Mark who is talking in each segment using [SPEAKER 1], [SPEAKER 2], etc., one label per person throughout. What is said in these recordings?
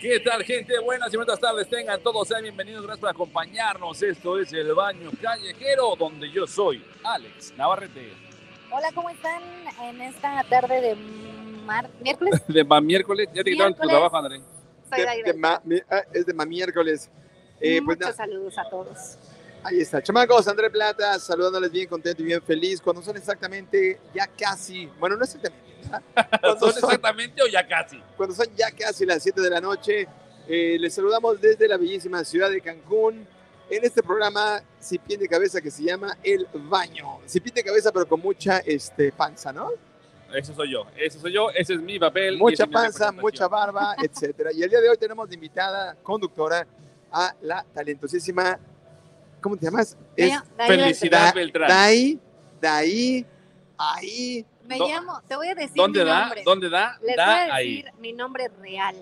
[SPEAKER 1] ¿Qué tal, gente? Buenas y buenas tardes. Tengan todos sean bienvenidos. Gracias por acompañarnos. Esto es El Baño Callejero, donde yo soy Alex Navarrete.
[SPEAKER 2] Hola, ¿cómo están en esta tarde de mar- miércoles?
[SPEAKER 1] De ma- miércoles, ya te quitaron tu
[SPEAKER 2] Miércoles.
[SPEAKER 1] trabajo, André.
[SPEAKER 2] Soy
[SPEAKER 3] de- de
[SPEAKER 2] Aire.
[SPEAKER 3] ma- mi- ah, es de ma miércoles. Eh, pues
[SPEAKER 2] Muchos
[SPEAKER 3] nada,
[SPEAKER 2] saludos a todos.
[SPEAKER 3] ahí está. Chamacos, André Plata, saludándoles bien contento y bien feliz. Cuando son exactamente ya casi, bueno, no exactamente, ¿verdad?
[SPEAKER 1] ¿Son
[SPEAKER 3] cuando, son,
[SPEAKER 1] exactamente o ya casi?
[SPEAKER 3] cuando son ya casi las 7 de la noche, eh, les saludamos desde la bellísima ciudad de Cancún. En este programa, Cipín de Cabeza, que se llama El Baño. Cipín de Cabeza, pero con mucha este, panza, ¿no?
[SPEAKER 1] Eso soy yo, eso soy yo, ese es mi papel. y esa
[SPEAKER 3] mucha
[SPEAKER 1] es mi
[SPEAKER 3] panza,
[SPEAKER 1] representación.
[SPEAKER 3] mucha barba, etcétera. Y el día de hoy tenemos de invitada conductora a la talentosísima, ¿cómo te llamas? Es
[SPEAKER 2] Me- Daire-
[SPEAKER 1] Felicidad Beltrán.
[SPEAKER 3] Dai, Dai, ahí.
[SPEAKER 2] Me
[SPEAKER 1] Do-
[SPEAKER 2] llamo, te voy a decir
[SPEAKER 1] ¿Dónde
[SPEAKER 2] mi
[SPEAKER 1] da?
[SPEAKER 2] nombre.
[SPEAKER 1] ¿Dónde da?
[SPEAKER 2] Les voy
[SPEAKER 1] Da
[SPEAKER 2] a
[SPEAKER 1] ahí.
[SPEAKER 2] decir mi nombre real.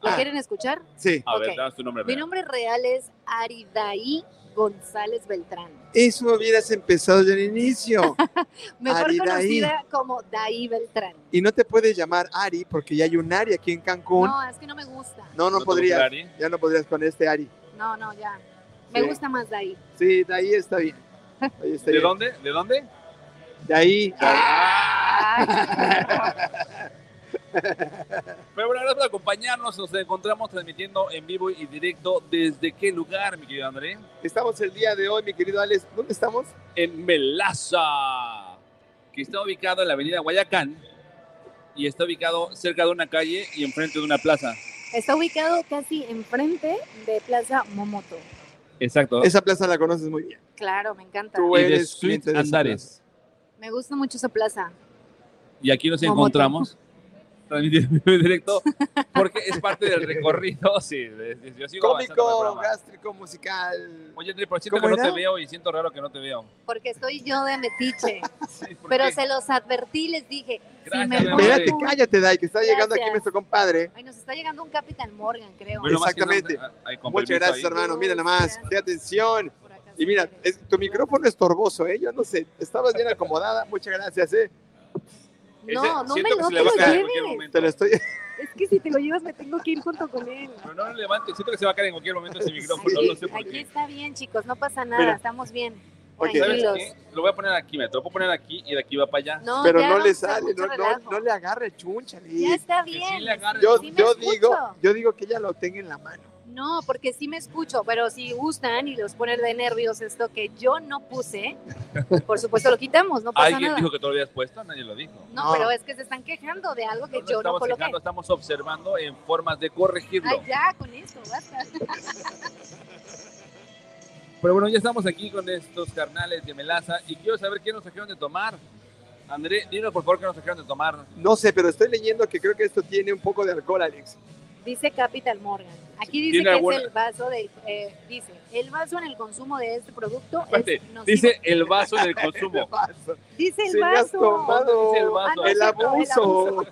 [SPEAKER 2] ¿Lo
[SPEAKER 3] Ah.
[SPEAKER 2] quieren escuchar?
[SPEAKER 3] Sí,
[SPEAKER 1] A ver,
[SPEAKER 2] Ok.
[SPEAKER 1] danos tu nombre.
[SPEAKER 2] Mi
[SPEAKER 1] real.
[SPEAKER 2] nombre real es Aridaí González Beltrán,
[SPEAKER 3] eso hubieras empezado desde el inicio.
[SPEAKER 2] mejor
[SPEAKER 3] Aridaí.
[SPEAKER 2] conocida como Daí Beltrán.
[SPEAKER 3] Y no te puedes llamar Ari porque ya hay un Ari aquí en Cancún.
[SPEAKER 2] No, es que no me gusta.
[SPEAKER 3] No, no,
[SPEAKER 1] te gusta,
[SPEAKER 3] podrías.
[SPEAKER 1] Ari?
[SPEAKER 3] Ya no podrías con este Ari.
[SPEAKER 2] No, no, ya. Me
[SPEAKER 3] Sí.
[SPEAKER 2] gusta más Daí.
[SPEAKER 3] Sí, Dai está bien. Ahí está
[SPEAKER 1] ¿De
[SPEAKER 3] bien.
[SPEAKER 1] dónde? ¿De dónde?
[SPEAKER 3] Dai,
[SPEAKER 1] Pero bueno, gracias por acompañarnos. Nos encontramos transmitiendo en vivo y directo. ¿Desde qué lugar, mi querido André?
[SPEAKER 3] Estamos el día de hoy, mi querido Alex. ¿Dónde estamos?
[SPEAKER 1] En Melaza, que está ubicado en la avenida Guayacán y está ubicado cerca de una calle y enfrente de una plaza.
[SPEAKER 2] Está ubicado casi enfrente de Plaza Momoto.
[SPEAKER 1] Exacto.
[SPEAKER 3] Esa plaza la conoces muy bien.
[SPEAKER 2] Claro, me encanta.
[SPEAKER 3] Tú
[SPEAKER 1] y de
[SPEAKER 3] eres cliente
[SPEAKER 1] Suite
[SPEAKER 3] de esa
[SPEAKER 1] Andares.
[SPEAKER 2] Me gusta mucho esa plaza.
[SPEAKER 1] Y aquí nos
[SPEAKER 2] Momoto.
[SPEAKER 1] encontramos transmitiendo en vivo y directo porque es parte del recorrido. Sí, de- de- yo sigo avanzando en el
[SPEAKER 3] cómico,
[SPEAKER 1] programa.
[SPEAKER 3] gástrico, musical.
[SPEAKER 1] Oye, André, pero siento que
[SPEAKER 3] ¿Cómo
[SPEAKER 1] no
[SPEAKER 3] era?
[SPEAKER 1] te veo y siento raro que no te veo.
[SPEAKER 2] Porque estoy yo de metiche.
[SPEAKER 1] Sí, ¿por
[SPEAKER 2] pero
[SPEAKER 1] qué?
[SPEAKER 2] se los advertí, les dije.
[SPEAKER 1] Gracias,
[SPEAKER 2] si me
[SPEAKER 1] mi amor.
[SPEAKER 2] voy-
[SPEAKER 3] Espérate, cállate, Dai, que está llegando
[SPEAKER 2] Gracias.
[SPEAKER 3] aquí nuestro compadre.
[SPEAKER 2] Ay, nos está llegando un Capital Morgan, creo.
[SPEAKER 1] Bueno, más que
[SPEAKER 3] Exactamente.
[SPEAKER 1] nada, hay compromiso
[SPEAKER 3] Muchas gracias,
[SPEAKER 1] ahí.
[SPEAKER 3] hermano. Mira nomás, qué atención.
[SPEAKER 2] Por acá
[SPEAKER 3] Y
[SPEAKER 2] se
[SPEAKER 3] mira,
[SPEAKER 2] quiere.
[SPEAKER 3] es- tu micrófono es torboso, ¿eh? Yo no sé, estabas bien acomodada. Muchas gracias, ¿eh?
[SPEAKER 2] No,
[SPEAKER 1] Ese-
[SPEAKER 2] no me
[SPEAKER 1] siento que
[SPEAKER 2] lo,
[SPEAKER 1] se
[SPEAKER 2] no
[SPEAKER 1] le va a
[SPEAKER 2] te lo
[SPEAKER 1] caer en cualquier
[SPEAKER 2] lleves.
[SPEAKER 1] momento.
[SPEAKER 3] Te lo estoy.
[SPEAKER 2] Es que si te lo llevas me tengo que ir junto con él.
[SPEAKER 1] Pero no le levantes, siento que se va a caer en cualquier momento ese micrófono,
[SPEAKER 2] Aquí,
[SPEAKER 1] no sé por
[SPEAKER 2] aquí
[SPEAKER 1] qué.
[SPEAKER 2] está bien, chicos, no pasa nada,
[SPEAKER 3] Mira.
[SPEAKER 2] estamos bien.
[SPEAKER 3] Ok.
[SPEAKER 1] ¿Sabes
[SPEAKER 2] Tranquilos.
[SPEAKER 1] qué? Lo voy a poner aquí, me lo voy a poner aquí y de aquí va para allá.
[SPEAKER 2] No,
[SPEAKER 3] Pero
[SPEAKER 2] ya
[SPEAKER 3] no le
[SPEAKER 2] vamos a
[SPEAKER 3] sale,
[SPEAKER 2] mucho
[SPEAKER 3] no, no,
[SPEAKER 2] relajo.
[SPEAKER 3] no le agarre chunchale.
[SPEAKER 2] Ya está bien.
[SPEAKER 1] sí le agarre.
[SPEAKER 3] Yo,
[SPEAKER 2] sí me
[SPEAKER 3] yo
[SPEAKER 2] escucho.
[SPEAKER 3] digo, yo digo que ella lo tenga en la mano.
[SPEAKER 2] No, porque sí me escucho, pero si gustan y los poner de nervios esto que yo no puse, por supuesto lo quitamos, no pasa
[SPEAKER 1] ¿Alguien
[SPEAKER 2] nada.
[SPEAKER 1] dijo que tú lo habías puesto? Nadie lo dijo.
[SPEAKER 2] No,
[SPEAKER 3] No.
[SPEAKER 2] pero es que se están quejando de algo que
[SPEAKER 1] No nos
[SPEAKER 2] yo no
[SPEAKER 1] estamos
[SPEAKER 2] coloqué.
[SPEAKER 1] fijando, estamos observando en formas de corregirlo.
[SPEAKER 2] Ay, ya, con eso, basta.
[SPEAKER 1] Pero bueno, ya estamos aquí con estos carnales de melaza y quiero saber qué nos trajeron de tomar. André, dinos por favor qué nos trajeron de tomar.
[SPEAKER 3] No sé, pero estoy leyendo que creo que esto tiene un poco de alcohol, Alex.
[SPEAKER 2] Dice Capital Morgan. Aquí dice
[SPEAKER 1] Tiene
[SPEAKER 2] que
[SPEAKER 1] alguna-
[SPEAKER 2] es el vaso de, eh, dice, el vaso en el consumo de este producto
[SPEAKER 1] Espérate,
[SPEAKER 2] es nocivo".
[SPEAKER 1] dice el vaso del consumo.
[SPEAKER 2] dice el
[SPEAKER 3] Si le has
[SPEAKER 2] vaso.
[SPEAKER 3] tomado
[SPEAKER 1] Dice el vaso.
[SPEAKER 2] Ah, no, es
[SPEAKER 3] el
[SPEAKER 2] cierto, el
[SPEAKER 3] abuso.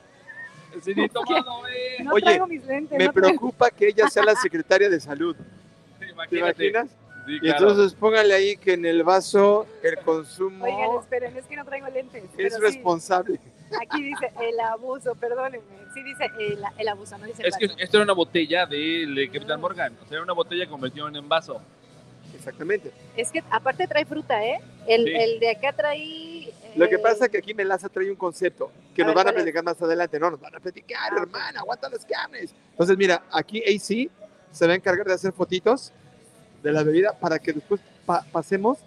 [SPEAKER 1] Sí, ni tomado, eh.
[SPEAKER 2] No
[SPEAKER 3] Oye,
[SPEAKER 2] traigo mis lentes.
[SPEAKER 3] Me
[SPEAKER 2] no traigo-
[SPEAKER 3] preocupa que ella sea la secretaria de salud. ¿Te
[SPEAKER 1] Imagínate.
[SPEAKER 3] imaginas?
[SPEAKER 1] Sí,
[SPEAKER 3] Y
[SPEAKER 1] claro.
[SPEAKER 3] entonces póngale ahí que en el vaso el consumo
[SPEAKER 2] Oigan, esperen, es que no traigo lentes.
[SPEAKER 3] es
[SPEAKER 2] pero sí,
[SPEAKER 3] responsable.
[SPEAKER 2] aquí dice el abuso, perdónenme. Sí dice el, el abuso, no dice el
[SPEAKER 1] Es que
[SPEAKER 2] vaso.
[SPEAKER 1] esto era una botella de, de Capitán Morgan. O sea, era una botella convertida en vaso.
[SPEAKER 3] Exactamente.
[SPEAKER 2] Es que aparte trae fruta, ¿eh? El,
[SPEAKER 1] Sí.
[SPEAKER 2] el de acá trae...
[SPEAKER 3] Lo que
[SPEAKER 2] eh,
[SPEAKER 3] pasa es que aquí Melaza trae un concepto que
[SPEAKER 2] A
[SPEAKER 3] nos
[SPEAKER 2] ver,
[SPEAKER 3] van a
[SPEAKER 2] ¿cuál es?
[SPEAKER 3] platicar más adelante. No, nos van a platicar,
[SPEAKER 2] Ah, ok.
[SPEAKER 3] hermana, aguanta las carnes. Entonces, mira, aquí AC se va a encargar de hacer fotitos de la bebida para que después pa- pasemos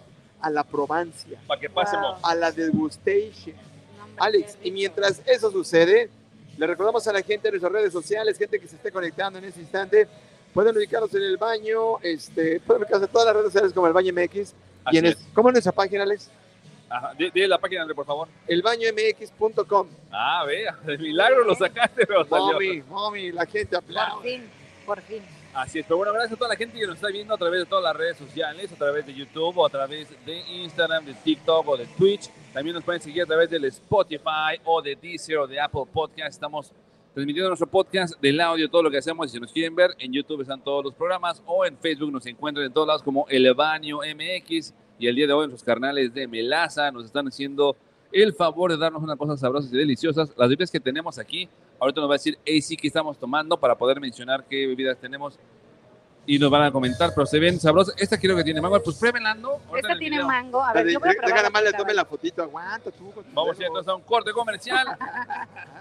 [SPEAKER 3] a la probancia,
[SPEAKER 1] Para que pasemos.
[SPEAKER 2] Wow.
[SPEAKER 3] a la degustation.
[SPEAKER 2] ah, No, hombre,
[SPEAKER 3] Alex,
[SPEAKER 2] qué
[SPEAKER 3] y
[SPEAKER 2] rico.
[SPEAKER 3] mientras eso sucede, le recordamos a la gente en nuestras redes sociales, gente que se esté conectando en este instante, pueden ubicarnos en el baño, este, pueden ubicarse en todas las redes sociales como el baño MX.
[SPEAKER 1] Así
[SPEAKER 3] Y en el,
[SPEAKER 1] es.
[SPEAKER 3] ¿Cómo es nuestra página, Alex?
[SPEAKER 1] Ajá, di- di la página, André, por favor.
[SPEAKER 3] Elbañomx.com.
[SPEAKER 1] Ah, vea, de milagro lo sacaste, pero salió.
[SPEAKER 3] Mami, mami, la gente
[SPEAKER 2] Por
[SPEAKER 3] aplaude.
[SPEAKER 2] fin, por fin.
[SPEAKER 1] Así es, pero bueno, gracias a toda la gente que nos está viendo a través de todas las redes sociales, a través de YouTube, o a través de Instagram, de TikTok o de Twitch. También nos pueden seguir a través del Spotify o de Deezer o de Apple Podcast. Estamos transmitiendo nuestro podcast del audio, todo lo que hacemos. Y si nos quieren ver, en YouTube están todos los programas o en Facebook nos encuentran en todos lados como El Baño MX. Y el día de hoy nuestros carnales de Melaza nos están haciendo el favor de darnos unas cosas sabrosas y deliciosas. Las bebidas que tenemos aquí Ahorita nos va a decir AC que estamos tomando para poder mencionar qué bebidas tenemos y nos van a comentar, pero se ven sabrosas. Esta creo que tiene mango, pues pruébenla, ¿no? Ahorita en
[SPEAKER 2] Esta
[SPEAKER 1] el
[SPEAKER 2] tiene
[SPEAKER 1] video.
[SPEAKER 2] mango. A
[SPEAKER 3] Deja
[SPEAKER 2] ver, yo voy a probar.
[SPEAKER 3] nada más le
[SPEAKER 2] la
[SPEAKER 3] tome la fotito. Aguanta tú. con tu
[SPEAKER 1] Vamos a ir
[SPEAKER 3] dedo.
[SPEAKER 1] entonces a un corte comercial.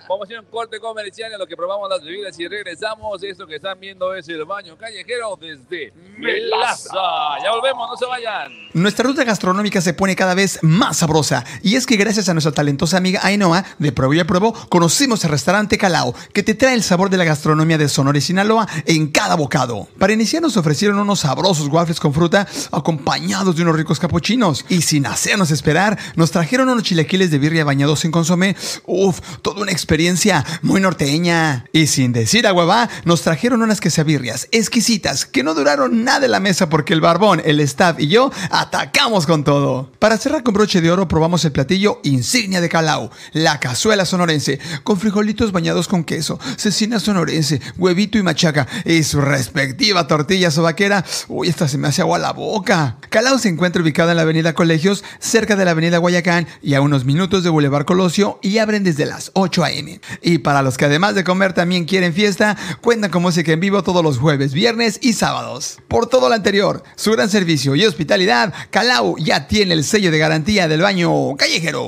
[SPEAKER 1] Vamos a ir a un corte comercial en lo que probamos las bebidas y regresamos. Esto que están viendo es el baño callejero desde Melaza. Ya volvemos, no se vayan.
[SPEAKER 4] Nuestra ruta gastronómica se pone cada vez más sabrosa y es que gracias a nuestra talentosa amiga Ainhoa de Probo y Probo conocimos el restaurante Calao que te trae el sabor de la gastronomía de Sonora y Sinaloa en cada bocado. Para iniciar nos ofrecieron unos sabrosos waffles con fruta acompañados de unos ricos capuchinos y sin hacernos esperar nos trajeron unos chilaquiles de birria bañados en consomé. Uf, toda una experiencia muy norteña. Y sin decir agua va, nos trajeron unas quesabirrias exquisitas que no duraron nada en la mesa porque el barbón, el staff y yo atacamos con todo. Para cerrar con broche de oro probamos el platillo insignia de Calao, la cazuela sonorense, con frijolitos bañados con queso, cecina sonorense, huevito y machaca y su respectiva tortilla sobaquera. Uy, esta se me hace agua la boca. Calao se encuentra ubicado en la avenida Colegios, cerca de la avenida Guayacán y a unos minutos de Boulevard Colosio y abren desde las 8 a.m. Y para los que además de comer también quieren fiesta, cuentan con música en vivo todos los jueves, viernes y sábados. Por todo lo anterior, su gran servicio y hospitalidad, Calao ya tiene el sello de garantía del baño callejero.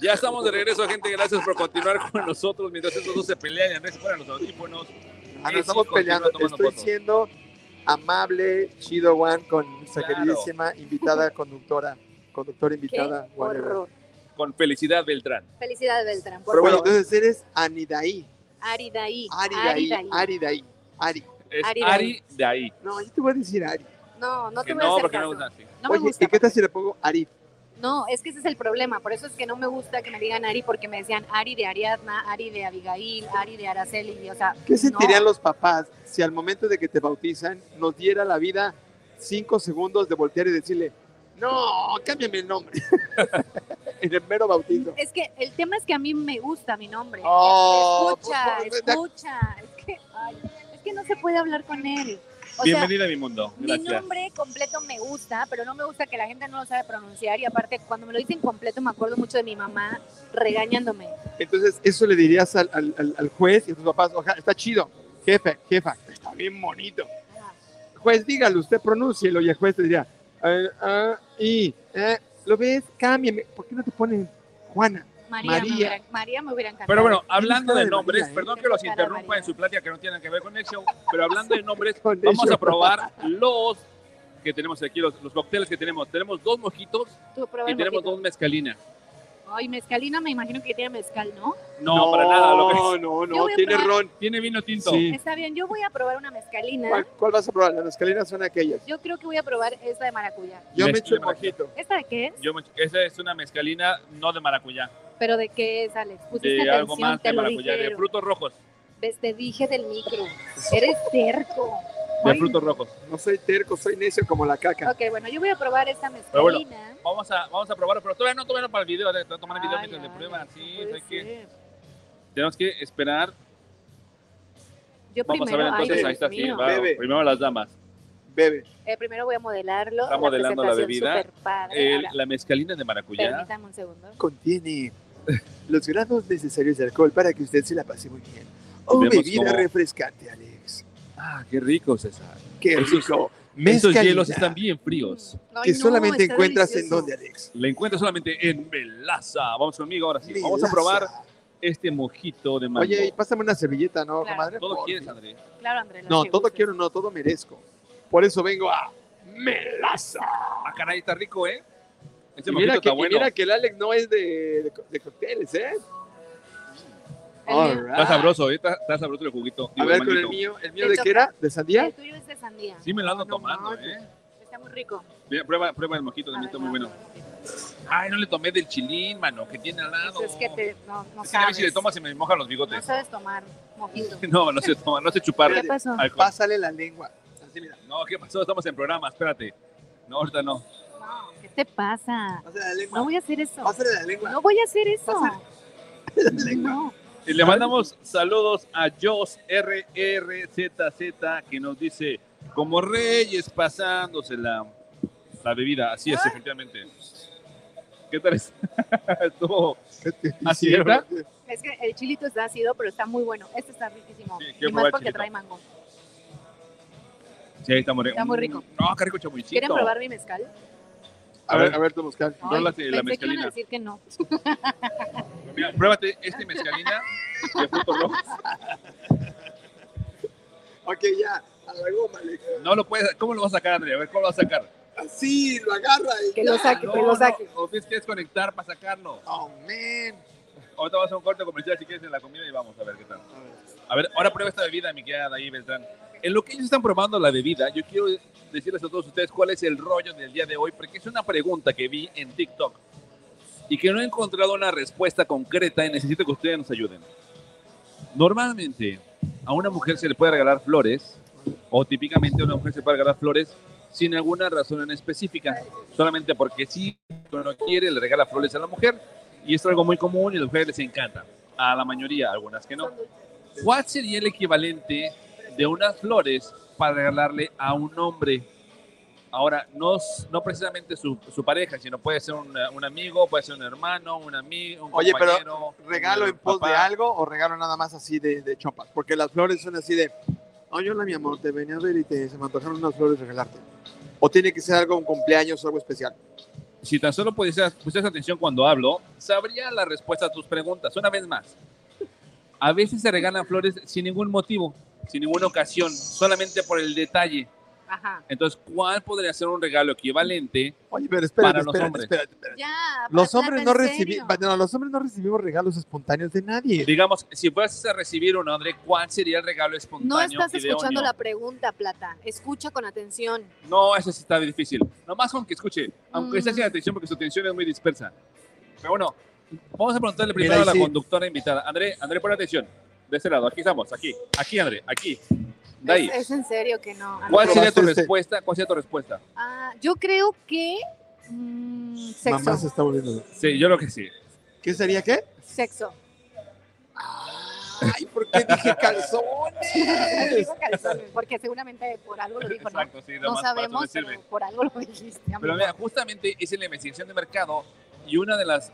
[SPEAKER 1] Ya estamos de regreso, gente. Gracias por continuar con nosotros mientras estos dos se pelean y Andrés se pone los audífonos.
[SPEAKER 3] Ah,
[SPEAKER 1] AC
[SPEAKER 3] nos estamos
[SPEAKER 1] continúa
[SPEAKER 3] peleando.
[SPEAKER 1] tomando
[SPEAKER 3] Estoy
[SPEAKER 1] fotos.
[SPEAKER 3] siendo amable, chido, Juan, con nuestra
[SPEAKER 1] Claro.
[SPEAKER 3] queridísima invitada conductora. Conductora
[SPEAKER 2] Qué
[SPEAKER 3] invitada, whatever.
[SPEAKER 2] horror.
[SPEAKER 1] Con felicidad, Beltrán.
[SPEAKER 2] Felicidades, Beltrán. Por
[SPEAKER 3] Pero bueno,
[SPEAKER 2] favor.
[SPEAKER 3] entonces eres Anidaí.
[SPEAKER 2] Aridaí.
[SPEAKER 3] Aridaí.
[SPEAKER 2] Aridaí.
[SPEAKER 3] Aridaí. Ari.
[SPEAKER 1] Es
[SPEAKER 2] Ari
[SPEAKER 1] Ari,
[SPEAKER 2] de ahí.
[SPEAKER 1] de ahí.
[SPEAKER 3] No, yo te voy a decir Ari.
[SPEAKER 2] No, no te
[SPEAKER 1] Que
[SPEAKER 2] voy a
[SPEAKER 1] no,
[SPEAKER 2] hacer
[SPEAKER 1] porque no
[SPEAKER 2] caso.
[SPEAKER 1] gusta así.
[SPEAKER 2] No me
[SPEAKER 3] Oye,
[SPEAKER 2] gusta.
[SPEAKER 3] ¿y qué tal si le pongo Ari?
[SPEAKER 2] No, es que ese es el problema. Por eso es que no me gusta que me digan Ari, porque me decían Ari de Ariadna, Ari de Abigail, Ari de Araceli. y, o sea,
[SPEAKER 3] ¿Qué
[SPEAKER 2] no.
[SPEAKER 3] sentirían los papás si al momento de que te bautizan nos diera la vida cinco segundos de voltear y decirle, no, cámbiame el nombre? en el mero bautizo.
[SPEAKER 2] Es que el tema es que a mí me gusta mi nombre.
[SPEAKER 3] Oh,
[SPEAKER 2] escucha,
[SPEAKER 3] pues, pues,
[SPEAKER 2] escucha. Es que, ay, es que no se puede hablar con él. O sea,
[SPEAKER 1] Bienvenida a mi mundo.
[SPEAKER 2] mi
[SPEAKER 1] Gracias.
[SPEAKER 2] nombre completo me gusta, pero no me gusta que la gente no lo sabe pronunciar. Y aparte, cuando me lo dicen completo, me acuerdo mucho de mi mamá regañándome.
[SPEAKER 3] Entonces, eso le dirías al, al- al- al juez y a tus papás, oja, está chido, jefe, jefa, está bien bonito. Juez, dígalo, usted pronúncielo y el juez te diría, "Eh, ah, y, eh, ¿lo ves? Cámbiame, ¿por qué no te ponen Juana?
[SPEAKER 2] María,
[SPEAKER 3] María.
[SPEAKER 2] Me, hubiera, María me hubiera encantado.
[SPEAKER 1] Pero bueno, hablando
[SPEAKER 3] Cara
[SPEAKER 1] de
[SPEAKER 3] de
[SPEAKER 1] nombres,
[SPEAKER 3] María, ¿eh?
[SPEAKER 1] perdón que los
[SPEAKER 2] Cara de
[SPEAKER 1] interrumpa
[SPEAKER 2] María.
[SPEAKER 1] en su plática que no tiene que ver con el show, pero hablando de nombres,
[SPEAKER 3] Con el
[SPEAKER 1] vamos a
[SPEAKER 3] show.
[SPEAKER 1] probar los que tenemos aquí, los, los cócteles que tenemos. Tenemos dos mojitos
[SPEAKER 2] Tú prueba
[SPEAKER 1] y
[SPEAKER 2] el
[SPEAKER 1] tenemos
[SPEAKER 2] mojito.
[SPEAKER 1] dos mezcalinas.
[SPEAKER 2] Ay, mezcalina, me imagino que tiene mezcal, ¿no?
[SPEAKER 1] No, para nada. Lo que
[SPEAKER 3] No, no,
[SPEAKER 2] Yo
[SPEAKER 3] no,
[SPEAKER 2] voy a
[SPEAKER 3] tiene
[SPEAKER 2] probar.
[SPEAKER 3] ron.
[SPEAKER 1] Tiene vino tinto.
[SPEAKER 3] Sí.
[SPEAKER 2] Está bien, yo voy a probar una mezcalina.
[SPEAKER 3] ¿Cuál, cuál vas a probar? Las escaleras son aquellas.
[SPEAKER 2] Yo creo que voy a probar esta de maracuyá.
[SPEAKER 3] Yo me
[SPEAKER 1] Mezcla
[SPEAKER 3] echo el
[SPEAKER 1] de maracuyá.
[SPEAKER 3] mojito.
[SPEAKER 2] ¿Esta de qué es?
[SPEAKER 1] Yo me- esa es una mezcalina no de maracuyá,
[SPEAKER 2] ¿Pero de qué es, Alex? Pusiste
[SPEAKER 1] de
[SPEAKER 2] atención,
[SPEAKER 1] algo más
[SPEAKER 2] Pues te
[SPEAKER 1] de
[SPEAKER 2] lo
[SPEAKER 1] maracuyá, de
[SPEAKER 2] dijeron.
[SPEAKER 1] frutos rojos,
[SPEAKER 2] Ves, te dije del micro. Eres terco.
[SPEAKER 1] de
[SPEAKER 2] Ay,
[SPEAKER 1] frutos rojos.
[SPEAKER 3] No soy terco, soy necio como la caca.
[SPEAKER 2] Ok, bueno, yo voy a probar esta
[SPEAKER 1] Pero bueno,
[SPEAKER 2] mezcalina.
[SPEAKER 1] Vamos a, vamos a probarlo, pero todavía no, todavía no para el video, te voy a tomar el video
[SPEAKER 2] Ay, pues
[SPEAKER 1] mientras le
[SPEAKER 2] ay,
[SPEAKER 1] prueban,
[SPEAKER 2] no
[SPEAKER 1] sí,
[SPEAKER 2] puede
[SPEAKER 1] hay que,
[SPEAKER 2] ser.
[SPEAKER 1] tenemos que esperar.
[SPEAKER 2] Yo
[SPEAKER 1] Vamos a
[SPEAKER 2] primero,
[SPEAKER 1] ver
[SPEAKER 2] ay,
[SPEAKER 1] entonces,
[SPEAKER 2] Dios
[SPEAKER 1] ahí está, sí,
[SPEAKER 2] mío.
[SPEAKER 1] va,
[SPEAKER 3] Bebe.
[SPEAKER 1] primero las damas.
[SPEAKER 3] Bebe.
[SPEAKER 2] Eh, primero voy a modelarlo.
[SPEAKER 1] Está modelando la
[SPEAKER 2] presentación
[SPEAKER 1] bebida.
[SPEAKER 2] súper padre.
[SPEAKER 1] El-
[SPEAKER 2] Ahora,
[SPEAKER 1] la mezcalina de maracuyá.
[SPEAKER 2] permítame un segundo.
[SPEAKER 3] Contiene los grados necesarios de alcohol para que usted se la pase muy bien. Oh,
[SPEAKER 1] Vemos
[SPEAKER 3] bebida
[SPEAKER 1] cómo-
[SPEAKER 3] refrescante, Alex.
[SPEAKER 1] Ah, qué rico, César.
[SPEAKER 3] Qué
[SPEAKER 1] Esos-
[SPEAKER 3] rico.
[SPEAKER 1] Estos
[SPEAKER 3] Mezcalina,
[SPEAKER 1] hielos están bien fríos.
[SPEAKER 2] Ay,
[SPEAKER 3] Que
[SPEAKER 2] Mm, no,
[SPEAKER 3] solamente
[SPEAKER 2] está
[SPEAKER 3] encuentras
[SPEAKER 2] delicioso.
[SPEAKER 3] en donde, Alex.
[SPEAKER 1] La encuentro solamente en Melaza. Vamos conmigo ahora sí. Vamos a
[SPEAKER 3] Melaza.
[SPEAKER 1] probar este mojito de mango.
[SPEAKER 3] Oye, y pásame una servilleta, ¿no,
[SPEAKER 2] Claro.
[SPEAKER 3] comadre?
[SPEAKER 1] todo
[SPEAKER 3] Por
[SPEAKER 1] quieres,
[SPEAKER 3] fin.
[SPEAKER 1] Andrés.
[SPEAKER 2] Claro, Andrés. lo
[SPEAKER 3] No,
[SPEAKER 2] que
[SPEAKER 3] todo
[SPEAKER 2] gustes.
[SPEAKER 3] quiero, no, todo merezco. Por eso vengo a Melaza.
[SPEAKER 1] Ah, caray, está rico, ¿eh? Este
[SPEAKER 3] Y
[SPEAKER 1] mojito
[SPEAKER 3] mira, que,
[SPEAKER 1] está
[SPEAKER 3] y
[SPEAKER 1] bueno.
[SPEAKER 3] mira que el Alex no es de, de, de cócteles, ¿eh?
[SPEAKER 2] El
[SPEAKER 3] All
[SPEAKER 2] mío-
[SPEAKER 3] right.
[SPEAKER 1] Está sabroso, ¿eh? Está, está sabroso el juguito.
[SPEAKER 3] A
[SPEAKER 1] Digo,
[SPEAKER 3] ver, con el
[SPEAKER 1] manguito.
[SPEAKER 3] mío. ¿El mío
[SPEAKER 2] Te
[SPEAKER 3] de
[SPEAKER 2] toca.
[SPEAKER 3] qué era? ¿De sandía?
[SPEAKER 2] El tuyo es de sandía.
[SPEAKER 1] Sí me lo ando
[SPEAKER 3] No
[SPEAKER 1] tomando,
[SPEAKER 3] mames.
[SPEAKER 1] ¿eh?
[SPEAKER 2] Está muy rico.
[SPEAKER 1] Mira, prueba, prueba el mojito,
[SPEAKER 2] A
[SPEAKER 1] también
[SPEAKER 2] ver,
[SPEAKER 1] está muy
[SPEAKER 2] no,
[SPEAKER 1] bueno.
[SPEAKER 2] no, no.
[SPEAKER 1] Ay, no le tomé del chilín, mano, que tiene al lado.
[SPEAKER 2] Pues es que te, no, no
[SPEAKER 1] Es que a ver
[SPEAKER 2] sabes.
[SPEAKER 1] si le tomas se me mojan los
[SPEAKER 2] no
[SPEAKER 1] bigotes.
[SPEAKER 2] sabes tomar mojito.
[SPEAKER 1] No, no sé tomar, no sé chupar
[SPEAKER 2] ¿Qué pasó?
[SPEAKER 1] alcohol.
[SPEAKER 3] Pásale la lengua. Así, mira.
[SPEAKER 1] No, ¿qué pasó? Estamos en programa, espérate. No, ahorita no.
[SPEAKER 2] No, ¿qué te pasa?
[SPEAKER 3] Pásale la
[SPEAKER 2] No
[SPEAKER 3] lengua.
[SPEAKER 2] voy a hacer eso.
[SPEAKER 3] Pásale la lengua.
[SPEAKER 2] No voy a hacer eso.
[SPEAKER 3] Pásale. la lengua.
[SPEAKER 2] No.
[SPEAKER 1] Y le mandamos saludos a Jos RRZZ que nos dice, como reyes pasándose la, la bebida. Así es, efectivamente. ¿Qué tal es? Estuvo así,
[SPEAKER 3] Hicieron-
[SPEAKER 1] ¿verdad?
[SPEAKER 2] Es que el chilito está ácido, pero está muy bueno. Este está riquísimo.
[SPEAKER 1] Sí, quiero
[SPEAKER 2] y más
[SPEAKER 1] probar
[SPEAKER 2] porque
[SPEAKER 1] chilito.
[SPEAKER 2] trae mango.
[SPEAKER 1] Sí, ahí está muy rico.
[SPEAKER 2] Está muy rico.
[SPEAKER 1] No, qué rico chamuichito.
[SPEAKER 2] ¿Quieren probar mi mezcal?
[SPEAKER 3] A ver, a ver, tú buscar.
[SPEAKER 2] Ay,
[SPEAKER 1] No, la- la
[SPEAKER 2] pensé que iban
[SPEAKER 1] mezcalina.
[SPEAKER 2] a decir que no.
[SPEAKER 1] Mira, pruébate este mezcalina de frutos rojos.
[SPEAKER 3] Ok, ya, a la goma. le-
[SPEAKER 1] No lo puedes, ¿cómo lo vas a sacar, Andrea? A ver, ¿cómo lo vas a sacar?
[SPEAKER 3] Así, lo agarra y
[SPEAKER 2] Que
[SPEAKER 3] ya.
[SPEAKER 2] lo saque, que
[SPEAKER 1] No,
[SPEAKER 2] lo
[SPEAKER 1] no,
[SPEAKER 2] saque.
[SPEAKER 1] o tienes que desconectar para sacarlo.
[SPEAKER 3] Oh, man.
[SPEAKER 1] Ahorita vas a un corte comercial si quieres en la comida y vamos a ver qué tal. A ver, ahora prueba esta bebida, mi querida ahí, Beltrán. En lo que ellos están probando la bebida, yo quiero decirles a todos ustedes cuál es el rollo del día de hoy, porque es una pregunta que vi en TikTok y que no he encontrado una respuesta concreta y necesito que ustedes nos ayuden. Normalmente, a una mujer se le puede regalar flores, o típicamente a una mujer se puede regalar flores sin alguna razón en específica, solamente porque sí, cuando quiere, le regala flores a la mujer, y esto es algo muy común y a las mujeres les encanta, a la mayoría, a algunas que no. ¿Cuál sería el equivalente de unas flores para regalarle a un hombre? Ahora, no, s- no precisamente su, su pareja, sino puede ser un, eh, un amigo, puede ser un hermano, un amigo, un
[SPEAKER 3] Oye, pero
[SPEAKER 1] compañero,
[SPEAKER 3] ¿Regalo
[SPEAKER 1] un
[SPEAKER 3] en pos de
[SPEAKER 1] papá.
[SPEAKER 3] algo o regalo nada más así de, de chopas? Porque las flores son así de, oye, hola mi amor, te venía a ver y te, se me antojaron unas flores regalarte. O tiene que ser algo, un cumpleaños o algo especial.
[SPEAKER 1] si tan solo pusieras, pusieras atención cuando hablo, sabría la respuesta a tus preguntas. Una vez más, a veces se regalan flores sin ningún motivo, sin ninguna ocasión, solamente por el detalle.
[SPEAKER 2] Ajá.
[SPEAKER 1] Entonces, ¿cuál podría ser un regalo equivalente?
[SPEAKER 3] Oye, pero espérate,
[SPEAKER 1] Para los
[SPEAKER 3] espérate,
[SPEAKER 1] hombres.
[SPEAKER 3] espérate, espérate.
[SPEAKER 2] Ya.
[SPEAKER 3] Los
[SPEAKER 2] Patlata,
[SPEAKER 3] hombres,
[SPEAKER 2] ¿en
[SPEAKER 3] no
[SPEAKER 2] serio?
[SPEAKER 3] recibimos, no, los hombres no recibimos regalos espontáneos de nadie.
[SPEAKER 1] Digamos, si fueras a recibir un André, ¿cuál sería el regalo espontáneo?
[SPEAKER 2] No estás
[SPEAKER 1] y de
[SPEAKER 2] escuchando
[SPEAKER 1] oño?
[SPEAKER 2] la pregunta, Plata. Escucha con atención.
[SPEAKER 1] No, eso sí está difícil. Nomás con que escuche, aunque esté
[SPEAKER 2] Mm.
[SPEAKER 1] sin atención porque su atención es muy dispersa. Pero bueno, vamos a preguntarle primero
[SPEAKER 3] ahí
[SPEAKER 1] a la
[SPEAKER 3] sí.
[SPEAKER 1] conductora invitada. André, André, pon atención. De este lado, aquí estamos, aquí, aquí, André, aquí. De ahí.
[SPEAKER 2] Es, es en serio que no. Ana.
[SPEAKER 1] ¿Cuál sería tu
[SPEAKER 3] Probaste este.
[SPEAKER 1] respuesta? ¿Cuál sería tu respuesta?
[SPEAKER 2] Ah, yo creo que mm, sexo.
[SPEAKER 3] Mamá se está volviendo. loca.
[SPEAKER 1] Sí, yo creo que sí.
[SPEAKER 3] ¿Qué sería qué?
[SPEAKER 2] Sexo.
[SPEAKER 3] Ay, ¿por qué dije calzones?
[SPEAKER 2] Digo calzones, Porque seguramente por algo lo dijo, ¿no?
[SPEAKER 1] sí, nada
[SPEAKER 2] No
[SPEAKER 1] más para eso
[SPEAKER 2] sabemos,
[SPEAKER 1] me sirve.
[SPEAKER 2] pero por algo lo dijiste.
[SPEAKER 1] Pero
[SPEAKER 2] amigo.
[SPEAKER 1] mira, justamente hice la investigación de mercado y una de las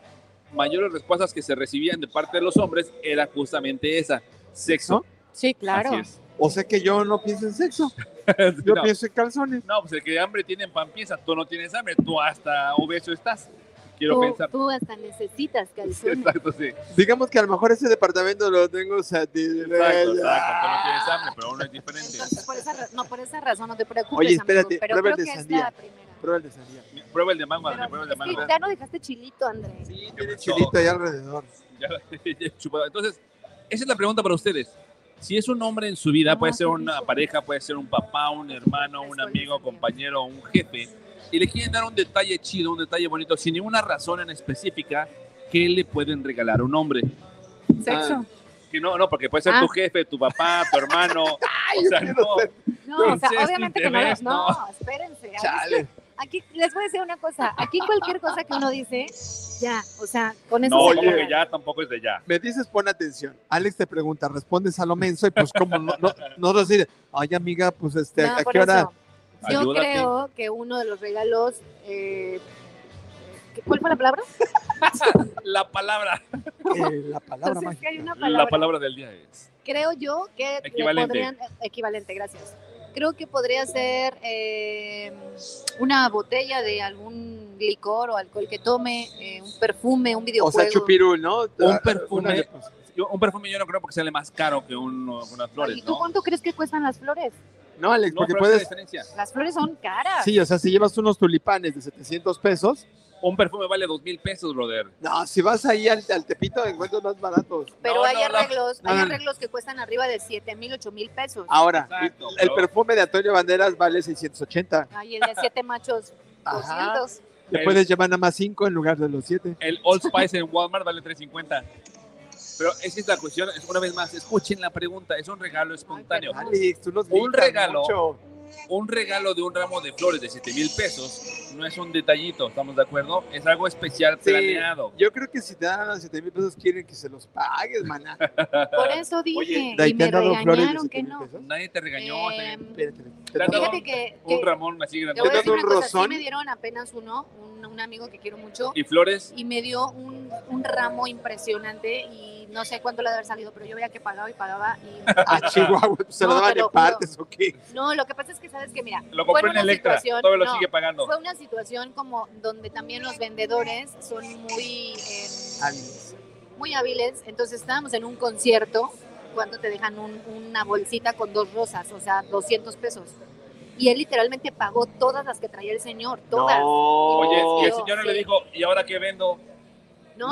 [SPEAKER 1] mayores respuestas que se recibían de parte de los hombres era justamente esa, sexo.
[SPEAKER 2] Sí, claro.
[SPEAKER 1] Así es.
[SPEAKER 3] O sea que yo no pienso en sexo, yo
[SPEAKER 1] no,
[SPEAKER 3] pienso en calzones.
[SPEAKER 1] no, pues el que hambre tiene en pan piensa, tú no tienes hambre, tú hasta obeso estás. Quiero
[SPEAKER 2] Tú,
[SPEAKER 1] pensar.
[SPEAKER 2] tú hasta necesitas calzones.
[SPEAKER 1] Exacto, sí.
[SPEAKER 3] Digamos que a lo mejor ese departamento lo tengo
[SPEAKER 1] Exacto, exacto. Tú
[SPEAKER 3] satisfecho.
[SPEAKER 1] no tienes hambre, pero uno es diferente.
[SPEAKER 2] Entonces, por esa, ra- no, por esa razón no te preocupes,
[SPEAKER 3] Oye, espérate,
[SPEAKER 2] amigo, pero
[SPEAKER 3] prueba
[SPEAKER 2] creo
[SPEAKER 3] el de
[SPEAKER 2] que es
[SPEAKER 3] sandía.
[SPEAKER 2] la primera.
[SPEAKER 3] Prueba el de sandía.
[SPEAKER 1] Prueba el de mango, André,
[SPEAKER 2] Pero
[SPEAKER 1] prueba el de
[SPEAKER 2] es
[SPEAKER 1] mango.
[SPEAKER 2] que ya no dejaste chilito, Andrés.
[SPEAKER 1] Sí,
[SPEAKER 3] Tiene chilito ahí alrededor.
[SPEAKER 1] Ya la he chupado. Entonces, esa es la pregunta para ustedes. Si es un hombre en su vida,
[SPEAKER 2] Ah,
[SPEAKER 1] puede ser
[SPEAKER 2] qué
[SPEAKER 1] una
[SPEAKER 2] rico.
[SPEAKER 1] pareja, puede ser un papá, un hermano, un
[SPEAKER 2] Eso,
[SPEAKER 1] amigo,
[SPEAKER 2] Dios mío.
[SPEAKER 1] compañero, un jefe, y le quieren dar un detalle chido, un detalle bonito, sin ninguna razón en específica, ¿qué le pueden regalar a un hombre? Ah,
[SPEAKER 2] Sexo.
[SPEAKER 1] Que no, no, porque puede ser
[SPEAKER 2] Ah.
[SPEAKER 1] tu jefe, tu papá, tu hermano. o sea,
[SPEAKER 3] quiero
[SPEAKER 1] no.
[SPEAKER 2] No, o sea,
[SPEAKER 1] Entonces,
[SPEAKER 2] obviamente
[SPEAKER 1] ¿te
[SPEAKER 2] que no,
[SPEAKER 1] ves?
[SPEAKER 2] las- no, espérense. a ver,
[SPEAKER 3] Chale.
[SPEAKER 2] Aquí les voy a decir una cosa, aquí cualquier cosa que uno dice, ya, o sea, con eso
[SPEAKER 1] No,
[SPEAKER 2] se
[SPEAKER 1] como
[SPEAKER 2] acaba.
[SPEAKER 1] que ya tampoco es de ya.
[SPEAKER 3] Me dices, pon atención. Alex te pregunta, respondes a lo menso y pues como no, no, no decir, ay amiga, pues este,
[SPEAKER 2] No,
[SPEAKER 3] ¿a
[SPEAKER 2] por
[SPEAKER 3] qué hora?
[SPEAKER 2] eso. Yo
[SPEAKER 1] Ayúdate.
[SPEAKER 2] creo que uno de los regalos, eh, ¿qué- ¿cuál fue la palabra?
[SPEAKER 1] La palabra,
[SPEAKER 3] Eh, la palabra mágica.
[SPEAKER 2] Entonces, Pues, que hay una
[SPEAKER 1] la palabra del día es.
[SPEAKER 2] creo yo que le
[SPEAKER 1] Equivalente.
[SPEAKER 2] podrían eh, equivalente, gracias. Creo que podría ser eh, una botella de algún licor o alcohol que tome, eh, un perfume, un
[SPEAKER 3] O sea,
[SPEAKER 2] videojuego.
[SPEAKER 3] chupirul, ¿no?
[SPEAKER 1] Un perfume.
[SPEAKER 3] Una- pues,
[SPEAKER 1] Yo- un perfume yo no creo porque sale más caro que un- unas
[SPEAKER 2] Oye, ¿Y
[SPEAKER 1] flores,
[SPEAKER 2] tú
[SPEAKER 1] ¿no?
[SPEAKER 2] cuánto crees que cuestan las flores?
[SPEAKER 3] No, Alex,
[SPEAKER 1] No,
[SPEAKER 3] porque
[SPEAKER 1] pero esa es
[SPEAKER 3] puedes...
[SPEAKER 1] la diferencia.
[SPEAKER 2] Las flores son caras.
[SPEAKER 3] Sí, o sea, si llevas unos tulipanes de 700 pesos,
[SPEAKER 1] Un perfume vale dos mil pesos, brother.
[SPEAKER 3] no, si vas ahí al, al tepito encuentras más baratos.
[SPEAKER 2] Pero
[SPEAKER 1] No,
[SPEAKER 2] hay
[SPEAKER 1] no, no.
[SPEAKER 2] arreglos, hay
[SPEAKER 3] Ah.
[SPEAKER 2] arreglos que cuestan arriba de 7 mil, 8 mil pesos.
[SPEAKER 3] Ahora,
[SPEAKER 1] Exacto,
[SPEAKER 3] el
[SPEAKER 1] pero-
[SPEAKER 3] perfume de Antonio Banderas vale 680.
[SPEAKER 2] Ay, el de 7 machos,
[SPEAKER 3] Ajá.
[SPEAKER 2] 200.
[SPEAKER 3] Te
[SPEAKER 1] El-
[SPEAKER 3] puedes llevar nada más 5 en lugar de los 7.
[SPEAKER 1] El Old Spice en Walmart vale 3.50. Pero esa es la cuestión. Es- Una vez más, escuchen la pregunta. Es un regalo espontáneo.
[SPEAKER 2] Ay,
[SPEAKER 3] Alex, tú nos
[SPEAKER 1] Un
[SPEAKER 3] gritas
[SPEAKER 1] regalo.
[SPEAKER 3] mucho.
[SPEAKER 1] Un regalo de un ramo de flores de 7 mil pesos no es un detallito, ¿estamos de acuerdo? Es algo especial
[SPEAKER 3] Sí.
[SPEAKER 1] planeado.
[SPEAKER 3] Yo creo que si te dan los 7 mil pesos, quieren que se los pagues, maná.
[SPEAKER 2] Por eso dije,
[SPEAKER 3] Oye,
[SPEAKER 2] y me regañaron que no.
[SPEAKER 1] Nadie te regañó.
[SPEAKER 2] Eh,
[SPEAKER 1] te-
[SPEAKER 3] Espérate,
[SPEAKER 1] Te han dado
[SPEAKER 2] fíjate que, que
[SPEAKER 1] un ramón así grande.
[SPEAKER 2] te voy a
[SPEAKER 3] ¿Te
[SPEAKER 2] decir
[SPEAKER 3] dan
[SPEAKER 2] una
[SPEAKER 3] un
[SPEAKER 2] cosa, sí
[SPEAKER 3] rozón?
[SPEAKER 2] me dieron apenas uno, un un, un amigo que quiero mucho
[SPEAKER 1] ¿Y flores?
[SPEAKER 2] y me dio un, un ramo impresionante y no sé cuánto le debe haber salido, pero yo veía que pagaba y pagaba y...
[SPEAKER 3] A Chihuahua, pues, ¿se lo
[SPEAKER 2] No,
[SPEAKER 3] daban
[SPEAKER 2] te lo
[SPEAKER 3] en
[SPEAKER 2] juro.
[SPEAKER 3] partes o qué?
[SPEAKER 2] No, lo que pasa es que sabes que, mira,
[SPEAKER 1] Lo
[SPEAKER 2] fue
[SPEAKER 1] compré
[SPEAKER 2] en
[SPEAKER 1] en
[SPEAKER 2] una
[SPEAKER 1] Electra,
[SPEAKER 2] situación-
[SPEAKER 1] todavía lo
[SPEAKER 2] no,
[SPEAKER 1] sigue pagando.
[SPEAKER 2] fue una situación como donde también los vendedores son muy... eh,
[SPEAKER 3] Ánimas.
[SPEAKER 2] muy hábiles. Entonces estábamos en un concierto cuando te dejan un- una bolsita con dos rosas, o sea, 200 pesos. Y él literalmente pagó todas las que traía el señor, todas.
[SPEAKER 3] No.
[SPEAKER 2] No,
[SPEAKER 1] Oye, y el
[SPEAKER 2] Sí.
[SPEAKER 1] señor no le dijo, ¿y ahora qué vendo?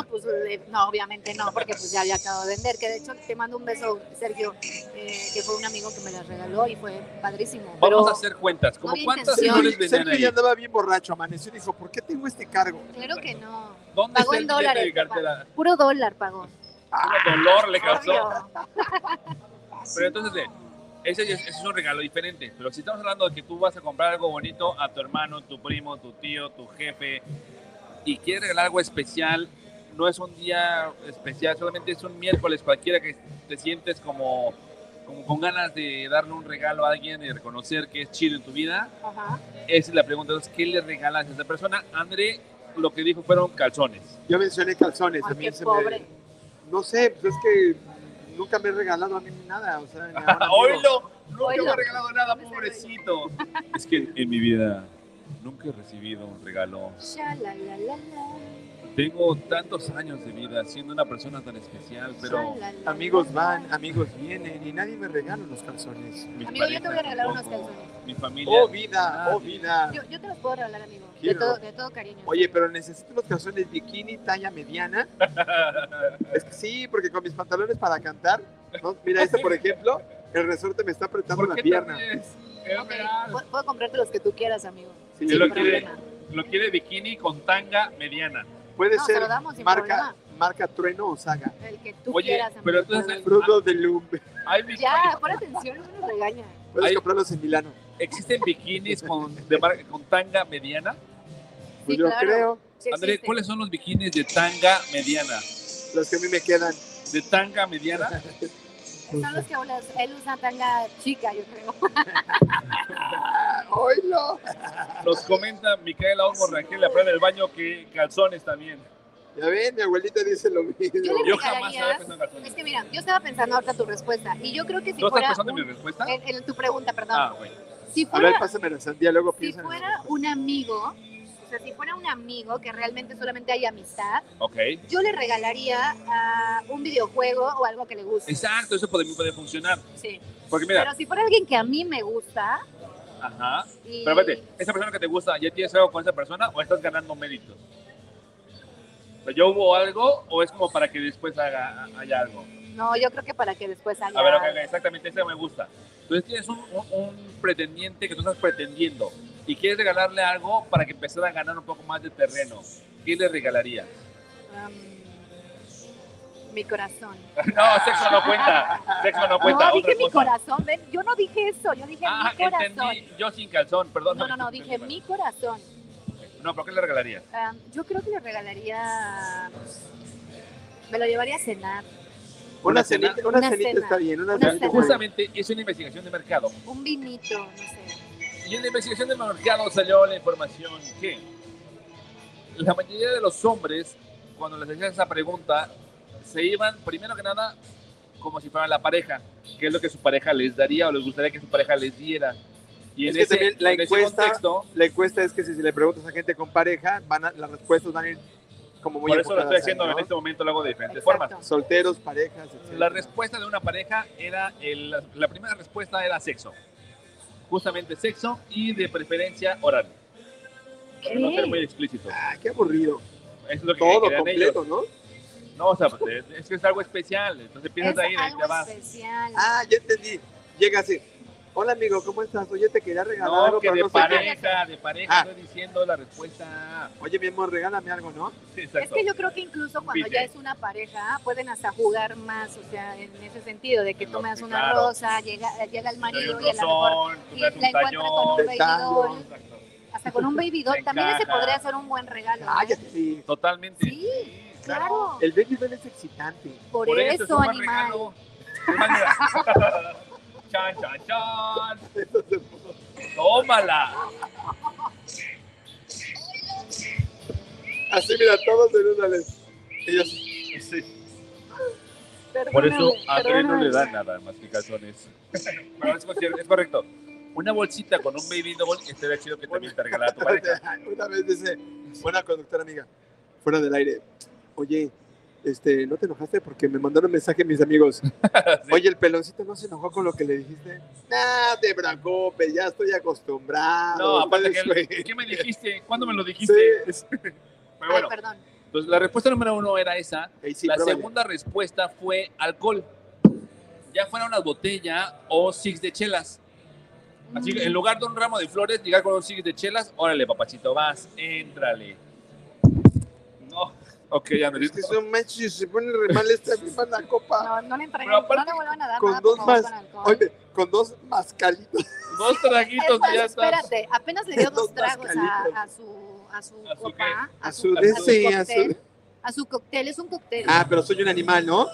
[SPEAKER 2] pues le- no, obviamente no, porque pues ya había acabado de vender. Que de hecho te mando un beso, Sergio, eh, que fue un amigo que me las regaló y fue padrísimo.
[SPEAKER 1] Vamos
[SPEAKER 2] Pero
[SPEAKER 1] a hacer cuentas. ¿Cómo
[SPEAKER 2] había
[SPEAKER 1] cuántas
[SPEAKER 2] intención.
[SPEAKER 1] flores vendían
[SPEAKER 3] Sergio
[SPEAKER 1] ahí?
[SPEAKER 3] ya andaba bien borracho, amaneció y dijo, ¿por qué tengo este cargo?
[SPEAKER 2] claro que no.
[SPEAKER 1] ¿Dónde
[SPEAKER 2] Pagó
[SPEAKER 1] está el
[SPEAKER 2] en
[SPEAKER 1] billete
[SPEAKER 2] dólares,
[SPEAKER 1] de cartera?
[SPEAKER 2] Puro dólar pagó.
[SPEAKER 1] Puro dolor le causó.
[SPEAKER 2] Obvio.
[SPEAKER 1] Pero entonces, eh, ese, es- ese es un regalo diferente. Pero si estamos hablando de que tú vas a comprar algo bonito a tu hermano, tu primo, tu tío, tu jefe, y quieres regalar algo especial, no es un día especial, solamente es un miércoles cualquiera que te sientes como, como con ganas de darle un regalo a alguien y reconocer que es chido en tu vida.
[SPEAKER 2] Ajá.
[SPEAKER 1] Esa es la pregunta. Entonces, ¿qué le regalas a esa persona? André lo que dijo fueron calzones.
[SPEAKER 3] Yo mencioné calzones,
[SPEAKER 2] Ay,
[SPEAKER 3] a mí
[SPEAKER 2] qué
[SPEAKER 3] se me-
[SPEAKER 2] pobre.
[SPEAKER 3] No sé, pues es que nunca me he regalado a mí nada, o sea, ni a un amigo.
[SPEAKER 1] ¡Oilo! Nunca me
[SPEAKER 2] Oilo.
[SPEAKER 1] ha regalado nada,
[SPEAKER 2] No me
[SPEAKER 1] pobrecito. Es que en mi vida nunca he recibido un regalo.
[SPEAKER 2] Sha, la, la, la, la.
[SPEAKER 1] Tengo tantos años de vida siendo una persona tan especial, pero...
[SPEAKER 2] Sha, la, la,
[SPEAKER 3] Amigos
[SPEAKER 2] la,
[SPEAKER 3] van,
[SPEAKER 2] la.
[SPEAKER 3] amigos vienen y nadie me regala los calzones.
[SPEAKER 1] mi
[SPEAKER 2] Amigo, yo te voy
[SPEAKER 1] pareja
[SPEAKER 2] a regalar unos
[SPEAKER 1] tampoco,
[SPEAKER 2] calzones.
[SPEAKER 1] Mi familia...
[SPEAKER 3] Oh vida, oh vida.
[SPEAKER 2] Yo, yo te los puedo regalar, amigo. De
[SPEAKER 3] Quiero.
[SPEAKER 2] todo, de todo cariño.
[SPEAKER 3] Oye, pero necesito los calzones bikini talla mediana. Es que sí, porque con mis pantalones para cantar, ¿no? mira este por ejemplo, el resorte me está apretando
[SPEAKER 1] ¿Por
[SPEAKER 3] la
[SPEAKER 1] qué
[SPEAKER 3] pierna.
[SPEAKER 1] te ríes? Es
[SPEAKER 2] Ok,
[SPEAKER 1] real.
[SPEAKER 2] pu- Puedo comprarte los que tú quieras, amigo.
[SPEAKER 3] Sí,
[SPEAKER 1] Yo lo
[SPEAKER 2] Sin
[SPEAKER 1] quiere-
[SPEAKER 2] problema.
[SPEAKER 1] Lo quiere bikini con tanga mediana.
[SPEAKER 3] Puede
[SPEAKER 2] No, se
[SPEAKER 3] ser
[SPEAKER 2] lo damos sin
[SPEAKER 3] marca, marca Trueno o Saga.
[SPEAKER 2] El que tú
[SPEAKER 1] Oye,
[SPEAKER 2] quieras, amigo.
[SPEAKER 1] pero entonces-
[SPEAKER 2] Puedes-
[SPEAKER 3] Fruto de lumbre.
[SPEAKER 1] Hay bikini-
[SPEAKER 2] Ya, pon atención, no nos regaña.
[SPEAKER 3] Puedes
[SPEAKER 1] Ay.
[SPEAKER 3] comprarlos en Milano.
[SPEAKER 1] ¿Existen bikinis con, de marca- con tanga mediana?
[SPEAKER 3] Pues
[SPEAKER 2] Sí,
[SPEAKER 3] yo
[SPEAKER 2] claro.
[SPEAKER 3] creo,
[SPEAKER 2] Sí
[SPEAKER 1] André,
[SPEAKER 2] existe.
[SPEAKER 1] ¿cuáles son los bikinis de tanga mediana?
[SPEAKER 3] los que a mí me quedan.
[SPEAKER 1] ¿De tanga mediana?
[SPEAKER 2] Son los que hablas- él usa tanga chica, yo creo.
[SPEAKER 3] ¡Oilo!
[SPEAKER 1] Nos comenta Micaela Olmo Rangel, la prueba del baño, que calzones también.
[SPEAKER 3] Ya ven, mi abuelita dice lo
[SPEAKER 2] Yo
[SPEAKER 3] mismo.
[SPEAKER 2] le
[SPEAKER 1] Yo jamás
[SPEAKER 2] regalaría-
[SPEAKER 1] había pensado en calzones.
[SPEAKER 2] Es que mira, yo estaba pensando ahorita tu respuesta. Y yo creo que si
[SPEAKER 1] ¿No estás
[SPEAKER 2] fuera.
[SPEAKER 1] pensando en mi
[SPEAKER 2] un-
[SPEAKER 1] respuesta?
[SPEAKER 2] en, en tu pregunta, perdón.
[SPEAKER 1] Ah, güey.
[SPEAKER 2] si
[SPEAKER 3] A ver,
[SPEAKER 2] fuera
[SPEAKER 3] pásame la sandía, luego
[SPEAKER 2] si
[SPEAKER 3] piensa. en
[SPEAKER 2] fuera un amigo, o sea, si fuera un amigo que realmente solamente hay amistad,
[SPEAKER 1] Ok.
[SPEAKER 2] yo le regalaría ah, un videojuego o algo que le guste.
[SPEAKER 1] Exacto, eso puede, puede funcionar.
[SPEAKER 2] Sí.
[SPEAKER 1] Porque mira,
[SPEAKER 2] Pero si fuera alguien que a mí me gusta,
[SPEAKER 1] ajá.
[SPEAKER 2] y
[SPEAKER 1] Pero espérate, ¿esa persona que te gusta ya tienes algo con esa persona o estás ganando méritos? O sea, ¿Ya hubo algo o es como para que después haga, haya algo?
[SPEAKER 2] no, yo creo que para que después haya.
[SPEAKER 1] A ver, ok, ok, exactamente, ese me gusta. Entonces tienes un, un- un pretendiente que tú estás pretendiendo y quieres regalarle algo para que empezara a ganar un poco más de terreno. ¿Qué le regalarías?
[SPEAKER 2] am, um, mi corazón.
[SPEAKER 1] No, sexo no cuenta. Sexo no cuenta.
[SPEAKER 2] no,
[SPEAKER 1] otra
[SPEAKER 2] dije mi
[SPEAKER 1] cosa.
[SPEAKER 2] corazón. ven, yo no dije eso, yo dije
[SPEAKER 1] Ah,
[SPEAKER 2] mi corazón.
[SPEAKER 1] entendí. Yo sin calzón, perdón.
[SPEAKER 2] No, no, no, dije mi corazón.
[SPEAKER 1] No, pero ¿qué le regalarías?
[SPEAKER 2] Am, yo creo que le regalaría. Me lo llevaría a cenar.
[SPEAKER 3] eso. Una cenita, una
[SPEAKER 2] Una
[SPEAKER 3] cenita
[SPEAKER 2] cena.
[SPEAKER 3] está bien, una,
[SPEAKER 2] Una
[SPEAKER 3] cenita.
[SPEAKER 2] cena.
[SPEAKER 1] Justamente es una investigación de mercado.
[SPEAKER 2] Un vinito, no sé.
[SPEAKER 1] Y en la investigación de mercado salió la información que la mayoría de los hombres, cuando les hacían esa pregunta, se iban, primero que nada, como si fueran la pareja. ¿Qué es lo que su pareja les daría o les gustaría que su pareja les diera? Y
[SPEAKER 3] Es que también la
[SPEAKER 1] en ese
[SPEAKER 3] encuesta-
[SPEAKER 1] contexto,
[SPEAKER 3] La encuesta es que si, si le preguntas a gente con pareja, van a- las respuestas van a ir como muy
[SPEAKER 1] por eso lo estoy
[SPEAKER 3] enfocadas ahí,
[SPEAKER 1] haciendo
[SPEAKER 3] ¿no?
[SPEAKER 1] en este momento, lo hago de diferentes
[SPEAKER 2] Exacto.
[SPEAKER 1] formas.
[SPEAKER 3] Solteros, parejas, etc.
[SPEAKER 1] La respuesta de una pareja era, el- la, la primera respuesta era sexo. Justamente sexo y de preferencia oral. Para no ser muy explícito.
[SPEAKER 3] Ah, qué aburrido.
[SPEAKER 1] Eso es lo que
[SPEAKER 3] Todo
[SPEAKER 1] querían ellos.
[SPEAKER 3] completo, ¿no?
[SPEAKER 1] No, o sea, pues, es que es algo especial. Entonces
[SPEAKER 2] Es
[SPEAKER 1] piensas ahí, de ahí
[SPEAKER 2] algo
[SPEAKER 1] te vas.
[SPEAKER 2] especial.
[SPEAKER 3] Ah, ya entendí. Llega así. Hola amigo, ¿cómo estás? Oye, te quería regalar algo,
[SPEAKER 1] No, que
[SPEAKER 3] pero
[SPEAKER 1] de
[SPEAKER 3] no sé qué.
[SPEAKER 1] pareja, de pareja,
[SPEAKER 3] Ah.
[SPEAKER 1] estoy diciendo la respuesta.
[SPEAKER 3] Oye, mi amor, regálame algo, ¿no?
[SPEAKER 2] Es
[SPEAKER 1] Exacto.
[SPEAKER 2] que yo creo que incluso cuando
[SPEAKER 1] Viste.
[SPEAKER 2] ya es una pareja pueden hasta jugar más, o sea, en ese sentido, de que
[SPEAKER 1] No,
[SPEAKER 2] tú me das
[SPEAKER 1] sí,
[SPEAKER 2] una
[SPEAKER 1] claro.
[SPEAKER 2] rosa, llega, llega el
[SPEAKER 1] Te doy
[SPEAKER 2] marido
[SPEAKER 1] un
[SPEAKER 2] y a lo mejor
[SPEAKER 1] rosón, tú me
[SPEAKER 2] y
[SPEAKER 1] das
[SPEAKER 2] la
[SPEAKER 1] un
[SPEAKER 2] encuentra con un
[SPEAKER 1] tallón.
[SPEAKER 2] baby
[SPEAKER 3] Exacto.
[SPEAKER 2] doll,
[SPEAKER 1] Exacto.
[SPEAKER 2] hasta con un baby doll,
[SPEAKER 1] Me
[SPEAKER 2] también ese
[SPEAKER 1] encaja.
[SPEAKER 2] podría ser un buen regalo. ¿eh?
[SPEAKER 3] Ah, ya sí.
[SPEAKER 1] Totalmente.
[SPEAKER 2] Sí, claro,
[SPEAKER 3] El baby doll es excitante.
[SPEAKER 2] por,
[SPEAKER 1] Por eso,
[SPEAKER 2] eso,
[SPEAKER 1] es un buen
[SPEAKER 2] animal.
[SPEAKER 1] regalo. Es más, mira. chan, chan, chan. Tómala.
[SPEAKER 3] Así, mira, todos en una vez. Ellos,
[SPEAKER 1] Sí.
[SPEAKER 2] Perdóname,
[SPEAKER 1] Por eso a Tere no
[SPEAKER 2] perdóname.
[SPEAKER 1] le dan nada más que calzones. Pero es, correcto, es correcto. Una bolsita con un baby doll estaría chido que también te regalara tu pareja.
[SPEAKER 3] una vez dice, buena conductora amiga, fuera del aire. Oye, este, ¿no te enojaste? Porque me mandaron mensaje mis amigos. Oye, el peloncito no se enojó con lo que le dijiste. Nah, te preocupes, ya estoy acostumbrado.
[SPEAKER 1] No, aparte
[SPEAKER 3] Ustedes, güey.
[SPEAKER 1] que, ¿qué me dijiste? ¿Cuándo me lo
[SPEAKER 3] Sí,
[SPEAKER 1] dijiste? Pero
[SPEAKER 2] Ay,
[SPEAKER 1] bueno,
[SPEAKER 2] perdón.
[SPEAKER 1] entonces la respuesta número uno era esa.
[SPEAKER 3] ahí sí,
[SPEAKER 1] la
[SPEAKER 3] pruébale.
[SPEAKER 1] segunda respuesta fue alcohol. Ya fuera una botella o six de chelas. Así que en lugar de un ramo de flores, llegar con un six de chelas, órale, papachito, vas, éntrale. No, ok, ya me
[SPEAKER 3] Es que
[SPEAKER 1] dices.
[SPEAKER 3] son manches, se pone re mal esta misma la copa.
[SPEAKER 2] No, no le entreguen,
[SPEAKER 1] Pero aparte,
[SPEAKER 2] no le vuelvan a dar
[SPEAKER 3] con
[SPEAKER 2] nada, por
[SPEAKER 3] dos
[SPEAKER 2] favor,
[SPEAKER 3] más.
[SPEAKER 2] con alcohol.
[SPEAKER 3] Oye, con dos mascalitos.
[SPEAKER 1] Dos traguitos
[SPEAKER 2] Es más,
[SPEAKER 1] y ya estás.
[SPEAKER 2] espérate, apenas le dio
[SPEAKER 3] Dos
[SPEAKER 2] dos tragos a,
[SPEAKER 3] mascalitas.
[SPEAKER 2] a su, a su
[SPEAKER 1] ¿A su
[SPEAKER 2] copa,
[SPEAKER 3] A su
[SPEAKER 1] a su
[SPEAKER 3] DC, a su...
[SPEAKER 2] cóctel. a su cóctel, es un cóctel,
[SPEAKER 3] Ah, pero soy un animal, ¿no?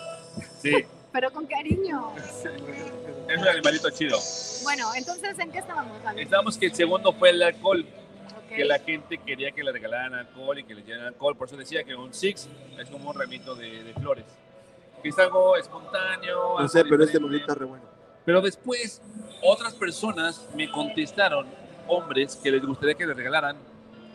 [SPEAKER 1] Sí,
[SPEAKER 2] pero con cariño.
[SPEAKER 1] es un animalito chido.
[SPEAKER 2] Bueno, entonces, ¿en qué estábamos? David?
[SPEAKER 1] Pensamos que el segundo fue el alcohol,
[SPEAKER 2] Ok.
[SPEAKER 1] que la gente quería que le regalaran alcohol y que le dieran alcohol. Por eso decía que un six es como un ramito de, de flores. Que es algo espontáneo.
[SPEAKER 3] No
[SPEAKER 1] algo
[SPEAKER 3] sé, pero este
[SPEAKER 1] diferente.
[SPEAKER 3] momento está re bueno.
[SPEAKER 1] Pero después, otras personas me contestaron, hombres, que les gustaría que les regalaran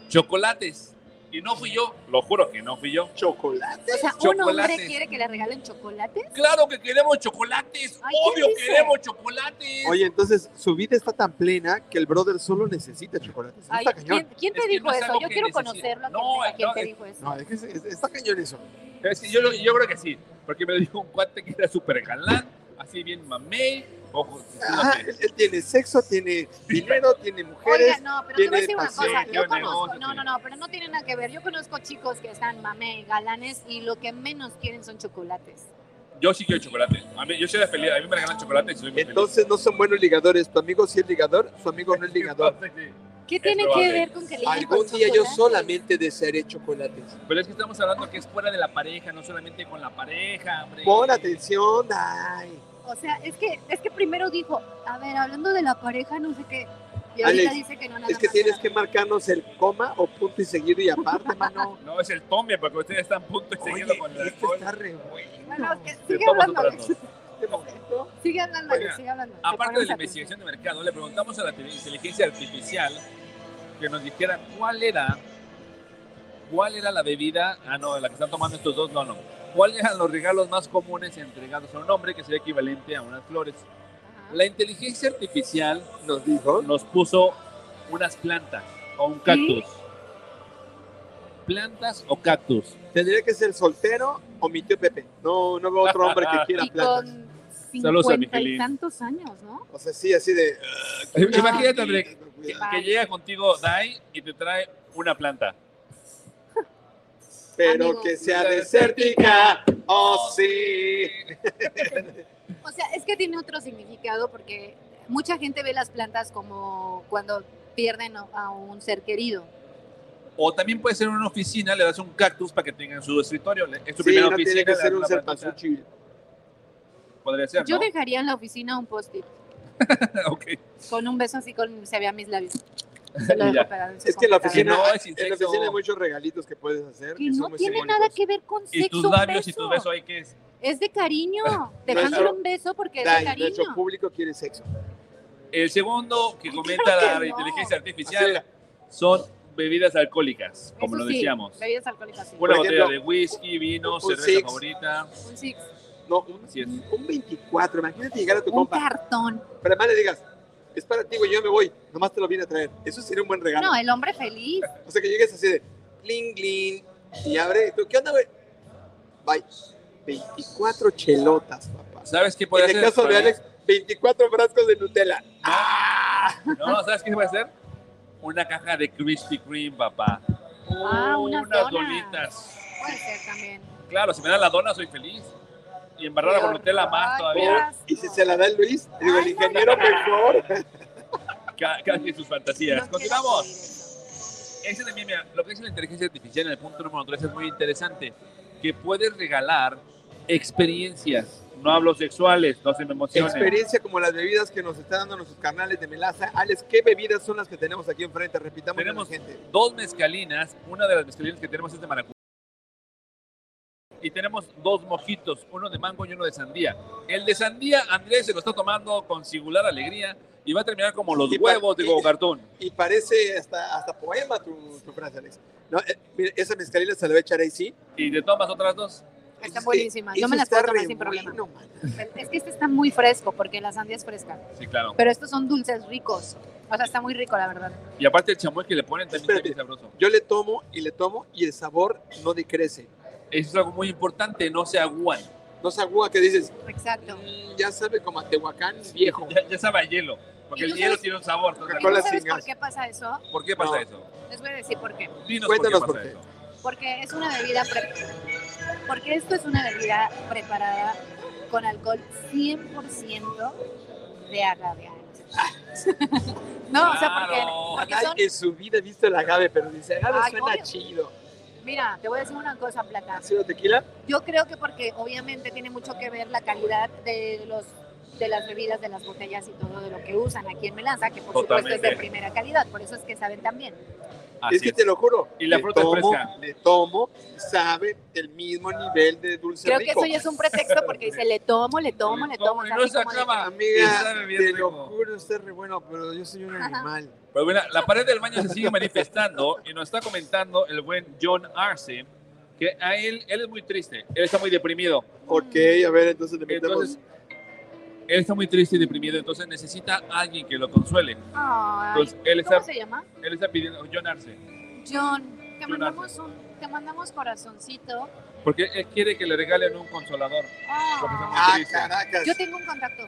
[SPEAKER 1] chocolates. Y no fui yo, lo juro que no fui yo.
[SPEAKER 3] Chocolate.
[SPEAKER 2] O sea, un hombre
[SPEAKER 1] chocolates.
[SPEAKER 2] quiere que le regalen chocolate.
[SPEAKER 1] Claro que queremos chocolates,
[SPEAKER 2] Ay, ¿quién
[SPEAKER 1] obvio
[SPEAKER 2] dice?
[SPEAKER 1] queremos chocolates.
[SPEAKER 3] Oye, entonces su vida está tan plena que el brother solo necesita chocolates.
[SPEAKER 2] Ay,
[SPEAKER 3] está cañón.
[SPEAKER 2] ¿quién, quién te
[SPEAKER 1] Es que
[SPEAKER 2] dijo
[SPEAKER 1] no es
[SPEAKER 2] eso?
[SPEAKER 1] algo
[SPEAKER 2] Yo
[SPEAKER 1] que
[SPEAKER 2] quiero
[SPEAKER 1] necesite.
[SPEAKER 2] conocerlo a quien,
[SPEAKER 1] No,
[SPEAKER 2] te- a quien
[SPEAKER 1] no,
[SPEAKER 2] te
[SPEAKER 1] es-
[SPEAKER 2] dijo eso.
[SPEAKER 3] No, es que es- es- está cañón eso.
[SPEAKER 1] Es que yo, yo creo que sí, porque me lo dijo un cuate que era súper galán, así bien mamey, ojos.
[SPEAKER 3] Ah, él, él tiene sexo, tiene dinero, tiene
[SPEAKER 2] Oiga,
[SPEAKER 3] mujeres.
[SPEAKER 2] no, pero te voy
[SPEAKER 3] tiene
[SPEAKER 2] a decir una
[SPEAKER 3] pasión,
[SPEAKER 2] cosa. Yo
[SPEAKER 1] tiene
[SPEAKER 2] conozco,
[SPEAKER 1] negocio,
[SPEAKER 2] no, no, no, pero no tiene nada que ver. Yo conozco chicos que están mame, galanes, y lo que menos quieren son chocolates.
[SPEAKER 1] Yo sí quiero chocolate. A mí, yo soy de feliz, a mí me regalan chocolate y soy muy
[SPEAKER 3] Entonces no son buenos ligadores. Tu amigo sí es ligador, su amigo no es
[SPEAKER 1] feliz.
[SPEAKER 3] ligador.
[SPEAKER 2] ¿Qué tiene que
[SPEAKER 1] probable.
[SPEAKER 2] ver con que le lleguen
[SPEAKER 3] Algún
[SPEAKER 2] con
[SPEAKER 3] día yo
[SPEAKER 2] pues, chocolates?
[SPEAKER 3] solamente desearé chocolates.
[SPEAKER 1] Pero es que estamos hablando que es fuera de la pareja, no solamente con la pareja, hombre.
[SPEAKER 3] Pon atención, ay.
[SPEAKER 2] O sea, es que, es que primero dijo, a ver, hablando de la pareja, no sé qué. Y ahorita
[SPEAKER 3] Alex,
[SPEAKER 2] dice que no nada
[SPEAKER 3] Es que
[SPEAKER 2] más
[SPEAKER 3] tienes
[SPEAKER 2] era-
[SPEAKER 3] que marcarnos el coma o punto y seguido y aparte, mano.
[SPEAKER 1] No, es el tome, porque ustedes están a punto de
[SPEAKER 3] Oye,
[SPEAKER 1] seguirlo con
[SPEAKER 3] esto
[SPEAKER 1] el alcohol.
[SPEAKER 3] está re bueno.
[SPEAKER 2] Bueno, es que
[SPEAKER 1] Te
[SPEAKER 2] sigue
[SPEAKER 1] estamos
[SPEAKER 2] hablando, Alex.
[SPEAKER 1] superando.
[SPEAKER 3] Este momento.
[SPEAKER 2] Sigue hablando,
[SPEAKER 1] Oiga,
[SPEAKER 2] Alex, sigue hablando. Te
[SPEAKER 1] Aparte de
[SPEAKER 2] ponemos
[SPEAKER 1] la
[SPEAKER 2] atención.
[SPEAKER 1] investigación de mercado, le preguntamos a la te- inteligencia artificial que nos dijera cuál era, cuál era la bebida, ah no, la que están tomando estos dos, no, no. ¿Cuáles eran los regalos más comunes entregados a un hombre que sería equivalente a unas flores?
[SPEAKER 2] Ajá.
[SPEAKER 1] La inteligencia artificial
[SPEAKER 3] Nos dijo.
[SPEAKER 1] nos puso unas plantas o un cactus. Plantas o cactus.
[SPEAKER 3] Tendría que ser soltero o mi tío Pepe. No, no veo otro hombre que quiera
[SPEAKER 2] Y
[SPEAKER 3] plantas.
[SPEAKER 2] con
[SPEAKER 1] Saludos a
[SPEAKER 2] cincuenta y
[SPEAKER 1] Michelin.
[SPEAKER 2] tantos años, ¿no?
[SPEAKER 3] O sea, sí, así de.
[SPEAKER 1] Ah,
[SPEAKER 3] ah,
[SPEAKER 1] Imagínate, André, que,
[SPEAKER 3] Cuidado.
[SPEAKER 1] que llega contigo Dai y te trae una planta.
[SPEAKER 3] Pero
[SPEAKER 2] Amigo.
[SPEAKER 3] que sea desértica. Oh, sí.
[SPEAKER 2] O sea, es que tiene otro significado porque mucha gente ve las plantas como cuando pierden a un ser querido.
[SPEAKER 1] O también puede ser una oficina, le das un cactus para que tenga en su escritorio. le- Es
[SPEAKER 3] Sí,
[SPEAKER 1] su primera
[SPEAKER 3] no
[SPEAKER 1] oficina.
[SPEAKER 3] tiene que
[SPEAKER 1] le das
[SPEAKER 3] ser un
[SPEAKER 1] una
[SPEAKER 3] ser
[SPEAKER 1] plantita.
[SPEAKER 3] pasuchi.
[SPEAKER 1] Podría ser,
[SPEAKER 2] Yo
[SPEAKER 1] ¿no?
[SPEAKER 2] dejaría en la oficina un post-it
[SPEAKER 1] Ok.
[SPEAKER 2] con un beso así con se vea mis labios. Se lo
[SPEAKER 1] Y ya.
[SPEAKER 2] dejo pegado en su
[SPEAKER 3] Es que en la oficina,
[SPEAKER 1] no,
[SPEAKER 2] computadora.
[SPEAKER 1] es
[SPEAKER 3] en la
[SPEAKER 1] insecto.
[SPEAKER 3] oficina hay muchos regalitos que puedes hacer.
[SPEAKER 2] que
[SPEAKER 3] son
[SPEAKER 2] no
[SPEAKER 3] muy
[SPEAKER 2] tiene
[SPEAKER 3] simbólicos.
[SPEAKER 2] nada que ver con sexo.
[SPEAKER 1] Y tus
[SPEAKER 2] un
[SPEAKER 1] labios y
[SPEAKER 2] beso.
[SPEAKER 1] tu beso ahí que es.
[SPEAKER 2] Es de cariño. Dejándole un beso porque es de
[SPEAKER 3] Dai,
[SPEAKER 2] cariño.
[SPEAKER 3] nuestro público quiere sexo.
[SPEAKER 1] El segundo que comenta
[SPEAKER 2] Claro que
[SPEAKER 1] la
[SPEAKER 2] no.
[SPEAKER 1] inteligencia
[SPEAKER 3] Así
[SPEAKER 1] artificial son bebidas alcohólicas, como
[SPEAKER 2] Eso
[SPEAKER 1] lo
[SPEAKER 2] sí,
[SPEAKER 1] decíamos.
[SPEAKER 2] Bebidas alcohólicas. sí.
[SPEAKER 1] Una
[SPEAKER 3] Por
[SPEAKER 1] botella
[SPEAKER 3] ejemplo,
[SPEAKER 1] de whisky, vino,
[SPEAKER 3] un
[SPEAKER 1] cerveza
[SPEAKER 3] six.
[SPEAKER 1] favorita.
[SPEAKER 2] Un six,
[SPEAKER 3] No, un,
[SPEAKER 1] Así es.
[SPEAKER 3] un 24. Imagínate llegar a tu
[SPEAKER 2] un
[SPEAKER 3] compa.
[SPEAKER 2] cartón.
[SPEAKER 3] Pero además le digas, es para ti, güey, yo me voy. Nomás te lo vine a traer. Eso sería un buen regalo.
[SPEAKER 2] No, el hombre feliz.
[SPEAKER 3] O sea, que llegues así de cling, cling, y abre. y tú, ¿Qué onda, güey? Bye. 24 chelotas, papá.
[SPEAKER 1] ¿Sabes qué puede
[SPEAKER 3] En
[SPEAKER 1] hacer?
[SPEAKER 3] el caso de
[SPEAKER 1] Para-
[SPEAKER 3] Alex, 24 frascos de Nutella.
[SPEAKER 1] No, ¿sabes qué se puede hacer? Una caja de Krispy Kreme, papá.
[SPEAKER 2] Ah, unas donas.
[SPEAKER 1] donitas.
[SPEAKER 2] Puede ser también.
[SPEAKER 1] Claro, si me dan la dona, soy feliz. Y embarrada
[SPEAKER 2] Qué
[SPEAKER 1] con Nutella
[SPEAKER 2] horror.
[SPEAKER 1] más
[SPEAKER 3] Oh,
[SPEAKER 1] todavía.
[SPEAKER 3] y si se la da el Luis, digo, el
[SPEAKER 2] Ay, no,
[SPEAKER 3] ingeniero
[SPEAKER 2] no.
[SPEAKER 3] mejor.
[SPEAKER 1] Ca- Casi sus fantasías.
[SPEAKER 2] No
[SPEAKER 1] Continuamos.
[SPEAKER 2] quiero oír eso.
[SPEAKER 1] Ese también, mira, lo que dice la inteligencia artificial en el punto número 3 es muy interesante, que puedes regalar experiencias, no hablo sexuales, no se me emocionen.
[SPEAKER 3] Experiencia como las bebidas que nos están dando nuestros carnales de Melaza. Alex, ¿qué bebidas son las que tenemos aquí enfrente? Repitamos a la
[SPEAKER 1] Tenemos-
[SPEAKER 3] gente.
[SPEAKER 1] Dos mezcalinas, una de las mezcalinas que tenemos es de maracuyá. Y tenemos dos mojitos, uno de mango y uno de sandía. El de sandía, Andrés se lo está tomando con singular alegría y va a terminar como los
[SPEAKER 3] Y pa-
[SPEAKER 1] huevos de Go Cartoon.
[SPEAKER 3] Y parece hasta, hasta poema tu, tu frase, Alex. No, eh, mira, esa mezcalina se la va a echar ahí, sí.
[SPEAKER 1] Y te tomas otras dos.
[SPEAKER 2] Está buenísima. Yo me las puedo
[SPEAKER 3] puedo
[SPEAKER 2] tomar sin problema. Es que este está muy fresco porque la sandía es fresca.
[SPEAKER 1] Sí, claro.
[SPEAKER 2] Pero estos son dulces ricos. O sea, está muy rico, la verdad.
[SPEAKER 1] Y aparte el chamoy que le ponen también está bien sabroso.
[SPEAKER 3] Yo le tomo y le tomo y el sabor no decrece.
[SPEAKER 1] Eso es algo muy importante, no se agúan.
[SPEAKER 3] No es agua que dices,
[SPEAKER 2] Exacto.
[SPEAKER 3] "Mm, ya sabe como a Tehuacán viejo.
[SPEAKER 1] Ya, ya sabe a hielo, porque
[SPEAKER 2] ¿Y
[SPEAKER 1] el
[SPEAKER 2] tú
[SPEAKER 1] hielo
[SPEAKER 2] sabes-
[SPEAKER 1] tiene un sabor.
[SPEAKER 2] ¿Y tú
[SPEAKER 3] Con las
[SPEAKER 2] sabes por
[SPEAKER 3] cingas.
[SPEAKER 2] qué pasa eso?
[SPEAKER 1] ¿Por qué pasa
[SPEAKER 3] No.
[SPEAKER 1] eso?
[SPEAKER 2] Les voy a decir por qué.
[SPEAKER 1] Dinos
[SPEAKER 3] Cuéntanos
[SPEAKER 1] por qué
[SPEAKER 3] por
[SPEAKER 1] pasa eso.
[SPEAKER 2] Porque es una bebida pre- porque esto es una bebida preparada con alcohol 100% de agave. No, o sea, porque,
[SPEAKER 1] Claro.
[SPEAKER 2] porque
[SPEAKER 3] Ay,
[SPEAKER 2] son-
[SPEAKER 3] en su vida he visto el agave, pero dice, agave
[SPEAKER 2] Ay,
[SPEAKER 3] suena
[SPEAKER 2] obvio.
[SPEAKER 3] chido.
[SPEAKER 2] mira, te voy a decir una cosa, Plata.
[SPEAKER 3] ¿Ha sido tequila?
[SPEAKER 2] Yo creo que porque obviamente tiene mucho que ver la calidad de los de las bebidas, de las botellas y todo de lo que usan aquí en Melanza, que por supuesto es
[SPEAKER 1] Totalmente.
[SPEAKER 2] de primera calidad, por eso es que saben también.
[SPEAKER 1] Así
[SPEAKER 3] es que
[SPEAKER 1] es.
[SPEAKER 3] te lo juro.
[SPEAKER 1] Y la
[SPEAKER 3] le
[SPEAKER 1] fruta es
[SPEAKER 3] tomo,
[SPEAKER 1] fresca.
[SPEAKER 3] Le tomo, sabe del mismo nivel de dulce
[SPEAKER 2] Creo que
[SPEAKER 3] rico.
[SPEAKER 2] eso ya es un pretexto porque dice, le tomo, le tomo, le tomo.
[SPEAKER 1] Y
[SPEAKER 2] o sea,
[SPEAKER 1] no
[SPEAKER 2] así
[SPEAKER 1] se
[SPEAKER 2] como de-
[SPEAKER 1] acaba.
[SPEAKER 3] Amiga,
[SPEAKER 1] Sabe bien
[SPEAKER 3] te
[SPEAKER 1] rico.
[SPEAKER 3] lo juro, está re bueno, pero yo soy un
[SPEAKER 2] Ajá.
[SPEAKER 3] animal.
[SPEAKER 1] Pero mira, la pared del baño se sigue manifestando y nos está comentando el buen John Arce que a él, él es muy triste, él está muy deprimido.
[SPEAKER 3] Ok, a ver, entonces le metemos...
[SPEAKER 1] Entonces, él está muy triste y deprimido, entonces necesita a alguien que lo consuele.
[SPEAKER 2] Ay,
[SPEAKER 1] Entonces, él
[SPEAKER 2] ¿Cómo
[SPEAKER 1] está,
[SPEAKER 2] se llama?
[SPEAKER 1] él está pidiendo, John Arce,
[SPEAKER 2] John, te
[SPEAKER 1] John
[SPEAKER 2] mandamos un, te mandamos corazoncito.
[SPEAKER 1] porque él quiere que le regalen un consolador.
[SPEAKER 2] Ah.
[SPEAKER 1] Porque está muy
[SPEAKER 3] Ah,
[SPEAKER 1] triste.
[SPEAKER 3] caracas.
[SPEAKER 2] yo tengo un contacto.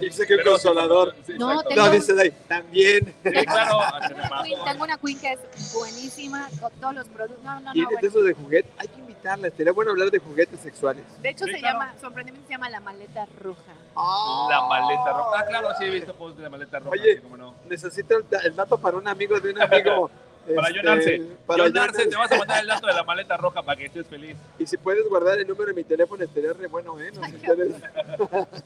[SPEAKER 3] Dice que el
[SPEAKER 1] Pero-
[SPEAKER 3] consolador.
[SPEAKER 1] Sí,
[SPEAKER 2] No,
[SPEAKER 1] exacto.
[SPEAKER 2] tengo-
[SPEAKER 3] No, dice de ahí, también.
[SPEAKER 1] Sí, claro, se me
[SPEAKER 2] Una queen-
[SPEAKER 1] pasó.
[SPEAKER 2] tengo una queen que es buenísima con todos los productos. No, no, no.
[SPEAKER 3] ¿Tienes
[SPEAKER 2] bueno.
[SPEAKER 3] de esos de juguete? Hay que invitarla. Estaría bueno hablar de juguetes sexuales.
[SPEAKER 2] De hecho,
[SPEAKER 1] Sí,
[SPEAKER 2] se
[SPEAKER 1] claro.
[SPEAKER 2] llama, sorprendentemente se llama la maleta roja.
[SPEAKER 1] La maleta roja. Ah, claro, sí he visto post de la maleta roja.
[SPEAKER 3] Oye.
[SPEAKER 1] sí, cómo no.
[SPEAKER 3] Necesito el, da- el dato para un amigo de un amigo. Este,
[SPEAKER 1] Para John Arce.
[SPEAKER 3] para
[SPEAKER 1] John
[SPEAKER 3] John
[SPEAKER 1] Arce, te
[SPEAKER 3] Arce.
[SPEAKER 1] vas a mandar el dato de la maleta roja para que estés feliz.
[SPEAKER 3] Y si puedes guardar el número de mi teléfono, estaría re bueno, ¿eh? No sé
[SPEAKER 2] Ay, qué
[SPEAKER 3] ustedes.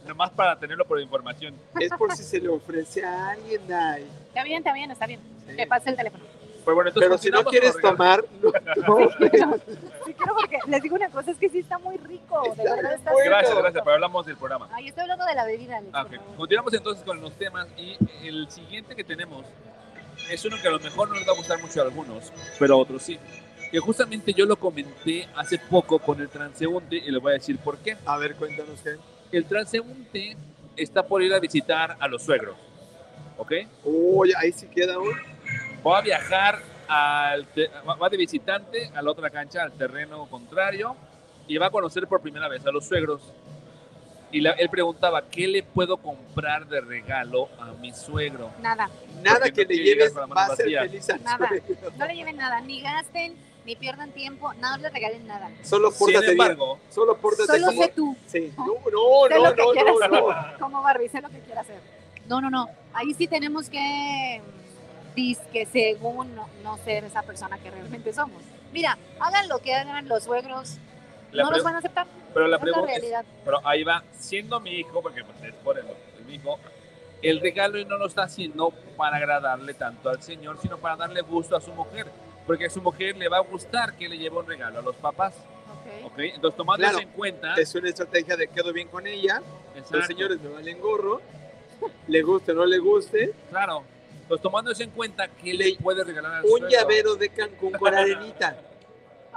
[SPEAKER 1] Nomás para tenerlo por información.
[SPEAKER 3] Es por si se le ofrece a alguien, Dai.
[SPEAKER 2] Está bien, está bien, está bien.
[SPEAKER 3] Sí.
[SPEAKER 2] Que pase el teléfono.
[SPEAKER 1] Pues bueno, entonces
[SPEAKER 3] Pero si no
[SPEAKER 1] continuamos
[SPEAKER 3] quieres
[SPEAKER 1] con los
[SPEAKER 3] tomar, no tomes.
[SPEAKER 2] Sí, quiero porque les digo una cosa, es que sí está muy rico.
[SPEAKER 3] Está
[SPEAKER 2] de verdad
[SPEAKER 3] muy
[SPEAKER 2] está
[SPEAKER 1] regalos.
[SPEAKER 3] bueno.
[SPEAKER 1] Gracias, gracias, pero hablamos del programa.
[SPEAKER 2] Ay, estoy hablando de la bebida, Alex.
[SPEAKER 1] Ah,
[SPEAKER 2] por
[SPEAKER 1] ok.
[SPEAKER 2] favor.
[SPEAKER 1] Continuamos entonces con los temas y el siguiente que tenemos es uno que a lo mejor no les va a gustar mucho a algunos, pero a otros sí. Que justamente yo lo comenté hace poco con el transeúnte y les voy a decir por qué.
[SPEAKER 3] A ver, cuéntanos qué.
[SPEAKER 1] El transeúnte está por ir a visitar a los suegros, ¿ok?
[SPEAKER 3] Uy, ahí sí queda un.
[SPEAKER 1] Va a viajar al te- va va de visitante a la otra cancha, al terreno contrario, y va a conocer por primera vez a los suegros. Y la- él preguntaba, ¿qué le puedo comprar de regalo a mi suegro?
[SPEAKER 2] Nada,
[SPEAKER 3] Nada
[SPEAKER 1] Porque
[SPEAKER 3] que
[SPEAKER 1] no
[SPEAKER 3] le
[SPEAKER 1] quiere llegar
[SPEAKER 3] lleves
[SPEAKER 1] con la mano
[SPEAKER 3] va a ser
[SPEAKER 1] vacía.
[SPEAKER 3] feliz al
[SPEAKER 2] Nada.
[SPEAKER 3] suegro.
[SPEAKER 2] no le lleven nada, ni gasten, ni pierdan tiempo, nada, no le regalen nada.
[SPEAKER 3] Solo
[SPEAKER 1] Sin
[SPEAKER 3] pórtate bien.
[SPEAKER 1] embargo,
[SPEAKER 3] Solo pórtate
[SPEAKER 2] Solo
[SPEAKER 3] como-
[SPEAKER 2] sé tú,
[SPEAKER 3] Sí. No, no,
[SPEAKER 2] sé
[SPEAKER 3] no,
[SPEAKER 2] lo que
[SPEAKER 3] no,
[SPEAKER 2] quieras
[SPEAKER 3] no, no.
[SPEAKER 2] hacer, como Barbie, sé lo que quieras hacer. No, no, no, ahí sí tenemos que, mm, que según no, no ser esa persona que realmente somos. Mira, hagan lo que hagan los suegros,
[SPEAKER 1] la
[SPEAKER 2] no
[SPEAKER 1] pre-
[SPEAKER 2] los van a aceptar,
[SPEAKER 1] pero la
[SPEAKER 2] esa es la
[SPEAKER 1] pregunta es,
[SPEAKER 2] realidad.
[SPEAKER 1] pero ahí va, siendo mi hijo, porque pues, es por el, el hijo, el regalo y no lo está haciendo para agradarle tanto al señor, sino para darle gusto a su mujer, porque a su mujer le va a gustar que le lleve un regalo a los papás,
[SPEAKER 2] Ok.
[SPEAKER 1] ¿ok? Entonces, tomando
[SPEAKER 3] Claro.
[SPEAKER 1] eso en cuenta,
[SPEAKER 3] Es una estrategia de quedo bien con ella. Los
[SPEAKER 1] exacto,
[SPEAKER 3] señores me valen gorro. Le guste o no le guste.
[SPEAKER 1] claro, entonces tomando eso en cuenta, ¿qué
[SPEAKER 3] Le-
[SPEAKER 1] le puede regalar al
[SPEAKER 3] Un
[SPEAKER 1] suegro?
[SPEAKER 3] llavero de Cancún con arenita.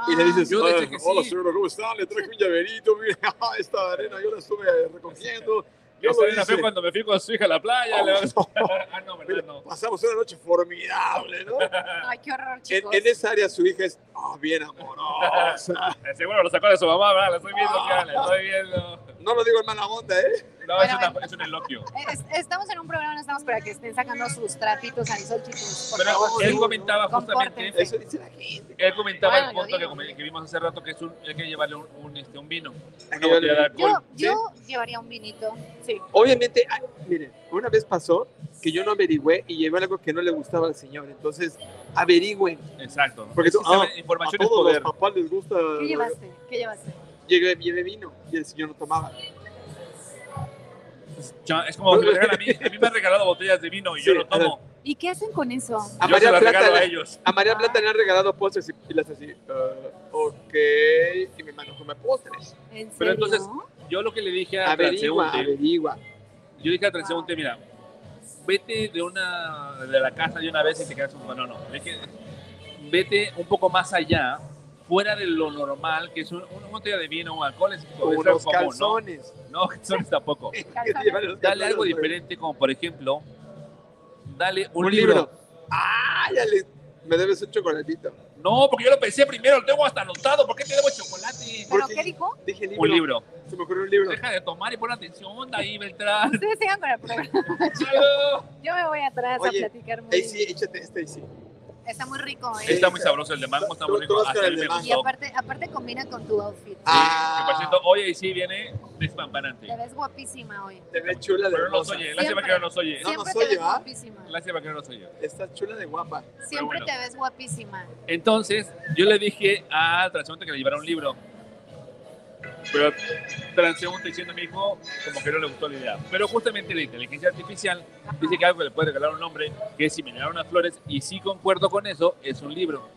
[SPEAKER 3] Y le dices,
[SPEAKER 1] Yo dije
[SPEAKER 3] "Ah,
[SPEAKER 1] que
[SPEAKER 3] hola
[SPEAKER 1] sí".
[SPEAKER 3] señor, ¿cómo está? Le traje un llaverito. Mira, esta arena yo la estuve recogiendo. Yo
[SPEAKER 1] Eso
[SPEAKER 3] lo
[SPEAKER 1] era fue
[SPEAKER 3] hice.
[SPEAKER 1] cuando me fui con su hija a la playa.
[SPEAKER 3] Oh.
[SPEAKER 1] le va a- ah, no, ¿verdad? No.
[SPEAKER 3] Pasamos una noche formidable, ¿no?
[SPEAKER 2] Ay, qué horror,
[SPEAKER 3] En,
[SPEAKER 2] chicos.
[SPEAKER 3] en esa área su hija es "Ah, bien amorosa.
[SPEAKER 1] Eh, Seguro lo sacó de su mamá, ¿verdad? La estoy viendo,
[SPEAKER 3] Oh.
[SPEAKER 1] ya, la estoy viendo.
[SPEAKER 3] No lo digo en mala onda, ¿eh?
[SPEAKER 1] No, es,
[SPEAKER 2] Bueno,
[SPEAKER 1] una-
[SPEAKER 2] bueno.
[SPEAKER 1] es un eloquio.
[SPEAKER 2] Es- Estamos en un programa, no estamos para que estén sacando sus trapitos al sol, chicos. Por
[SPEAKER 1] Pero
[SPEAKER 2] favor,
[SPEAKER 1] él
[SPEAKER 2] sí.
[SPEAKER 1] comentaba justamente,
[SPEAKER 2] Compórtense.
[SPEAKER 3] Eso dice la gente.
[SPEAKER 1] él comentaba
[SPEAKER 2] Bueno,
[SPEAKER 1] el
[SPEAKER 2] yo
[SPEAKER 1] punto que,
[SPEAKER 2] digo.
[SPEAKER 1] comen- que vimos hace rato, que es un, hay que llevarle un, un, este, un vino, una
[SPEAKER 3] Aquí
[SPEAKER 1] botella de
[SPEAKER 3] yo-
[SPEAKER 2] Yo,
[SPEAKER 1] alcohol.
[SPEAKER 2] yo llevaría un vinito. Sí.
[SPEAKER 3] Obviamente, ah, miren, una vez pasó que yo no averigüé y llevé algo que no le gustaba al señor. Entonces, averigüen.
[SPEAKER 1] Exacto.
[SPEAKER 3] Porque
[SPEAKER 1] Es que
[SPEAKER 3] tú- ah,
[SPEAKER 1] sabe-
[SPEAKER 3] A
[SPEAKER 1] información es
[SPEAKER 3] todos
[SPEAKER 1] poder.
[SPEAKER 3] los papás les gusta.
[SPEAKER 2] ¿Qué llevaste? ¿Qué llevaste?
[SPEAKER 3] Llegué y de vino y el señor no tomaba.
[SPEAKER 1] Cha- Es como que me regalan a mí. A mí me han regalado botellas de vino y yo
[SPEAKER 3] Sí,
[SPEAKER 1] no tomo.
[SPEAKER 2] ¿Y qué hacen con eso?
[SPEAKER 3] A
[SPEAKER 1] Yo se
[SPEAKER 3] María,
[SPEAKER 1] las
[SPEAKER 3] Plata,
[SPEAKER 1] regalo a
[SPEAKER 3] le-
[SPEAKER 1] ellos.
[SPEAKER 3] a
[SPEAKER 2] Ah.
[SPEAKER 3] María Plata le han regalado postres y, y las así, "Ah, ok, y mi hermano come postres.
[SPEAKER 2] ¿En
[SPEAKER 1] Pero
[SPEAKER 2] serio?
[SPEAKER 1] entonces, Yo lo que le dije a
[SPEAKER 3] Averigua,
[SPEAKER 1] Transeúnte,
[SPEAKER 3] averigua.
[SPEAKER 1] yo dije a Transeúnte, mira, vete de una de la casa de una vez y te quedas con... No, no, es que vete un poco más allá, fuera de lo normal, que es un, una botella de vino o alcohol, es, es algo
[SPEAKER 3] unos
[SPEAKER 1] común,
[SPEAKER 3] calzones.
[SPEAKER 1] ¿no? No, calzones tampoco.
[SPEAKER 3] Que llevan los
[SPEAKER 1] Dale algo
[SPEAKER 3] calzones, güey.
[SPEAKER 1] diferente, como por ejemplo, dale un,
[SPEAKER 3] Un libro. Ah, ya le, me debes un chocolatito.
[SPEAKER 1] No, porque yo lo pensé primero, lo tengo hasta anotado, ¿por qué te debo chocolate?
[SPEAKER 2] ¿Pero
[SPEAKER 3] porque-
[SPEAKER 2] qué dijo?
[SPEAKER 3] Dije libro.
[SPEAKER 1] Un libro.
[SPEAKER 3] Se me ocurrió un libro.
[SPEAKER 1] Deja de tomar y pon atención, Daí Beltrán.
[SPEAKER 2] Ustedes sigan con el programa.
[SPEAKER 1] Chalo.
[SPEAKER 2] Yo me voy atrás
[SPEAKER 3] Oye,
[SPEAKER 2] a platicar muy
[SPEAKER 3] Ahí sí, échate este, ahí sí.
[SPEAKER 2] Está muy rico, ¿eh?
[SPEAKER 1] Está muy sabroso el de mango, está muy
[SPEAKER 3] Tú- tú
[SPEAKER 1] rico.
[SPEAKER 3] vas
[SPEAKER 1] Hasta
[SPEAKER 3] con
[SPEAKER 1] a
[SPEAKER 3] el
[SPEAKER 1] mí
[SPEAKER 3] de
[SPEAKER 1] me
[SPEAKER 3] mango.
[SPEAKER 2] Y
[SPEAKER 1] gustó.
[SPEAKER 2] aparte, aparte combina con tu outfit.
[SPEAKER 1] Que
[SPEAKER 3] Ah,
[SPEAKER 1] por cierto, hoy ahí sí viene despampanante.
[SPEAKER 2] Te ves guapísima hoy.
[SPEAKER 3] te ves chula de
[SPEAKER 1] Pero no nos
[SPEAKER 3] hermosa.
[SPEAKER 1] oye, lástima
[SPEAKER 2] Siempre.
[SPEAKER 1] que no ¿ah? nos oye.
[SPEAKER 3] No,
[SPEAKER 2] Siempre
[SPEAKER 3] nos
[SPEAKER 2] te
[SPEAKER 3] oye,
[SPEAKER 2] ves
[SPEAKER 3] ¿va?
[SPEAKER 2] guapísima.
[SPEAKER 1] Lástima que no nos oye.
[SPEAKER 3] Estás chula de guapa.
[SPEAKER 2] Siempre
[SPEAKER 1] bueno.
[SPEAKER 2] te ves guapísima.
[SPEAKER 1] Entonces, yo le dije a Transeúnte que le llevara un libro. Pero Transeúnte diciendo mismo, como que no le gustó la idea. Pero justamente la inteligencia artificial
[SPEAKER 2] Ajá.
[SPEAKER 1] dice que algo que le puede regalar a un hombre que es similar a unas flores, y sí concuerdo con eso, es un libro.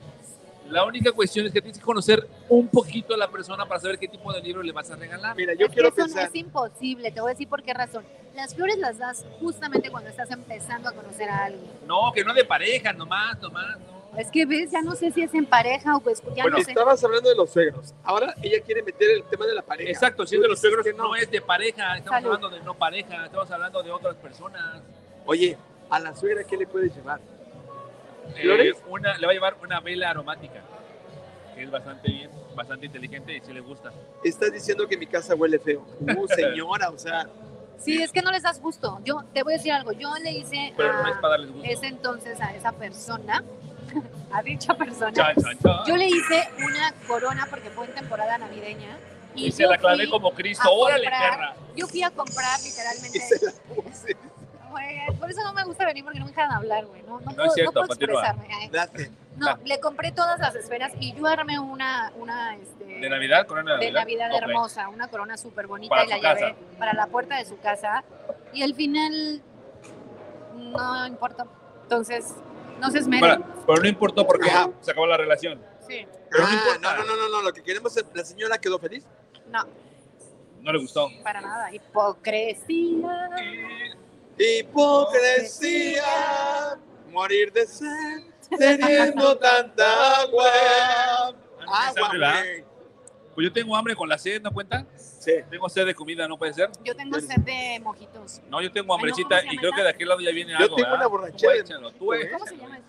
[SPEAKER 1] La única cuestión es que tienes que conocer un poquito a la persona para saber qué tipo de libro le vas a regalar.
[SPEAKER 3] Mira, yo
[SPEAKER 2] Es que
[SPEAKER 3] quiero
[SPEAKER 2] eso no-
[SPEAKER 3] pensar.
[SPEAKER 2] Es imposible, te voy a decir por qué razón. Las flores las das justamente cuando estás empezando a conocer a alguien.
[SPEAKER 1] No, que no de pareja, nomás, nomás. no.
[SPEAKER 2] Es que ves, ya no sé si es en pareja o pues ya
[SPEAKER 1] Bueno,
[SPEAKER 2] no sé.
[SPEAKER 3] Estabas hablando de los suegros. Ahora ella quiere meter el tema de la pareja.
[SPEAKER 1] Exacto, si es
[SPEAKER 3] Tú
[SPEAKER 1] de los
[SPEAKER 3] dices
[SPEAKER 1] suegros,
[SPEAKER 3] que
[SPEAKER 1] no. es de pareja, estamos
[SPEAKER 2] Salud.
[SPEAKER 1] hablando de no pareja, estamos hablando de otras personas.
[SPEAKER 3] Oye, a la suegra, ¿qué le puedes llevar?
[SPEAKER 1] Eh,
[SPEAKER 3] ¿Flores?
[SPEAKER 1] una, le va a llevar una vela aromática, que es bastante bien, bastante inteligente y si le gusta.
[SPEAKER 3] Estás diciendo que mi casa huele feo. Uh, señora, o sea,
[SPEAKER 2] Sí, es que no les das gusto. Yo te voy a decir algo. Yo le hice
[SPEAKER 1] Pero no es
[SPEAKER 2] a
[SPEAKER 1] para darles gusto.
[SPEAKER 2] Ah, ese entonces a esa persona, a dicha persona,
[SPEAKER 1] Chan, chan, chan.
[SPEAKER 2] yo le hice una corona porque fue en temporada navideña. Y,
[SPEAKER 1] y se
[SPEAKER 2] yo
[SPEAKER 1] la clavé
[SPEAKER 2] fui-
[SPEAKER 1] como Cristo.
[SPEAKER 2] a
[SPEAKER 1] ¡Órale,
[SPEAKER 2] comprar.
[SPEAKER 1] perra!
[SPEAKER 2] Yo fui a comprar
[SPEAKER 3] y
[SPEAKER 2] literalmente.
[SPEAKER 3] se la puse.
[SPEAKER 2] Güey, Por eso no me gusta venir porque no me dejan hablar, güey. No, no, puedo,
[SPEAKER 1] es cierto,
[SPEAKER 2] no puedo
[SPEAKER 1] continúa.
[SPEAKER 2] expresarme. Ay,
[SPEAKER 3] Date.
[SPEAKER 2] No, le compré todas las esferas y yo armé una, una este,
[SPEAKER 1] ¿De Navidad? ¿Corona de
[SPEAKER 2] de
[SPEAKER 1] Navidad?
[SPEAKER 2] Navidad
[SPEAKER 1] Ok.
[SPEAKER 2] hermosa, una corona súper bonita
[SPEAKER 1] Para
[SPEAKER 2] y la
[SPEAKER 1] su
[SPEAKER 2] llevé para la puerta de su casa. Y al final no importa. Entonces, no se esmeren.
[SPEAKER 1] Bueno, pero no importó porque
[SPEAKER 3] Ajá.
[SPEAKER 1] se acabó la relación.
[SPEAKER 2] Sí,
[SPEAKER 1] Pero no
[SPEAKER 3] Ah,
[SPEAKER 1] importa.
[SPEAKER 3] No, no, no, no, lo que queremos es, la señora quedó feliz.
[SPEAKER 2] no,
[SPEAKER 1] No le gustó.
[SPEAKER 2] para nada. Hipocresía.
[SPEAKER 3] Hipocresía, morir de sed, teniendo tanta agua. Agua,
[SPEAKER 1] Ah, hambre, ¿verdad?
[SPEAKER 3] güey.
[SPEAKER 1] Pues yo tengo hambre con la sed, ¿no cuenta?
[SPEAKER 3] Sí.
[SPEAKER 1] Tengo sed de comida, ¿no puede ser?
[SPEAKER 2] Yo tengo sed de mojitos.
[SPEAKER 1] No, yo tengo
[SPEAKER 2] Ay, no,
[SPEAKER 1] hambrecita
[SPEAKER 2] ¿cómo se
[SPEAKER 1] y
[SPEAKER 2] llama
[SPEAKER 1] creo que
[SPEAKER 2] esa?
[SPEAKER 1] de aquel lado ya viene
[SPEAKER 3] Yo
[SPEAKER 1] algo.
[SPEAKER 3] tengo una
[SPEAKER 1] ¿verdad?
[SPEAKER 3] borrachera
[SPEAKER 1] Tú échalo, tú
[SPEAKER 3] de-
[SPEAKER 2] ¿Cómo se
[SPEAKER 1] échalo.
[SPEAKER 2] llama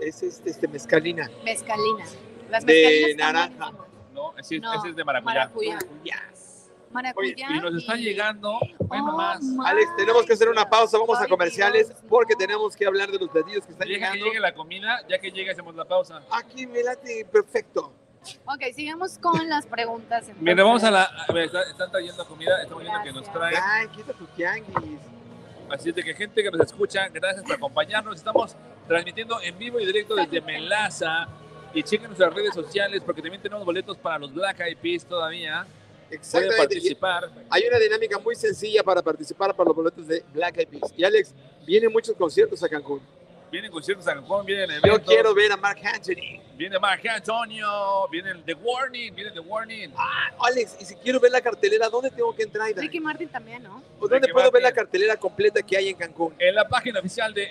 [SPEAKER 2] ese?
[SPEAKER 3] Es este, este mezcalina.
[SPEAKER 2] Mezcalina. Las
[SPEAKER 3] De
[SPEAKER 2] mezcalinas están
[SPEAKER 3] naranja.
[SPEAKER 2] buenísimas.
[SPEAKER 1] No, ese,
[SPEAKER 2] No,
[SPEAKER 1] ese es de maracuyá.
[SPEAKER 2] Maracuyá.
[SPEAKER 3] Yes.
[SPEAKER 2] Maracuyá.
[SPEAKER 1] Y nos están llegando, eh, bueno,
[SPEAKER 2] Oh,
[SPEAKER 1] más.
[SPEAKER 2] my
[SPEAKER 3] Alex, tenemos que hacer una pausa, vamos a
[SPEAKER 2] Ay,
[SPEAKER 3] comerciales
[SPEAKER 2] Dios, no.
[SPEAKER 3] porque tenemos que hablar de los platillos que están
[SPEAKER 1] Deja que
[SPEAKER 3] llegando.
[SPEAKER 1] llegue la comida, ya que llegue hacemos la pausa.
[SPEAKER 3] Aquí me late perfecto.
[SPEAKER 2] Ok, sigamos con las preguntas. entonces.
[SPEAKER 1] Mientras vamos a la... a ver, está- están trayendo comida, estamos viendo que nos
[SPEAKER 2] Gracias.
[SPEAKER 1] traen.
[SPEAKER 3] Ay, quita tu tianguis.
[SPEAKER 1] Así es de que gente que nos escucha, gracias por acompañarnos. Estamos transmitiendo en vivo y directo desde Melaza. Y chequen nuestras redes sociales porque también tenemos boletos para los Black Eyed Peas todavía. Pueden
[SPEAKER 3] Exactamente. Y
[SPEAKER 1] participar.
[SPEAKER 3] Hay una dinámica muy sencilla para participar para los boletos de Black Eyed Peas. Y Alex, vienen muchos conciertos a Cancún.
[SPEAKER 1] Vienen conciertos a San Juan, vienen
[SPEAKER 3] Yo
[SPEAKER 1] eventos.
[SPEAKER 3] quiero ver a Mark Anthony.
[SPEAKER 1] Viene Marc Antonio, viene The Warning, viene The Warning.
[SPEAKER 3] Alex, y si quiero ver la cartelera, ¿dónde tengo que entrar? Ida?
[SPEAKER 2] Ricky Martin también, ¿no?
[SPEAKER 3] ¿O dónde
[SPEAKER 1] Ricky
[SPEAKER 3] puedo ver
[SPEAKER 1] Martin.
[SPEAKER 3] la cartelera completa que hay en Cancún?
[SPEAKER 1] En la página oficial de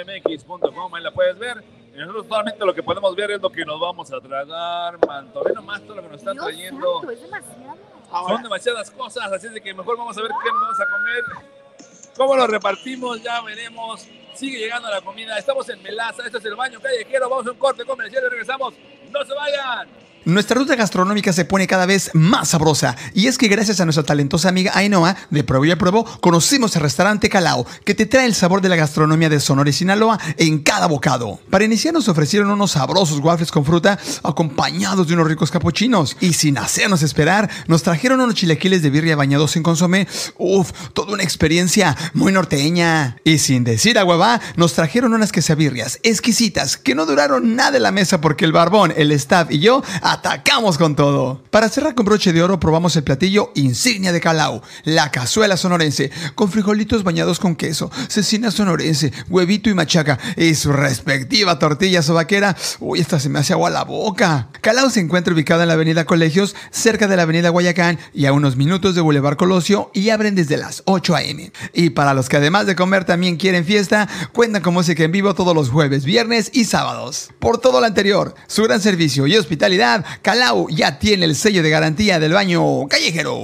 [SPEAKER 1] elbañomx.com, ahí la puedes ver. Y Nosotros solamente lo que podemos ver es lo que nos vamos a tragar, manto. Ve nomás todo lo que nos están
[SPEAKER 2] Dios
[SPEAKER 1] trayendo.
[SPEAKER 2] santo, es demasiado.
[SPEAKER 1] Son
[SPEAKER 3] Ahora,
[SPEAKER 1] demasiadas cosas, así es de que mejor vamos a ver qué nos vamos a comer. Cómo lo repartimos, ya veremos. Sigue llegando la comida. Estamos en Melaza, esto es el baño callejero. Vamos a un corte comercial y regresamos. ¡No se vayan!
[SPEAKER 4] Nuestra ruta gastronómica se pone cada vez más sabrosa y es que gracias a nuestra talentosa amiga Ainhoa de Probo y Probo conocimos el restaurante Calao que te trae el sabor de la gastronomía de Sonora y Sinaloa en cada bocado. Para iniciar nos ofrecieron unos sabrosos waffles con fruta acompañados de unos ricos capuchinos y sin hacernos esperar nos trajeron unos chilaquiles de birria bañados en consomé. Uf, toda una experiencia muy norteña. Y sin decir agua va, nos trajeron unas quesabirrias exquisitas que no duraron nada en la mesa porque el barbón, el staff y yo atacamos con todo. Para cerrar con broche de oro, probamos el platillo insignia de Calao, la cazuela sonorense, con frijolitos bañados con queso, cecina sonorense, huevito y machaca, y su respectiva tortilla sobaquera. Uy, esta se me hace agua la boca. Calao se encuentra ubicada en la avenida Colegios, cerca de la avenida Guayacán y a unos minutos de Boulevard Colosio, y abren desde las 8 a.m. Y para los que además de comer también quieren fiesta, cuentan con música en vivo todos los jueves, viernes y sábados. Por todo lo anterior, su gran servicio y hospitalidad, Calao ya tiene el sello de garantía del baño callejero.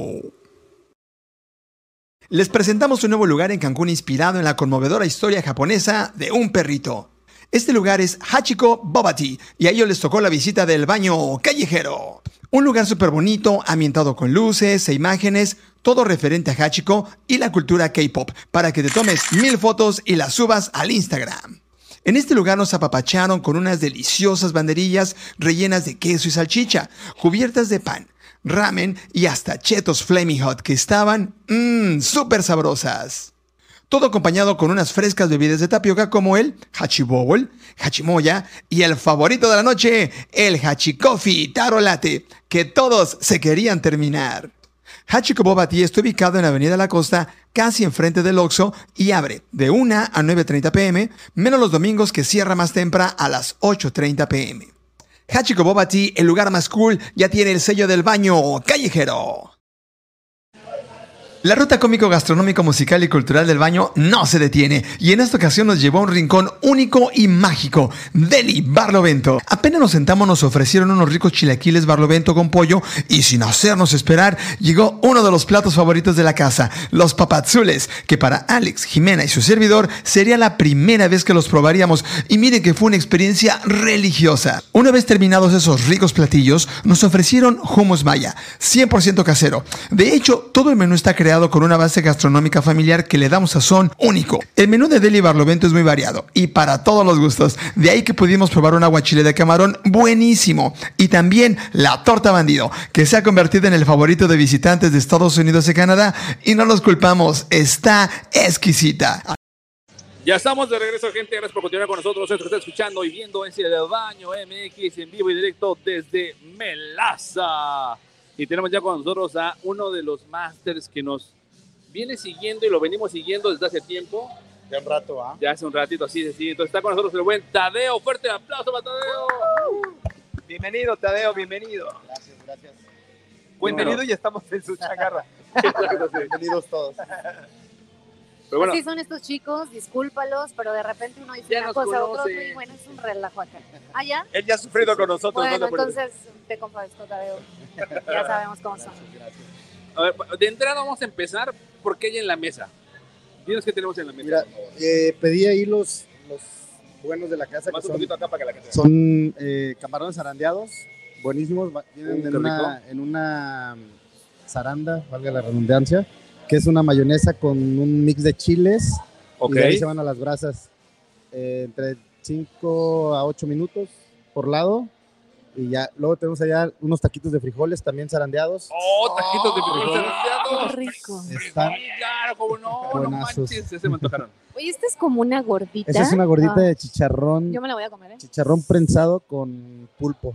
[SPEAKER 4] Les presentamos un nuevo lugar en Cancún inspirado en la conmovedora historia japonesa de un perrito. Este lugar es Hachiko Bobati y a ellos les tocó la visita del baño callejero. Un lugar súper bonito, ambientado con luces e imágenes, todo referente a Hachiko y la cultura K-pop, para que te tomes mil fotos y las subas al Instagram. En este lugar nos apapacharon con unas deliciosas banderillas rellenas de queso y salchicha, cubiertas de pan, ramen y hasta chetos Flaming Hot que estaban mmm, súper sabrosas. Todo acompañado con unas frescas bebidas de tapioca como el Hachibobol, Hachimoya y el favorito de la noche, el Hachicoffee Taro Latte, que todos se querían terminar. Hachikobobati está ubicado en la Avenida La Costa, casi enfrente del Oxxo, y abre de 1 a 9.30 pm, menos los domingos que cierra más temprano a las 8.30 pm. Hachikobobati, el lugar más cool, ya tiene el sello del baño callejero. La ruta cómico gastronómico musical y cultural del baño no se detiene y en esta ocasión nos llevó a un rincón único y mágico, Deli Barlovento. Apenas nos sentamos nos ofrecieron unos ricos chilaquiles Barlovento con pollo y sin hacernos esperar llegó uno de los platos favoritos de la casa, los papazules, que para Alex, Jimena y su servidor sería la primera vez que los probaríamos y miren que fue una experiencia religiosa. Una vez terminados esos ricos platillos, nos ofrecieron hummus maya, 100% casero. De hecho, todo el menú está creado con una base gastronómica familiar que le da un sazón único. El menú de Deli Barlovento es muy variado y para todos los gustos. De ahí que pudimos probar un aguachile de camarón buenísimo y también la torta bandido, que se ha convertido en el favorito de visitantes de Estados Unidos y Canadá y no los culpamos, está exquisita.
[SPEAKER 1] Ya estamos de regreso, gente. Gracias por continuar con nosotros. Esto que está escuchando y viendo es el baño MX en vivo y directo desde Melaza. Y tenemos ya con nosotros a uno de los masters que nos viene siguiendo y lo venimos siguiendo desde hace tiempo,
[SPEAKER 5] De un rato, ¿ah?
[SPEAKER 1] ya hace un ratito, así, así. Entonces está con nosotros el buen Tadeo. Fuerte aplauso para Tadeo.
[SPEAKER 6] Bienvenido, Tadeo, bienvenido.
[SPEAKER 5] Gracias, gracias.
[SPEAKER 6] Bienvenido y estamos en su chacarra.
[SPEAKER 5] Bienvenidos todos.
[SPEAKER 1] Pero bueno,
[SPEAKER 2] Así son estos chicos, discúlpalos, pero de repente uno dice
[SPEAKER 1] Ya
[SPEAKER 2] una
[SPEAKER 1] nos
[SPEAKER 2] cosa a otro,
[SPEAKER 1] conoce.
[SPEAKER 2] y bueno, es un relajo acá. ¿Ah, ya?
[SPEAKER 6] Él ya ha sufrido con nosotros. no
[SPEAKER 2] Bueno,
[SPEAKER 6] te preocupes.
[SPEAKER 2] entonces te compadezco, Tadeo. Ya sabemos cómo son.
[SPEAKER 1] a ver, de entrada vamos a empezar por qué hay en la mesa. Dinos qué tenemos en la mesa.
[SPEAKER 5] Mira,
[SPEAKER 1] por favor.
[SPEAKER 5] Eh, pedí ahí los, los buenos de la casa que
[SPEAKER 1] Más un
[SPEAKER 5] son,
[SPEAKER 1] poquito acá para que la gente vea.
[SPEAKER 5] son eh, camarones zarandeados, buenísimos. va- Vienen
[SPEAKER 1] Mm,
[SPEAKER 5] en
[SPEAKER 1] qué
[SPEAKER 5] una, en una zaranda, valga la redundancia, que es una mayonesa con un mix de chiles.
[SPEAKER 1] Ok.
[SPEAKER 5] Y de ahí se van a las brasas eh, entre 5 a 8 minutos por lado. Y ya, luego tenemos allá unos taquitos de frijoles también zarandeados.
[SPEAKER 1] Oh, taquitos de frijoles
[SPEAKER 5] Oh,
[SPEAKER 1] zarandeados.
[SPEAKER 7] rico.
[SPEAKER 5] Están-
[SPEAKER 1] Sí, claro, como no, no
[SPEAKER 5] Buenazos.
[SPEAKER 1] manches, ya se me antojaron.
[SPEAKER 7] Oye, esta es como una gordita.
[SPEAKER 5] Esa es una gordita
[SPEAKER 7] Ah,
[SPEAKER 5] de chicharrón,
[SPEAKER 7] Yo me la voy a comer, ¿eh?
[SPEAKER 5] chicharrón prensado con pulpo.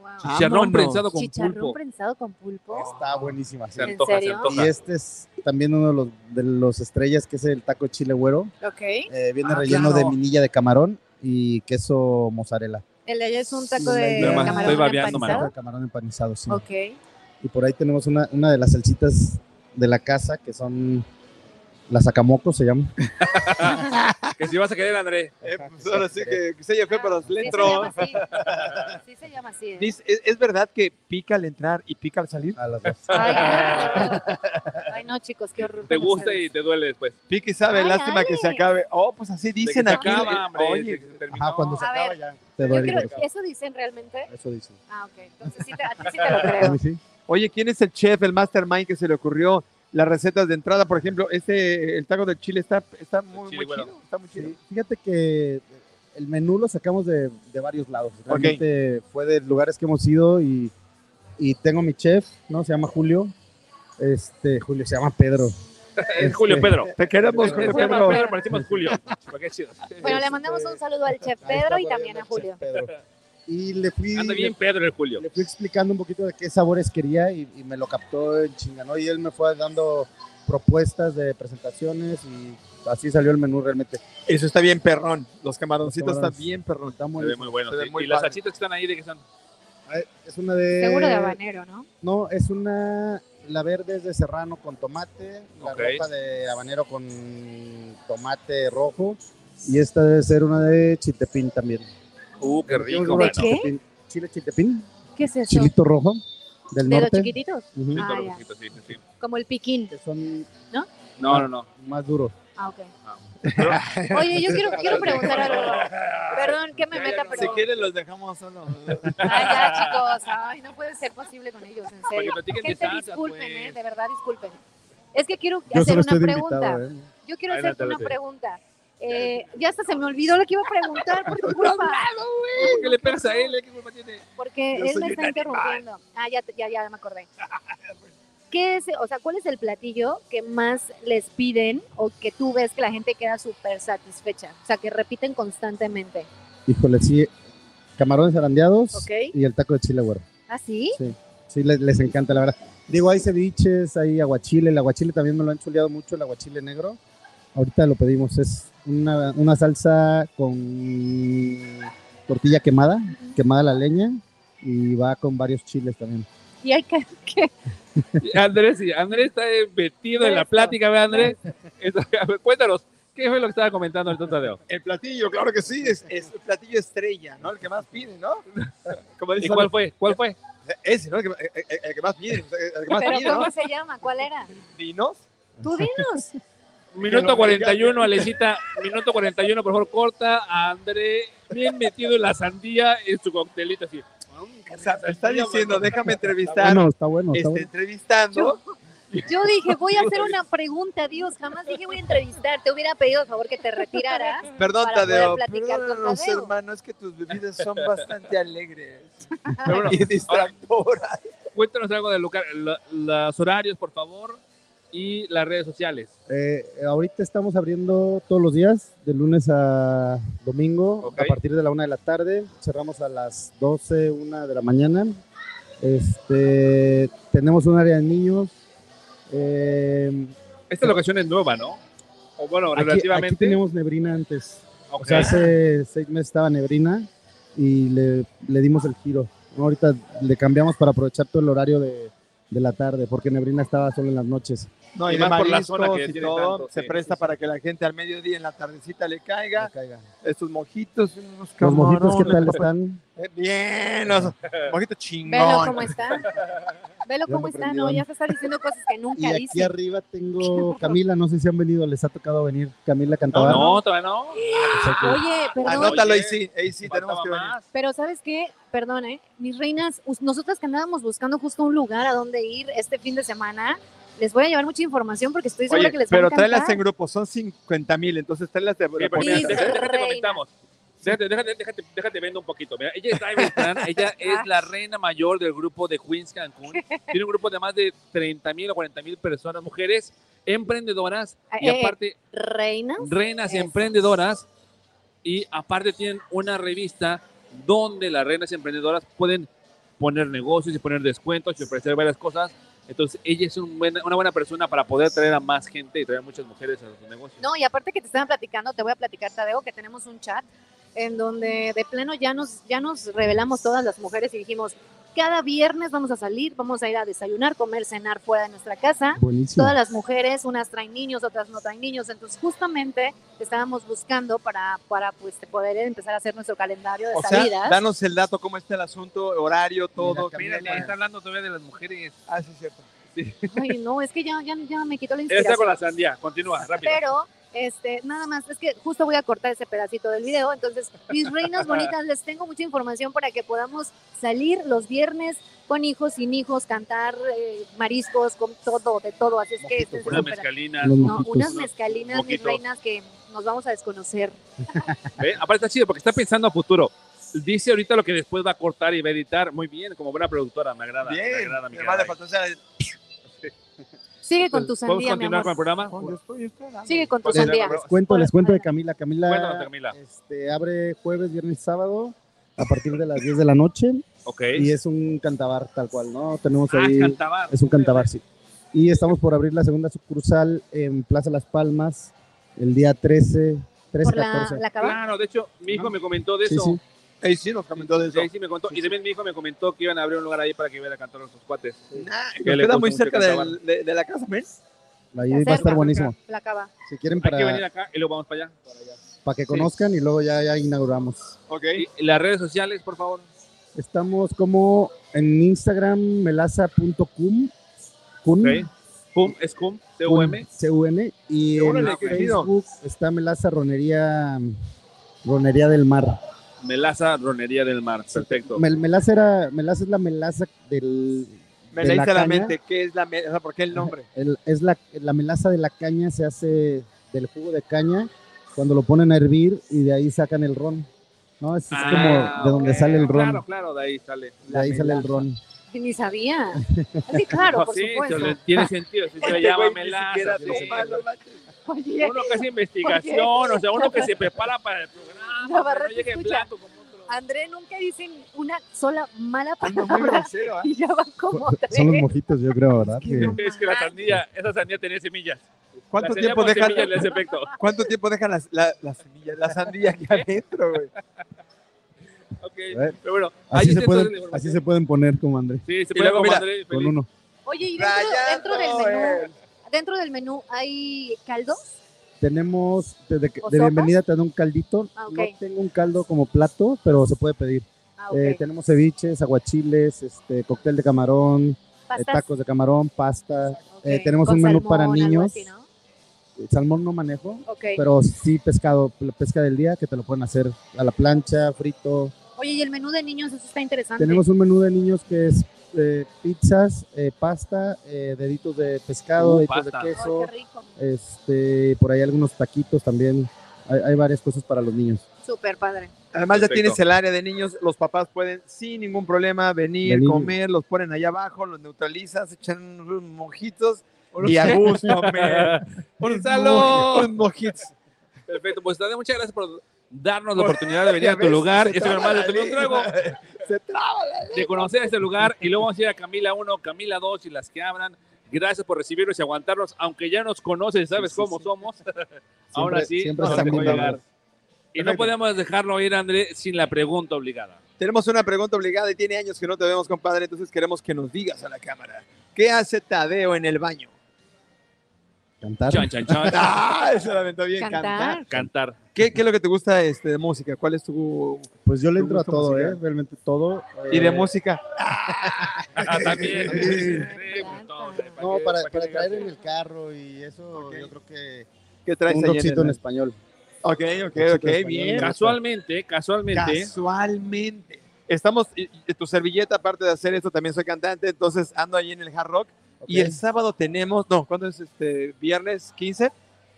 [SPEAKER 7] Wow.
[SPEAKER 1] Chicharrón
[SPEAKER 4] Vámonos.
[SPEAKER 1] prensado con
[SPEAKER 7] Chicharrón
[SPEAKER 1] pulpo.
[SPEAKER 7] prensado con pulpo.
[SPEAKER 5] Está buenísima. sí.
[SPEAKER 1] Se antoja,
[SPEAKER 7] ¿En
[SPEAKER 1] se
[SPEAKER 7] serio?
[SPEAKER 5] Y
[SPEAKER 1] antoja.
[SPEAKER 5] este es también uno de los, de los estrellas, que es el taco chile güero.
[SPEAKER 7] Ok.
[SPEAKER 5] Eh, viene
[SPEAKER 1] Ah,
[SPEAKER 5] relleno
[SPEAKER 1] claro.
[SPEAKER 5] de minilla de camarón y queso mozzarella.
[SPEAKER 7] El de allá es un taco
[SPEAKER 5] Sí,
[SPEAKER 7] de
[SPEAKER 5] nada más
[SPEAKER 7] camarón
[SPEAKER 5] estoy
[SPEAKER 1] babeando,
[SPEAKER 7] empanizado.
[SPEAKER 5] Taco de camarón empanizado, sí.
[SPEAKER 7] Ok.
[SPEAKER 5] Y por ahí tenemos una, una de las salsitas de la casa, que son las acamocos, se llaman.
[SPEAKER 1] Que si vas a querer, André.
[SPEAKER 4] Eh, pues ahora sí que, que se haya fe para los
[SPEAKER 2] Sí se
[SPEAKER 4] letros.
[SPEAKER 2] llama así. Sí se llama así. ¿eh?
[SPEAKER 6] Dice, ¿Es, es verdad que pica al entrar y pica al salir?
[SPEAKER 5] A las dos.
[SPEAKER 2] Ay, no. Ay, no, chicos, qué horror.
[SPEAKER 1] Te
[SPEAKER 2] con
[SPEAKER 1] gusta
[SPEAKER 2] ustedes.
[SPEAKER 1] y te duele después.
[SPEAKER 6] Pique sabe,
[SPEAKER 7] Ay,
[SPEAKER 6] lástima que se
[SPEAKER 7] Alex.
[SPEAKER 6] acabe. Oh, pues así
[SPEAKER 1] De
[SPEAKER 6] dicen
[SPEAKER 1] que se
[SPEAKER 6] aquí.
[SPEAKER 3] eh,
[SPEAKER 1] acaba, hombre, de
[SPEAKER 6] Oye,
[SPEAKER 1] que se terminó.
[SPEAKER 5] Ajá, cuando se
[SPEAKER 2] A
[SPEAKER 5] acaba
[SPEAKER 2] ver,
[SPEAKER 5] ya te
[SPEAKER 2] Yo
[SPEAKER 5] duele.
[SPEAKER 2] creo, ¿Eso dicen realmente?
[SPEAKER 5] Eso dice.
[SPEAKER 2] Ah, ok. Entonces sí te, a ti sí te lo
[SPEAKER 5] ¿A
[SPEAKER 2] creo.
[SPEAKER 5] mí sí?
[SPEAKER 6] oye, ¿quién es el chef, el mastermind que se le ocurrió las recetas de entrada? Por ejemplo, este, el taco del chile está, está muy,
[SPEAKER 1] chile
[SPEAKER 6] muy
[SPEAKER 1] güero.
[SPEAKER 6] chido. Está muy chido.
[SPEAKER 5] Sí, Eh, Fíjate que el menú lo sacamos de, de varios lados. Realmente fue de lugares que hemos ido y, y tengo mi chef, ¿no? Se llama Julio. Este, Julio se llama Pedro.
[SPEAKER 1] Es Julio
[SPEAKER 5] Este,
[SPEAKER 1] Pedro.
[SPEAKER 6] Te queremos,
[SPEAKER 1] Se
[SPEAKER 6] Julio
[SPEAKER 1] llama
[SPEAKER 6] Pedro.
[SPEAKER 1] Pedro, pero decimos Julio. Porque es chido.
[SPEAKER 2] Bueno, le mandamos un saludo al chef
[SPEAKER 5] ahí está
[SPEAKER 2] Pedro y
[SPEAKER 5] por ahí
[SPEAKER 2] también
[SPEAKER 5] el
[SPEAKER 2] a
[SPEAKER 5] chef
[SPEAKER 2] Julio.
[SPEAKER 5] Pedro. y le fui,
[SPEAKER 1] Anda bien Pedro el Julio.
[SPEAKER 5] le fui explicando un poquito de qué sabores quería y, y me lo captó en chingano y él me fue dando propuestas de presentaciones y así salió el menú realmente.
[SPEAKER 3] Eso está bien perrón. Los camaroncitos
[SPEAKER 5] Los camarones.
[SPEAKER 3] están bien perrón.
[SPEAKER 5] Está muy
[SPEAKER 1] Se ve
[SPEAKER 5] bien.
[SPEAKER 1] muy bueno.
[SPEAKER 3] Se ve
[SPEAKER 1] sí.
[SPEAKER 3] muy
[SPEAKER 1] y las
[SPEAKER 3] padre.
[SPEAKER 1] salchitas que están ahí, ¿de qué son?
[SPEAKER 5] Ah, Es una de...
[SPEAKER 2] Seguro de habanero, ¿no?
[SPEAKER 5] No, es una... La verde es de serrano con tomate, la
[SPEAKER 1] Ok.
[SPEAKER 5] roja de habanero con tomate rojo y esta debe ser una de chiltepín también.
[SPEAKER 1] Uh, qué rico,
[SPEAKER 2] ¿De
[SPEAKER 1] mano.
[SPEAKER 2] qué?
[SPEAKER 5] Chiltepín. Chile chiltepín,
[SPEAKER 2] ¿Qué es eso?
[SPEAKER 5] chilito rojo del
[SPEAKER 2] ¿De los
[SPEAKER 5] norte.
[SPEAKER 2] chiquititos?
[SPEAKER 5] Ujú.
[SPEAKER 2] Ah,
[SPEAKER 1] Todo
[SPEAKER 2] ya.
[SPEAKER 1] poquito, sí, sí, sí.
[SPEAKER 2] Como el piquín.
[SPEAKER 5] que son
[SPEAKER 1] No, no, no.
[SPEAKER 5] más duros.
[SPEAKER 2] Ah, ok.
[SPEAKER 1] Ah.
[SPEAKER 2] Oye, yo quiero, quiero preguntar algo. Perdón que me meta,
[SPEAKER 3] Si
[SPEAKER 2] pero...
[SPEAKER 3] quieren los dejamos solo.
[SPEAKER 2] Ay, ya, chicos. Ay, no puede ser posible con ellos, en
[SPEAKER 1] Para que
[SPEAKER 2] serio.
[SPEAKER 1] platiquen de
[SPEAKER 2] Gente,
[SPEAKER 1] salsa,
[SPEAKER 2] disculpen, eh,
[SPEAKER 1] pues.
[SPEAKER 2] de verdad, disculpen. Es que quiero hacer una pregunta.
[SPEAKER 5] ¿eh?
[SPEAKER 2] Yo quiero
[SPEAKER 1] Adelante,
[SPEAKER 2] hacerte una
[SPEAKER 1] adelante.
[SPEAKER 2] pregunta. Eh, ya hasta se me olvidó lo que iba a preguntar por tu culpa.
[SPEAKER 1] ¿Por qué le pegas a él? ¿Qué culpa tiene?
[SPEAKER 2] Porque
[SPEAKER 1] Yo
[SPEAKER 2] él
[SPEAKER 1] soy
[SPEAKER 2] me
[SPEAKER 1] un
[SPEAKER 2] está interrumpiendo. Ah, ya, te- ya, ya me acordé. ¿Qué es, o sea, cuál es el platillo que más les piden o que tú ves que la gente queda súper satisfecha? O sea, que repiten constantemente.
[SPEAKER 5] Híjole, sí, camarones arandeados
[SPEAKER 2] Ok.
[SPEAKER 5] y el taco de chile güero.
[SPEAKER 2] ¿Ah, sí?
[SPEAKER 5] Sí, les, les encanta, la verdad. Digo, hay ceviches, hay aguachile. El aguachile también me lo han chuleado mucho, el aguachile negro. Ahorita lo pedimos. Es una, una salsa con tortilla quemada, quemada a la leña y va con varios chiles también.
[SPEAKER 2] Y hay que... que-
[SPEAKER 1] Andrés, sí, Andrés está eh, metido en la
[SPEAKER 2] Eso.
[SPEAKER 1] plática, ¿verdad, Andrés? Eso, a ver, Cuéntanos, ¿qué fue lo que estaba comentando el tonto Leo?
[SPEAKER 3] El platillo, claro que sí, es, es el platillo estrella, ¿no? El que más piden, ¿no? Como
[SPEAKER 1] ¿Y
[SPEAKER 3] dice
[SPEAKER 1] cuál fue? ¿Cuál fue?
[SPEAKER 3] Ese, ¿no? El que, el- el- el que más piden. El que más
[SPEAKER 2] ¿Pero
[SPEAKER 3] piden, ¿no?
[SPEAKER 2] cómo se llama? ¿Cuál era?
[SPEAKER 3] Dinos.
[SPEAKER 2] Tú dinos.
[SPEAKER 1] Minuto 41, Alecita, minuto 41, por favor, corta a Andrés, bien metido en la sandía, en su coctelita, así.
[SPEAKER 2] Ah,
[SPEAKER 3] O sea, te está diciendo, déjame
[SPEAKER 5] Está
[SPEAKER 3] entrevistar.
[SPEAKER 5] bueno, está bueno. Está
[SPEAKER 3] Este,
[SPEAKER 5] bueno.
[SPEAKER 3] entrevistando.
[SPEAKER 2] Yo dije, voy a hacer una pregunta, Dios, jamás dije voy a entrevistar. Te hubiera pedido, por favor, que te retiraras.
[SPEAKER 3] Perdón,
[SPEAKER 2] para poder
[SPEAKER 3] Tadeo.
[SPEAKER 2] platicar con
[SPEAKER 3] Perdónanos,
[SPEAKER 2] Tadeo.
[SPEAKER 3] hermano, es que tus bebidas son bastante alegres
[SPEAKER 1] Pero bueno,
[SPEAKER 3] y distractoras.
[SPEAKER 1] cuéntanos algo de lugar, la- los horarios, por favor, y las redes sociales.
[SPEAKER 5] Eh, ahorita estamos abriendo todos los días, de lunes a domingo,
[SPEAKER 1] Ok.
[SPEAKER 5] a partir de la una de la tarde. Cerramos a las 12, una de la mañana. Este, tenemos un área de niños. Eh,
[SPEAKER 1] Esta locación es nueva, ¿no? O bueno,
[SPEAKER 5] aquí-
[SPEAKER 1] relativamente.
[SPEAKER 5] aquí teníamos nebrina antes.
[SPEAKER 1] Ok.
[SPEAKER 5] O sea, hace seis meses estaba nebrina y le, le dimos el giro. Ahorita le cambiamos para aprovechar todo el horario de, de la tarde, porque nebrina estaba solo en las noches.
[SPEAKER 3] No,
[SPEAKER 1] Y
[SPEAKER 3] y,
[SPEAKER 1] más por la
[SPEAKER 3] mariscos
[SPEAKER 1] zona que
[SPEAKER 3] y
[SPEAKER 1] tiene
[SPEAKER 3] todo,
[SPEAKER 1] tanto,
[SPEAKER 3] se
[SPEAKER 1] sí.
[SPEAKER 3] presta para que la gente al mediodía en la tardecita le caiga.
[SPEAKER 5] Que caiga.
[SPEAKER 3] Estos mojitos, unos
[SPEAKER 5] Los mojitos, ¿qué
[SPEAKER 3] camarones,
[SPEAKER 5] tal
[SPEAKER 3] papas.
[SPEAKER 5] están?
[SPEAKER 3] Eh, Bien, los mojitos
[SPEAKER 2] Velo cómo
[SPEAKER 3] chingón.
[SPEAKER 2] está. Velo
[SPEAKER 5] Ya
[SPEAKER 2] cómo
[SPEAKER 5] me
[SPEAKER 2] está,
[SPEAKER 5] prendieron.
[SPEAKER 2] no, ya se está diciendo cosas que
[SPEAKER 5] Y
[SPEAKER 2] nunca
[SPEAKER 5] aquí
[SPEAKER 2] dice.
[SPEAKER 5] arriba tengo Camila, no sé si han venido, les ha tocado venir. Camila
[SPEAKER 1] no,
[SPEAKER 5] Cantabar.
[SPEAKER 1] no, todavía no.
[SPEAKER 2] Oye, perdón,
[SPEAKER 3] Anótalo,
[SPEAKER 1] Oye,
[SPEAKER 3] ahí sí, ahí sí tenemos
[SPEAKER 1] Faltaba
[SPEAKER 3] que venir.
[SPEAKER 1] más.
[SPEAKER 2] pero ¿sabes qué? Perdón, ¿eh? Mis reinas, us- nosotras que andábamos buscando justo un lugar a donde ir este fin de semana, les voy a llevar mucha información porque estoy segura
[SPEAKER 3] Oye,
[SPEAKER 2] que les va a
[SPEAKER 3] pero
[SPEAKER 2] encantar.
[SPEAKER 3] tráelas en grupo, son 50 mil, entonces tráelas de
[SPEAKER 1] Oye,
[SPEAKER 3] de
[SPEAKER 1] pero
[SPEAKER 2] Sí,
[SPEAKER 1] mira,
[SPEAKER 3] ponencia.
[SPEAKER 1] déjate, déjate,
[SPEAKER 2] reina.
[SPEAKER 1] comentamos. Déjate, déjate, déjate, déjate vendo un poquito. Mira, ella es Ivy Clan, ella es la reina mayor del grupo de Queens Cancún. Tiene un grupo de más de 30 mil o 40 mil personas, mujeres emprendedoras y
[SPEAKER 2] Eh, eh,
[SPEAKER 1] aparte
[SPEAKER 2] ¿Reinas?
[SPEAKER 1] reinas
[SPEAKER 2] Eso.
[SPEAKER 1] emprendedoras y aparte tienen una revista donde las reinas emprendedoras pueden poner negocios y poner descuentos y ofrecer varias cosas. Entonces ella es un buena- una buena persona para poder traer a más gente y traer muchas mujeres a sus negocios.
[SPEAKER 2] No, y aparte que te estaban platicando, te voy a platicar, Tadeo, que tenemos un chat en donde de plano ya nos, ya nos revelamos todas las mujeres y dijimos, cada viernes vamos a salir, vamos a ir a desayunar, comer, cenar fuera de nuestra casa.
[SPEAKER 5] Buenísimo.
[SPEAKER 2] Todas las mujeres, unas traen niños, otras no traen niños. Entonces, justamente te estábamos buscando para, para pues, poder empezar a hacer nuestro calendario de
[SPEAKER 3] O sea,
[SPEAKER 2] salidas.
[SPEAKER 3] danos el dato, cómo está el asunto, horario, todo.
[SPEAKER 1] Mira, le está hablando todavía de las mujeres.
[SPEAKER 3] Ah, sí, es cierto.
[SPEAKER 2] Ay, no, es que ya, ya, ya me quitó la
[SPEAKER 1] Él está
[SPEAKER 2] inspiración.
[SPEAKER 1] con la sandía, continúa, rápido.
[SPEAKER 2] Pero, este, nada más, es que justo voy a cortar ese pedacito del video. Entonces, mis reinas bonitas, les tengo mucha información para que podamos salir los viernes con hijos, sin hijos, cantar eh, mariscos, con todo, de todo. Así es que estén
[SPEAKER 1] Una
[SPEAKER 2] súper-
[SPEAKER 1] mezcalina.
[SPEAKER 5] Los
[SPEAKER 2] No,
[SPEAKER 5] mojitos.
[SPEAKER 2] unas mezcalinas, mis
[SPEAKER 1] Mojitos.
[SPEAKER 2] reinas, que nos vamos a desconocer.
[SPEAKER 1] ¿eh? Aparte está chido porque está pensando a futuro. Dice ahorita lo que después va a cortar y va a editar. Muy bien, como buena productora, me agrada. me
[SPEAKER 3] Bien,
[SPEAKER 1] agrada, mi
[SPEAKER 3] me vale,
[SPEAKER 1] caray.
[SPEAKER 3] faltó, o sea,
[SPEAKER 2] Sigue con tu
[SPEAKER 1] ¿Podemos
[SPEAKER 2] sandía, mi
[SPEAKER 1] continuar con el
[SPEAKER 2] amor.
[SPEAKER 1] programa?
[SPEAKER 3] ¿dónde estoy? Estoy hablando.
[SPEAKER 2] Sigue con tu
[SPEAKER 1] Pues,
[SPEAKER 2] sandía.
[SPEAKER 5] Les cuento, les cuento de Camila.
[SPEAKER 1] Cuéntanos,
[SPEAKER 5] Camila
[SPEAKER 1] Camila.
[SPEAKER 5] este, abre jueves, viernes y sábado. a partir de las 10 de la noche
[SPEAKER 1] Ok.
[SPEAKER 5] y es un cantabar tal cual, ¿no? Tenemos
[SPEAKER 1] Ah,
[SPEAKER 5] ahí,
[SPEAKER 1] cantabar.
[SPEAKER 5] es un cantabar, sí. Y estamos por abrir la segunda sucursal en Plaza Las Palmas el día 13, 13,
[SPEAKER 2] Por la,
[SPEAKER 5] 14.
[SPEAKER 2] la cava.
[SPEAKER 1] Claro, de hecho, mi hijo me comentó de
[SPEAKER 5] Sí,
[SPEAKER 1] eso.
[SPEAKER 5] sí.
[SPEAKER 8] Ahí sí nos comentó de
[SPEAKER 1] Sí,
[SPEAKER 8] eso.
[SPEAKER 1] ahí sí me contó. Y también mi hijo me comentó que iban a abrir un lugar ahí para que hubiera cantar a sus cuates.
[SPEAKER 8] Nah,
[SPEAKER 1] Que
[SPEAKER 3] Nos
[SPEAKER 1] le
[SPEAKER 3] queda
[SPEAKER 1] gusta
[SPEAKER 3] muy
[SPEAKER 1] mucho
[SPEAKER 3] cerca
[SPEAKER 1] cantabar.
[SPEAKER 3] del- de, de la casa, ¿ven?
[SPEAKER 5] Ahí va a estar buenísimo.
[SPEAKER 2] La cava.
[SPEAKER 5] Si quieren
[SPEAKER 1] Hay que venir
[SPEAKER 5] para,
[SPEAKER 1] acá y luego vamos para allá.
[SPEAKER 5] para que conozcan y luego ya, ya inauguramos.
[SPEAKER 8] ok.
[SPEAKER 1] Y las redes sociales, por favor.
[SPEAKER 5] Estamos como en Instagram melaza.cum. Cum,
[SPEAKER 1] Ok. Cum, es cum, C-U-M.
[SPEAKER 5] C-U-M, y en
[SPEAKER 1] Órale, qué
[SPEAKER 5] Facebook está Melaza Ronería Ronería del Mar.
[SPEAKER 1] Melaza, Ronería del Mar. Perfecto.
[SPEAKER 5] Mel- Melaza, era, Melaza es la melaza del...
[SPEAKER 3] Me
[SPEAKER 5] de
[SPEAKER 3] leíste la,
[SPEAKER 5] caña.
[SPEAKER 3] mente. ¿Qué es la me- O sea, ¿por qué el nombre?
[SPEAKER 5] El- es la, la melaza de la caña, se hace del jugo de caña cuando lo ponen a hervir y de ahí sacan el ron. ¿no? Es, es
[SPEAKER 1] Ah,
[SPEAKER 5] como de donde
[SPEAKER 1] ok.
[SPEAKER 5] sale el ron.
[SPEAKER 1] Claro, claro, de ahí sale.
[SPEAKER 5] de ahí sale el ron.
[SPEAKER 2] Ni sabía. Sí, claro,
[SPEAKER 1] No,
[SPEAKER 2] por
[SPEAKER 1] sí,
[SPEAKER 2] supuesto. Este
[SPEAKER 1] se le- tiene sentido. Si se
[SPEAKER 3] Este
[SPEAKER 1] le llama melaza.
[SPEAKER 3] te
[SPEAKER 1] sí.
[SPEAKER 3] toma, no
[SPEAKER 2] Oye,
[SPEAKER 1] Uno que hace investigación, o sea, uno que se prepara para el programa.
[SPEAKER 2] La
[SPEAKER 1] que
[SPEAKER 2] barra
[SPEAKER 1] no
[SPEAKER 2] te
[SPEAKER 1] llegue en
[SPEAKER 2] escucha.
[SPEAKER 1] blanco como otro.
[SPEAKER 2] André nunca dicen una sola mala
[SPEAKER 3] Ando muy
[SPEAKER 2] palabra
[SPEAKER 3] grosero, ¿ah?
[SPEAKER 2] y ya van como tres.
[SPEAKER 5] Son los mojitos, yo creo, ¿verdad?
[SPEAKER 2] Es que no.
[SPEAKER 1] Es que la sandía, esa sandía tenía semillas.
[SPEAKER 3] ¿Cuánto
[SPEAKER 1] La
[SPEAKER 3] tiempo,
[SPEAKER 1] sandía con
[SPEAKER 3] dejan,
[SPEAKER 1] semillas le hace efecto.
[SPEAKER 3] ¿Cuánto tiempo dejan las, la, las semillas, la sandía aquí adentro, güey?
[SPEAKER 1] Ok,
[SPEAKER 5] ver.
[SPEAKER 1] pero bueno. ahí
[SPEAKER 5] Así, se
[SPEAKER 1] está
[SPEAKER 5] pueden,
[SPEAKER 1] entonces la
[SPEAKER 5] así
[SPEAKER 1] información.
[SPEAKER 5] se pueden poner como André,
[SPEAKER 1] Sí, se
[SPEAKER 3] Y luego,
[SPEAKER 1] puede
[SPEAKER 3] mira,
[SPEAKER 1] André,
[SPEAKER 5] con
[SPEAKER 1] feliz.
[SPEAKER 5] uno.
[SPEAKER 2] Oye, y dentro, dentro del
[SPEAKER 3] Rayando,
[SPEAKER 2] menú,
[SPEAKER 3] eh.
[SPEAKER 2] dentro del menú hay caldos.
[SPEAKER 5] Tenemos de, de-
[SPEAKER 2] ¿O
[SPEAKER 5] de
[SPEAKER 2] sopas?
[SPEAKER 5] bienvenida, te dan un caldito.
[SPEAKER 2] Ah, ok.
[SPEAKER 5] No tengo un caldo como plato, pero se puede pedir.
[SPEAKER 2] Ah, ok.
[SPEAKER 5] Eh, tenemos ceviches, aguachiles, este, cóctel de camarón, eh,
[SPEAKER 2] Pastas.
[SPEAKER 5] tacos de camarón, pasta.
[SPEAKER 2] Ok.
[SPEAKER 5] eh, tenemos
[SPEAKER 2] Con
[SPEAKER 5] un menú
[SPEAKER 2] salmón,
[SPEAKER 5] para
[SPEAKER 2] algo
[SPEAKER 5] niños.
[SPEAKER 2] así, ¿no?
[SPEAKER 5] Eh, Salmón no manejo,
[SPEAKER 2] Ok.
[SPEAKER 5] pero sí pescado, la pesca del día, que te lo pueden hacer a la plancha, frito.
[SPEAKER 2] Oye, y el menú de niños, eso está interesante.
[SPEAKER 5] Tenemos un menú de niños que es eh, pizzas, eh, pasta, eh, deditos de pescado,
[SPEAKER 1] Uh,
[SPEAKER 5] deditos
[SPEAKER 1] pasta.
[SPEAKER 5] de
[SPEAKER 2] Ay,
[SPEAKER 5] queso,
[SPEAKER 2] qué rico.
[SPEAKER 5] este, por ahí algunos taquitos también. Hay, hay varias cosas para los niños.
[SPEAKER 2] Súper padre.
[SPEAKER 3] Además ya
[SPEAKER 1] Perfecto.
[SPEAKER 3] tienes el área de niños, los papás pueden sin ningún problema venir,
[SPEAKER 5] Venir.
[SPEAKER 3] comer, los ponen allá abajo, los neutralizas, echan unos mojitos
[SPEAKER 1] Unos-
[SPEAKER 3] y a gusto, men.
[SPEAKER 1] Un
[SPEAKER 3] Mo-
[SPEAKER 1] saludo.
[SPEAKER 3] Unos mojitos.
[SPEAKER 1] Perfecto, pues Tadeo, muchas gracias por darnos la
[SPEAKER 3] Por-
[SPEAKER 1] oportunidad de venir
[SPEAKER 3] Ya
[SPEAKER 1] a tu
[SPEAKER 3] ves,
[SPEAKER 1] lugar.
[SPEAKER 3] se
[SPEAKER 1] Este
[SPEAKER 3] traba
[SPEAKER 1] hermano
[SPEAKER 3] la
[SPEAKER 1] tomé un trago
[SPEAKER 3] lengua. Se traba la
[SPEAKER 1] de conocer este lugar y luego vamos a ir a Camila 1, Camila 2 y las que abran. Gracias por recibirnos y aguantarnos, aunque ya nos conoces y sabes
[SPEAKER 5] Sí, sí,
[SPEAKER 1] cómo
[SPEAKER 5] sí.
[SPEAKER 1] somos. Ahora sí,
[SPEAKER 5] siempre
[SPEAKER 1] nos
[SPEAKER 5] se
[SPEAKER 1] dejó
[SPEAKER 5] aguantan.
[SPEAKER 1] llegar. Y no
[SPEAKER 3] Perfecto.
[SPEAKER 1] podemos dejarlo ir, André, sin la pregunta obligada.
[SPEAKER 3] Tenemos una pregunta obligada y tiene años que no te vemos, compadre, entonces queremos que nos digas a la cámara. ¿Qué hace Tadeo en el baño?
[SPEAKER 5] Cantar.
[SPEAKER 1] Chan, chan, chan.
[SPEAKER 3] Ah, se la aventó bien
[SPEAKER 2] Cantar.
[SPEAKER 3] cantar.
[SPEAKER 1] Cantar.
[SPEAKER 3] ¿Qué, qué es lo que te gusta este, de música? ¿Cuál es tu...
[SPEAKER 5] Pues yo le
[SPEAKER 3] Tu
[SPEAKER 5] entro a
[SPEAKER 3] gusto
[SPEAKER 5] todo,
[SPEAKER 3] musical.
[SPEAKER 5] ¿eh? Realmente todo.
[SPEAKER 3] Y de
[SPEAKER 5] eh,
[SPEAKER 3] música.
[SPEAKER 1] Ah, También. Sí, sí, pues, todo, ¿para
[SPEAKER 5] No,
[SPEAKER 1] qué-
[SPEAKER 5] para,
[SPEAKER 1] qué
[SPEAKER 5] para traer
[SPEAKER 1] digas?
[SPEAKER 5] en el carro y eso, yo creo que
[SPEAKER 3] ¿Qué traes
[SPEAKER 5] un
[SPEAKER 3] ahí en
[SPEAKER 5] rockcito
[SPEAKER 3] el-
[SPEAKER 5] en español.
[SPEAKER 3] Ok, ok,
[SPEAKER 5] Rockcito
[SPEAKER 3] ok,
[SPEAKER 5] español.
[SPEAKER 3] bien.
[SPEAKER 1] Casualmente, casualmente.
[SPEAKER 3] Casualmente. Estamos, y- y tu servilleta, aparte de hacer esto, también soy cantante, entonces ando ahí en el hard rock. Y el sábado tenemos, no, ¿cuándo es este? Viernes 15.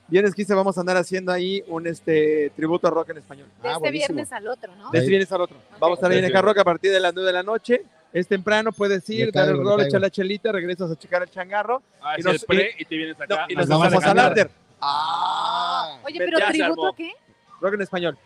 [SPEAKER 3] Viernes 15 vamos a andar haciendo ahí un este, tributo a rock en español.
[SPEAKER 2] De
[SPEAKER 5] Ah,
[SPEAKER 2] este
[SPEAKER 5] buenísimo.
[SPEAKER 2] viernes al otro, ¿no?
[SPEAKER 3] De este viernes al otro. Vamos a estar ahí en el
[SPEAKER 1] Perfecto.
[SPEAKER 3] hard rock a partir de las 9 de la noche. Es temprano, puedes ir,
[SPEAKER 5] Le
[SPEAKER 3] dar el
[SPEAKER 5] caigo, le
[SPEAKER 3] rol,
[SPEAKER 5] caigo.
[SPEAKER 3] echar la chelita, regresas a checar el changarro
[SPEAKER 1] Ah,
[SPEAKER 3] Y
[SPEAKER 1] es
[SPEAKER 3] nos-
[SPEAKER 1] el pre y te vienes
[SPEAKER 3] no,
[SPEAKER 1] acá.
[SPEAKER 3] y nos
[SPEAKER 5] nos vamos
[SPEAKER 3] vamos
[SPEAKER 5] a
[SPEAKER 3] al
[SPEAKER 5] cambiar.
[SPEAKER 3] after.
[SPEAKER 2] Ah, Oye, pero
[SPEAKER 1] Ya se
[SPEAKER 2] tributo
[SPEAKER 1] armó.
[SPEAKER 2] a qué?
[SPEAKER 3] Rock en español.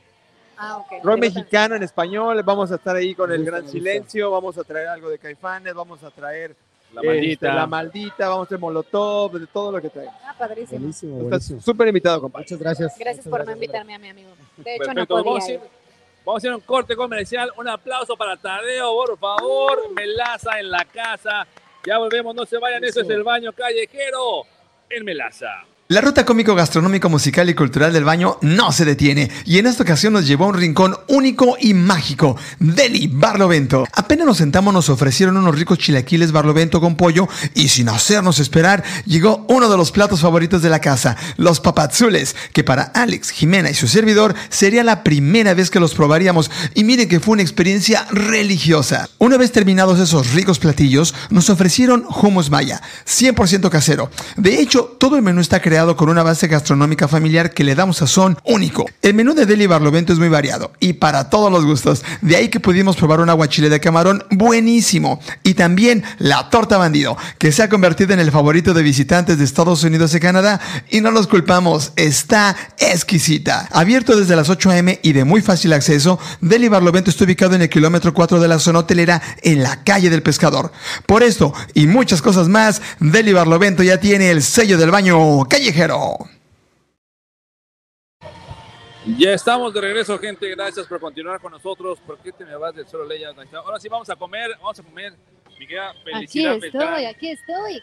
[SPEAKER 2] Ah, ok.
[SPEAKER 3] Rock
[SPEAKER 2] tributo.
[SPEAKER 3] mexicano en español, vamos a estar ahí con
[SPEAKER 5] Me
[SPEAKER 3] el
[SPEAKER 5] gusta,
[SPEAKER 3] gran
[SPEAKER 5] me gusta.
[SPEAKER 3] silencio, vamos a traer algo de caifanes, vamos a traer
[SPEAKER 1] La
[SPEAKER 3] este,
[SPEAKER 1] maldita.
[SPEAKER 3] la maldita, vamos a traer molotov, de todo lo que traemos.
[SPEAKER 2] Ah, padrísimo.
[SPEAKER 5] Buenísimo,
[SPEAKER 3] Estás
[SPEAKER 5] buenísimo.
[SPEAKER 3] súper invitado, compadre.
[SPEAKER 5] Muchas gracias.
[SPEAKER 2] Gracias
[SPEAKER 5] Muchas
[SPEAKER 2] por no
[SPEAKER 5] gracias.
[SPEAKER 2] invitarme a mi amigo. De hecho,
[SPEAKER 1] Perfecto,
[SPEAKER 2] no
[SPEAKER 1] vamos, a
[SPEAKER 2] podía.
[SPEAKER 1] ir-
[SPEAKER 2] ir.
[SPEAKER 1] vamos a hacer un corte comercial. Un aplauso para Tadeo, por favor. Melaza en la casa. Ya volvemos, no se vayan. Eso es el baño callejero en Melaza.
[SPEAKER 4] La ruta cómico gastronómico musical y cultural del baño no se detiene y en esta ocasión nos llevó a un rincón único y mágico, Deli Barlovento. Apenas nos sentamos nos ofrecieron unos ricos chilaquiles Barlovento con pollo y sin hacernos esperar llegó uno de los platos favoritos de la casa, los papazules, que para Alex, Jimena y su servidor sería la primera vez que los probaríamos y miren que fue una experiencia religiosa. Una vez terminados esos ricos platillos, nos ofrecieron hummus maya, 100% casero. De hecho, todo el menú está creado creado con una base gastronómica familiar que le da un sazón único. El menú de Deli Barlovento es muy variado y para todos los gustos. De ahí que pudimos probar un aguachile de camarón buenísimo y también la torta bandido, que se ha convertido en el favorito de visitantes de Estados Unidos y Canadá y no los culpamos, está exquisita. Abierto desde las 8 a.m. y de muy fácil acceso, Deli Barlovento está ubicado en el kilómetro 4 de la zona hotelera en la calle del Pescador. Por esto y muchas cosas más, Deli Barlovento ya tiene el sello del baño callejero.
[SPEAKER 1] Ya estamos de regreso, gente. Gracias por continuar con nosotros. ¿Por qué te me vas del solo ley? Ahora sí vamos a comer, vamos a comer. Mi querida
[SPEAKER 2] Aquí
[SPEAKER 1] felicidad
[SPEAKER 2] estoy, aquí estoy.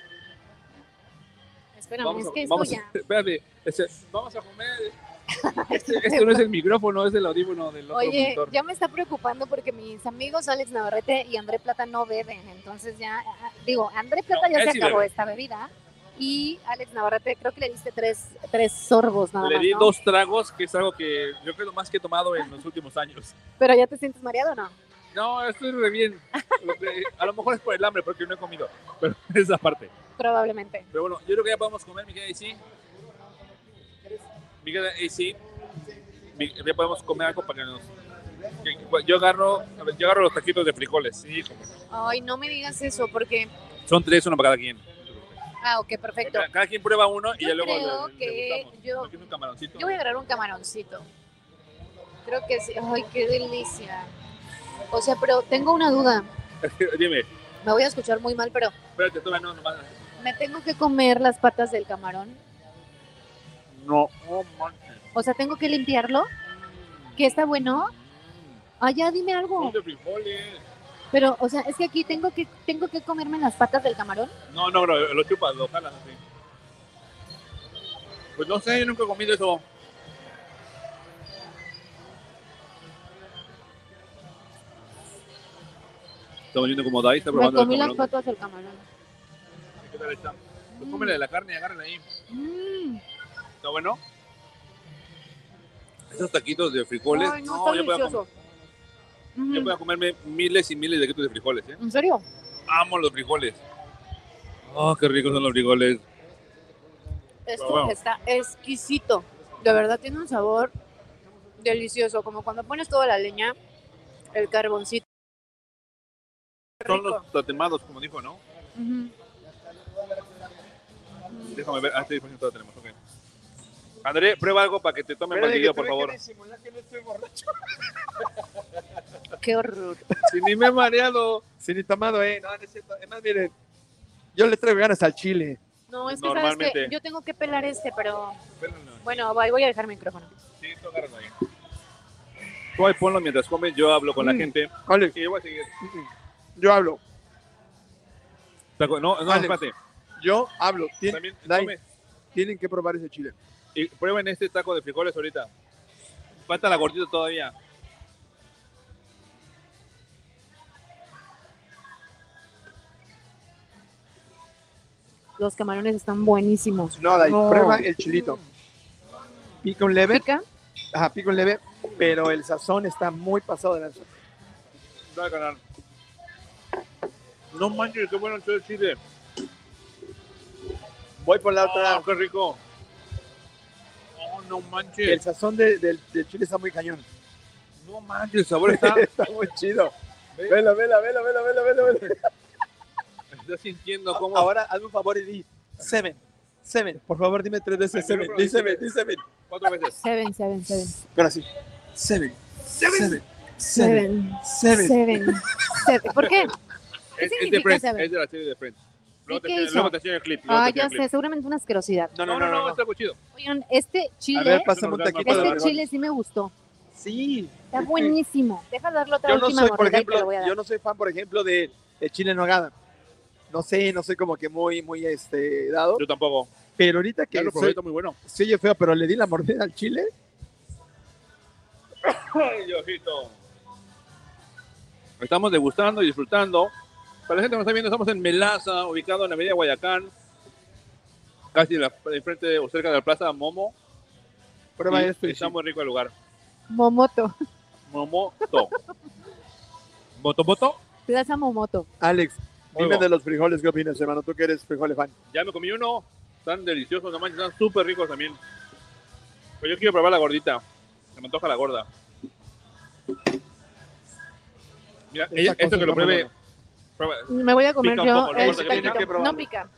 [SPEAKER 2] Espérame, es que esto
[SPEAKER 1] vamos,
[SPEAKER 2] ya.
[SPEAKER 1] espérate, este, vamos a comer. Este, este no es el micrófono, es el audífono del otro
[SPEAKER 2] Oye,
[SPEAKER 1] monitor.
[SPEAKER 2] ya me está preocupando porque mis amigos Alex Navarrete y André Plata no beben. Entonces ya, ah, digo, André Plata
[SPEAKER 1] No,
[SPEAKER 2] ya
[SPEAKER 1] él
[SPEAKER 2] se
[SPEAKER 1] sí
[SPEAKER 2] acabó
[SPEAKER 1] bebe.
[SPEAKER 2] esta bebida. Y Alex Navarrete, creo que le diste tres, tres sorbos nada
[SPEAKER 1] Le
[SPEAKER 2] más.
[SPEAKER 1] di
[SPEAKER 2] ¿no?
[SPEAKER 1] dos tragos, que es algo que yo creo que es lo más que he tomado en los últimos años.
[SPEAKER 2] Pero ya te sientes mareado o no?
[SPEAKER 1] No, estoy re bien. Lo que- A lo mejor es por el hambre, porque no he comido. Pero es la parte.
[SPEAKER 2] Probablemente.
[SPEAKER 1] Pero bueno, yo creo que ya podemos comer, mi querida AC. Mi querida AC. mi- Ya podemos comer algo para que nos. que- Yo agarro, a ver, yo agarro los taquitos de frijoles. Sí, como-
[SPEAKER 2] Ay, no me digas eso porque.
[SPEAKER 1] son tres, uno para cada quien.
[SPEAKER 2] Ah, ok, perfecto.
[SPEAKER 1] Cada, cada quien prueba uno y
[SPEAKER 2] Yo
[SPEAKER 1] ya luego
[SPEAKER 2] creo
[SPEAKER 1] le- le
[SPEAKER 2] que
[SPEAKER 1] degustamos.
[SPEAKER 2] yo-
[SPEAKER 1] Aquí es un camaroncito.
[SPEAKER 2] Yo voy a agarrar un camaroncito. Creo que sí. Ay, qué delicia. O sea, pero tengo una duda.
[SPEAKER 1] Eh, Dime,
[SPEAKER 2] Me voy a escuchar muy mal, pero
[SPEAKER 1] espérate, todavía no, nomás.
[SPEAKER 2] ¿me tengo que comer las patas del camarón?
[SPEAKER 1] No, no manches. Mm.
[SPEAKER 2] O sea, ¿tengo que limpiarlo? ¿Que está bueno? Ah, ya dime
[SPEAKER 1] Son
[SPEAKER 2] algo.
[SPEAKER 1] de frijoles.
[SPEAKER 2] Pero, o sea, es que aquí tengo que, tengo que comerme las patas del camarón.
[SPEAKER 1] No, no, no, lo chupas, lo jalas así. Pues no sé, yo nunca he comido eso. Está volviendo como Dai, está
[SPEAKER 2] Me
[SPEAKER 1] probando
[SPEAKER 2] comí
[SPEAKER 1] el
[SPEAKER 2] las
[SPEAKER 1] camarón.
[SPEAKER 2] patas del camarón.
[SPEAKER 1] ¿Qué tal está? Pues
[SPEAKER 2] Mm.
[SPEAKER 1] cómele de la carne, agárrala ahí.
[SPEAKER 2] Mm.
[SPEAKER 1] ¿Está bueno? Esos taquitos de frijoles.
[SPEAKER 2] Ay, no,
[SPEAKER 1] yo
[SPEAKER 2] está
[SPEAKER 1] voy, a com-
[SPEAKER 2] delicioso. Ujú.
[SPEAKER 1] yo voy a comerme miles y miles de taquitos de frijoles, ¿eh?
[SPEAKER 2] ¿En serio?
[SPEAKER 1] Amo los frijoles. Oh, qué ricos son los frijoles.
[SPEAKER 2] Esto
[SPEAKER 1] Wow.
[SPEAKER 2] está exquisito. De verdad tiene un sabor delicioso, como cuando pones toda la leña, el carboncito.
[SPEAKER 1] Son los tatemados, como dijo, ¿no?
[SPEAKER 2] Ujú.
[SPEAKER 1] Déjame ver, ah, sí, por cierto, lo tenemos, ok. André, prueba algo para que te tome mal video, por favor.
[SPEAKER 2] Qué horror.
[SPEAKER 3] Si ni me he mareado, si ni tomado, eh. No, no es cierto. Es más, miren, yo le traigo ganas al chile.
[SPEAKER 2] No, es que sabes que
[SPEAKER 1] Normalmente.
[SPEAKER 2] yo tengo que pelar este, pero
[SPEAKER 1] Espérenlo,
[SPEAKER 2] bueno, voy, voy a dejar el micrófono.
[SPEAKER 1] sí, tú agárralo ahí. Tú ahí ponlo mientras comes, yo hablo con la
[SPEAKER 3] Mm.
[SPEAKER 1] gente.
[SPEAKER 3] Alex,
[SPEAKER 1] Y yo voy a seguir.
[SPEAKER 3] yo hablo.
[SPEAKER 1] Taco- No, no,
[SPEAKER 3] Alex.
[SPEAKER 1] espérate.
[SPEAKER 3] Yo hablo. Tien-
[SPEAKER 1] También
[SPEAKER 3] Dai,
[SPEAKER 1] come.
[SPEAKER 3] tienen que probar ese chile.
[SPEAKER 1] Y prueben este taco de frijoles ahorita. Falta la gordita todavía.
[SPEAKER 2] Los camarones están buenísimos.
[SPEAKER 3] No, Dai,
[SPEAKER 2] No.
[SPEAKER 3] prueba el chilito. Pica un leve,
[SPEAKER 2] Pica,
[SPEAKER 3] ajá, pica un leve, pero el sazón está muy pasado de lanza.
[SPEAKER 1] Dale, canal. No manches, qué bueno está el chile.
[SPEAKER 3] Voy por la otra.
[SPEAKER 1] Oh, qué rico. Oh, no manches.
[SPEAKER 3] El sazón de- del, del chile está muy cañón.
[SPEAKER 1] No manches, el sabor está.
[SPEAKER 3] Está muy chido. Velo, velo, velo, velo, velo, velo, velo.
[SPEAKER 1] Estás sintiendo cómo.
[SPEAKER 3] Ahora hazme un favor y di Seven. Seven. Por favor, dime tres veces
[SPEAKER 1] Ay, yo no
[SPEAKER 3] Seven.
[SPEAKER 1] probé
[SPEAKER 3] Di Seven,
[SPEAKER 1] Seven.
[SPEAKER 3] di Seven.
[SPEAKER 1] Cuatro veces.
[SPEAKER 2] seven, seven, seven.
[SPEAKER 3] Ahora sí. Seven. Seven. Seven.
[SPEAKER 2] Seven,
[SPEAKER 3] Seven.
[SPEAKER 2] seven, seven. ¿Por qué? ¿Qué
[SPEAKER 1] Es, es de
[SPEAKER 2] significa
[SPEAKER 1] Friends,
[SPEAKER 2] saber?
[SPEAKER 1] es de la serie de Friends. Luego te,
[SPEAKER 2] qué hizo?
[SPEAKER 1] luego te enseño el clip. luego
[SPEAKER 2] Ah,
[SPEAKER 1] te enseño
[SPEAKER 2] ya
[SPEAKER 1] el clip.
[SPEAKER 2] sé, seguramente una asquerosidad.
[SPEAKER 3] No,
[SPEAKER 1] No, no, no, está muy chido.
[SPEAKER 2] Oigan, este
[SPEAKER 3] A
[SPEAKER 2] chile,
[SPEAKER 3] ver, pásame un taquito de
[SPEAKER 1] Este
[SPEAKER 2] este
[SPEAKER 3] vergüenza.
[SPEAKER 2] chile sí me gustó.
[SPEAKER 3] Sí.
[SPEAKER 2] Está buenísimo. Deja darle otra
[SPEAKER 3] Yo no
[SPEAKER 2] última
[SPEAKER 3] soy, por
[SPEAKER 2] mordida y te lo
[SPEAKER 3] ejemplo,
[SPEAKER 2] voy a dar.
[SPEAKER 3] yo no soy fan, por ejemplo, de, de chile en nogada. No sé, no soy como que muy, muy este, dado.
[SPEAKER 1] Yo tampoco.
[SPEAKER 3] Pero ahorita que
[SPEAKER 1] Ya lo probé,
[SPEAKER 3] soy,
[SPEAKER 1] está muy bueno.
[SPEAKER 3] se oye feo, pero le di la mordida al chile.
[SPEAKER 1] Ay, Diosito. Estamos degustando y disfrutando. Para la gente que nos está viendo, estamos en Melaza, ubicado en la avenida Guayacán. Casi en la- enfrente o cerca de la plaza Momo.
[SPEAKER 3] Prueba
[SPEAKER 1] Y
[SPEAKER 3] esto. y
[SPEAKER 1] está
[SPEAKER 3] sí.
[SPEAKER 1] muy rico el lugar.
[SPEAKER 2] Momoto.
[SPEAKER 1] Momoto. ¿Moto, moto?
[SPEAKER 2] Plaza Momoto.
[SPEAKER 3] Alex,
[SPEAKER 1] Muy
[SPEAKER 3] dime
[SPEAKER 1] bueno.
[SPEAKER 3] de los frijoles, ¿qué opinas, hermano? Tú que eres frijoles fan.
[SPEAKER 1] Ya me comí uno. Están deliciosos, no manches, están súper ricos también. Pero yo quiero probar la gordita. Se me antoja la gorda. Mira, ella-
[SPEAKER 6] cosa
[SPEAKER 1] esto que lo
[SPEAKER 6] está muy
[SPEAKER 1] pruebe.
[SPEAKER 6] buena.
[SPEAKER 1] prueba,
[SPEAKER 2] Me voy a comer
[SPEAKER 1] Pica un
[SPEAKER 2] yo.
[SPEAKER 1] poco, lo
[SPEAKER 2] el
[SPEAKER 1] bueno que tiene
[SPEAKER 2] picantito.
[SPEAKER 1] que probarlo.
[SPEAKER 2] no pica.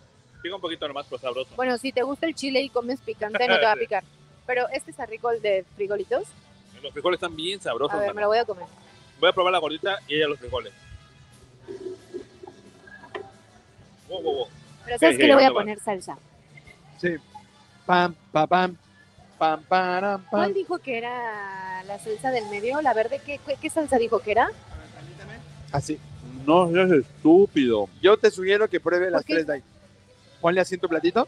[SPEAKER 1] pica un poquito nomás, pero sabroso.
[SPEAKER 2] Bueno, si te gusta el chile y comes picante, no te va a picar. Pero este está rico, el de frijolitos.
[SPEAKER 1] Los frijoles están bien sabrosos.
[SPEAKER 2] A ver, me
[SPEAKER 1] mano.
[SPEAKER 2] lo voy a comer.
[SPEAKER 1] Voy a probar la gordita y ella los frijoles. Wow, wow, wow.
[SPEAKER 2] Pero ¿sabes
[SPEAKER 1] Sí,
[SPEAKER 2] qué
[SPEAKER 1] sí,
[SPEAKER 2] le voy a
[SPEAKER 1] ahorita va.
[SPEAKER 2] poner salsa?
[SPEAKER 3] Pam, pa, pam, pam, param,
[SPEAKER 2] ¿Cuál
[SPEAKER 3] pam.
[SPEAKER 2] dijo que era la salsa del medio? ¿La verde? ¿Qué, qué, qué salsa dijo que era?
[SPEAKER 3] Así.
[SPEAKER 1] No seas estúpido.
[SPEAKER 3] Yo te sugiero que pruebe las
[SPEAKER 2] ¿Por qué?
[SPEAKER 3] tres de ahí. Ponle así en tu platito.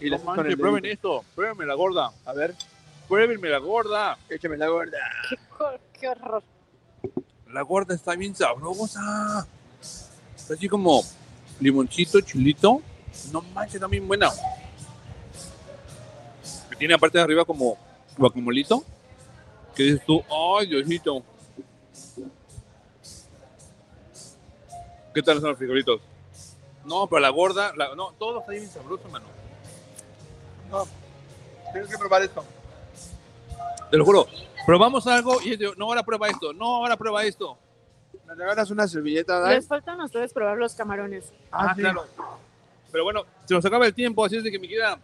[SPEAKER 3] Y
[SPEAKER 1] No
[SPEAKER 3] las con el
[SPEAKER 1] manches, prueben
[SPEAKER 3] dedito.
[SPEAKER 1] esto. Pruébenme la gorda.
[SPEAKER 3] A ver,
[SPEAKER 1] Pruébenme la gorda.
[SPEAKER 3] échame la gorda.
[SPEAKER 2] Qué horror.
[SPEAKER 1] La gorda está bien sabrosa. Está así como limoncito, chilito. No manches, está bien buena. Que tiene aparte de arriba como guacamolito. Que dices tú, ay, Diosito. ¿Qué tal son los frijolitos? No, pero la gorda, la- no, todo está bien sabroso, mano.
[SPEAKER 3] Tienes que probar esto.
[SPEAKER 1] Te lo juro. Probamos algo y es de, no, ahora prueba esto. No, ahora prueba esto.
[SPEAKER 3] Me regalas una servilleta, Dai.
[SPEAKER 1] ¿Eh?
[SPEAKER 2] Les faltan a ustedes probar los camarones.
[SPEAKER 1] Ah,
[SPEAKER 3] sí.
[SPEAKER 1] claro. Pero bueno, se nos acaba el tiempo, así es de que mi querida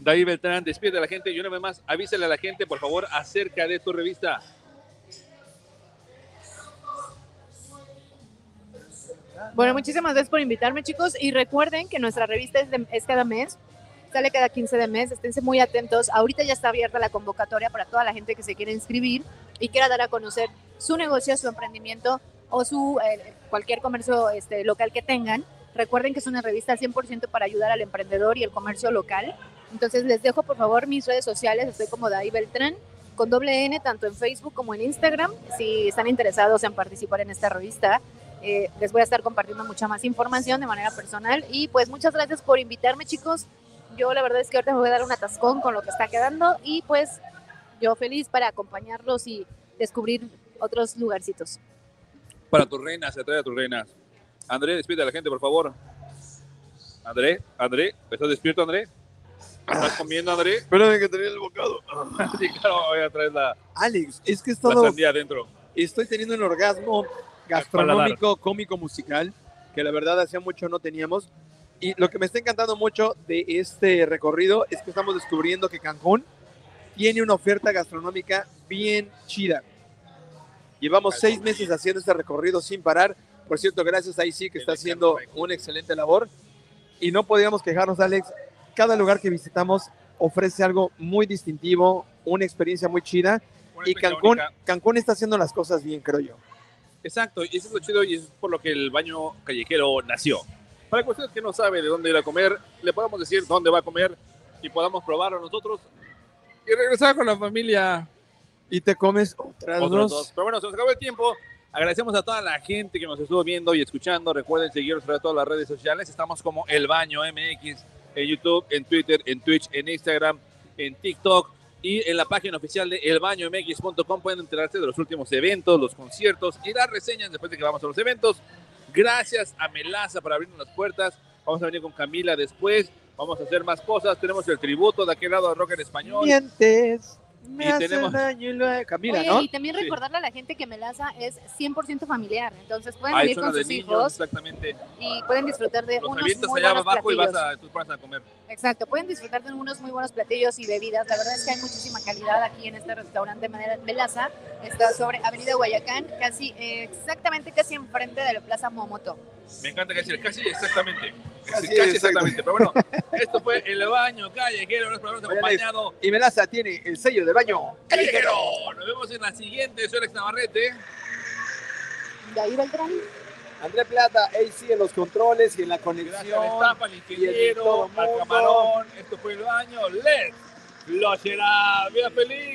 [SPEAKER 1] David Beltrán, despide a la gente y una vez más, avísale a la gente, por favor, acerca de tu revista.
[SPEAKER 2] Bueno, muchísimas gracias por invitarme, chicos. Y recuerden que nuestra revista es, de- es cada mes, sale cada 15 de mes. Esténse muy atentos. Ahorita ya está abierta la convocatoria para toda la gente que se quiera inscribir y quiera dar a conocer su negocio, su emprendimiento o su eh, cualquier comercio este, local que tengan. Recuerden que es una revista 100% para ayudar al emprendedor y el comercio local. Entonces les dejo por favor mis redes sociales. Estoy como Dai Beltrán con doble N tanto en Facebook como en Instagram. Si están interesados en participar en esta revista, eh, les voy a estar compartiendo mucha más información de manera personal. Y pues muchas gracias por invitarme, chicos. Yo la verdad es que ahorita me voy a dar un atascón con lo que está quedando y pues yo feliz para acompañarlos y descubrir otros lugarcitos.
[SPEAKER 1] Para tus reinas, se atrae a tus reinas. André, despide a la gente, por favor. André, André, ¿estás despierto, André? ¿Estás comiendo, André?
[SPEAKER 3] Espérame que tenía el bocado.
[SPEAKER 1] Sí, claro, voy a traer la,
[SPEAKER 3] Alex, es que es
[SPEAKER 1] la
[SPEAKER 3] todo.
[SPEAKER 1] sandía adentro.
[SPEAKER 3] Estoy teniendo un orgasmo gastronómico, cómico, musical, que la verdad hacía mucho no teníamos. Y lo que me está encantando mucho de este recorrido es que estamos descubriendo que Cancún tiene una oferta gastronómica bien chida. Llevamos seis meses haciendo este recorrido sin parar. Por cierto, gracias a IC que está haciendo una excelente labor. Y no podíamos quejarnos, Alex. Cada lugar que visitamos ofrece algo muy distintivo, una experiencia muy chida.
[SPEAKER 1] Una
[SPEAKER 3] Y
[SPEAKER 1] experiencia
[SPEAKER 3] Cancún,
[SPEAKER 1] única.
[SPEAKER 3] Cancún está haciendo las cosas bien, creo yo.
[SPEAKER 1] Exacto, y eso es lo chido y es por lo que el baño callejero nació. Para que usted que no sabe de dónde ir a comer, le podamos decir dónde va a comer y podamos probarlo nosotros y regresar con la familia.
[SPEAKER 3] Y te comes otras dos.
[SPEAKER 1] Otros dos. Pero bueno, se nos acabó el tiempo. Agradecemos a toda la gente que nos estuvo viendo y escuchando. Recuerden seguirnos en todas las redes sociales. Estamos como El Baño MX en YouTube, en Twitter, en Twitch, en Instagram, en TikTok y en la página oficial de elbañomx.com pueden enterarse de los últimos eventos, los conciertos y las reseñas después de que vamos a los eventos. Gracias a Melaza por abrirnos las puertas. Vamos a venir con Camila después. Vamos a hacer más cosas. Tenemos el tributo de aquel lado a Rock en Español.
[SPEAKER 3] Mientes,
[SPEAKER 1] Y
[SPEAKER 3] me hacen
[SPEAKER 1] tenemos-
[SPEAKER 3] daño y luego- Camila,
[SPEAKER 2] Oye,
[SPEAKER 3] ¿no?
[SPEAKER 2] y también
[SPEAKER 1] Sí.
[SPEAKER 2] recordarle a la gente que Melaza es 100% familiar, entonces pueden
[SPEAKER 1] Hay
[SPEAKER 2] venir
[SPEAKER 1] zona
[SPEAKER 2] con
[SPEAKER 1] Ah, de
[SPEAKER 2] sus
[SPEAKER 1] niños,
[SPEAKER 2] hijos
[SPEAKER 1] exactamente.
[SPEAKER 2] y pueden disfrutar de
[SPEAKER 1] Los
[SPEAKER 2] unos
[SPEAKER 1] avientas
[SPEAKER 2] muy
[SPEAKER 1] allá
[SPEAKER 2] buenos
[SPEAKER 1] abajo y
[SPEAKER 2] platillos.
[SPEAKER 1] vas a, tú vas a comer.
[SPEAKER 2] Exacto, pueden disfrutar de unos muy buenos platillos y bebidas. La verdad es que hay muchísima calidad aquí en este restaurante Mel- Melaza. Está sobre Avenida Guayacán, casi eh, exactamente casi enfrente de la Plaza Momoto.
[SPEAKER 1] Me encanta que decir casi exactamente.
[SPEAKER 3] Casi
[SPEAKER 1] Casi, casi
[SPEAKER 3] exacto.
[SPEAKER 1] exactamente. Pero bueno, esto fue El Baño Callejero. Nos habernos
[SPEAKER 3] Oye, Alex.
[SPEAKER 1] acompañado.
[SPEAKER 3] Y Melaza tiene el sello de baño.
[SPEAKER 1] Callejero. Nos vemos en la siguiente. Soy Alex Navarrete.
[SPEAKER 2] De ahí va el tren.
[SPEAKER 3] André Plata, AC en los controles y en la
[SPEAKER 1] Gracias a
[SPEAKER 3] conexión.
[SPEAKER 1] Estafa, al
[SPEAKER 3] todo
[SPEAKER 1] ingeniero, al
[SPEAKER 3] mundo.
[SPEAKER 1] camarón. Esto fue El Baño. Les lo será. Vida feliz.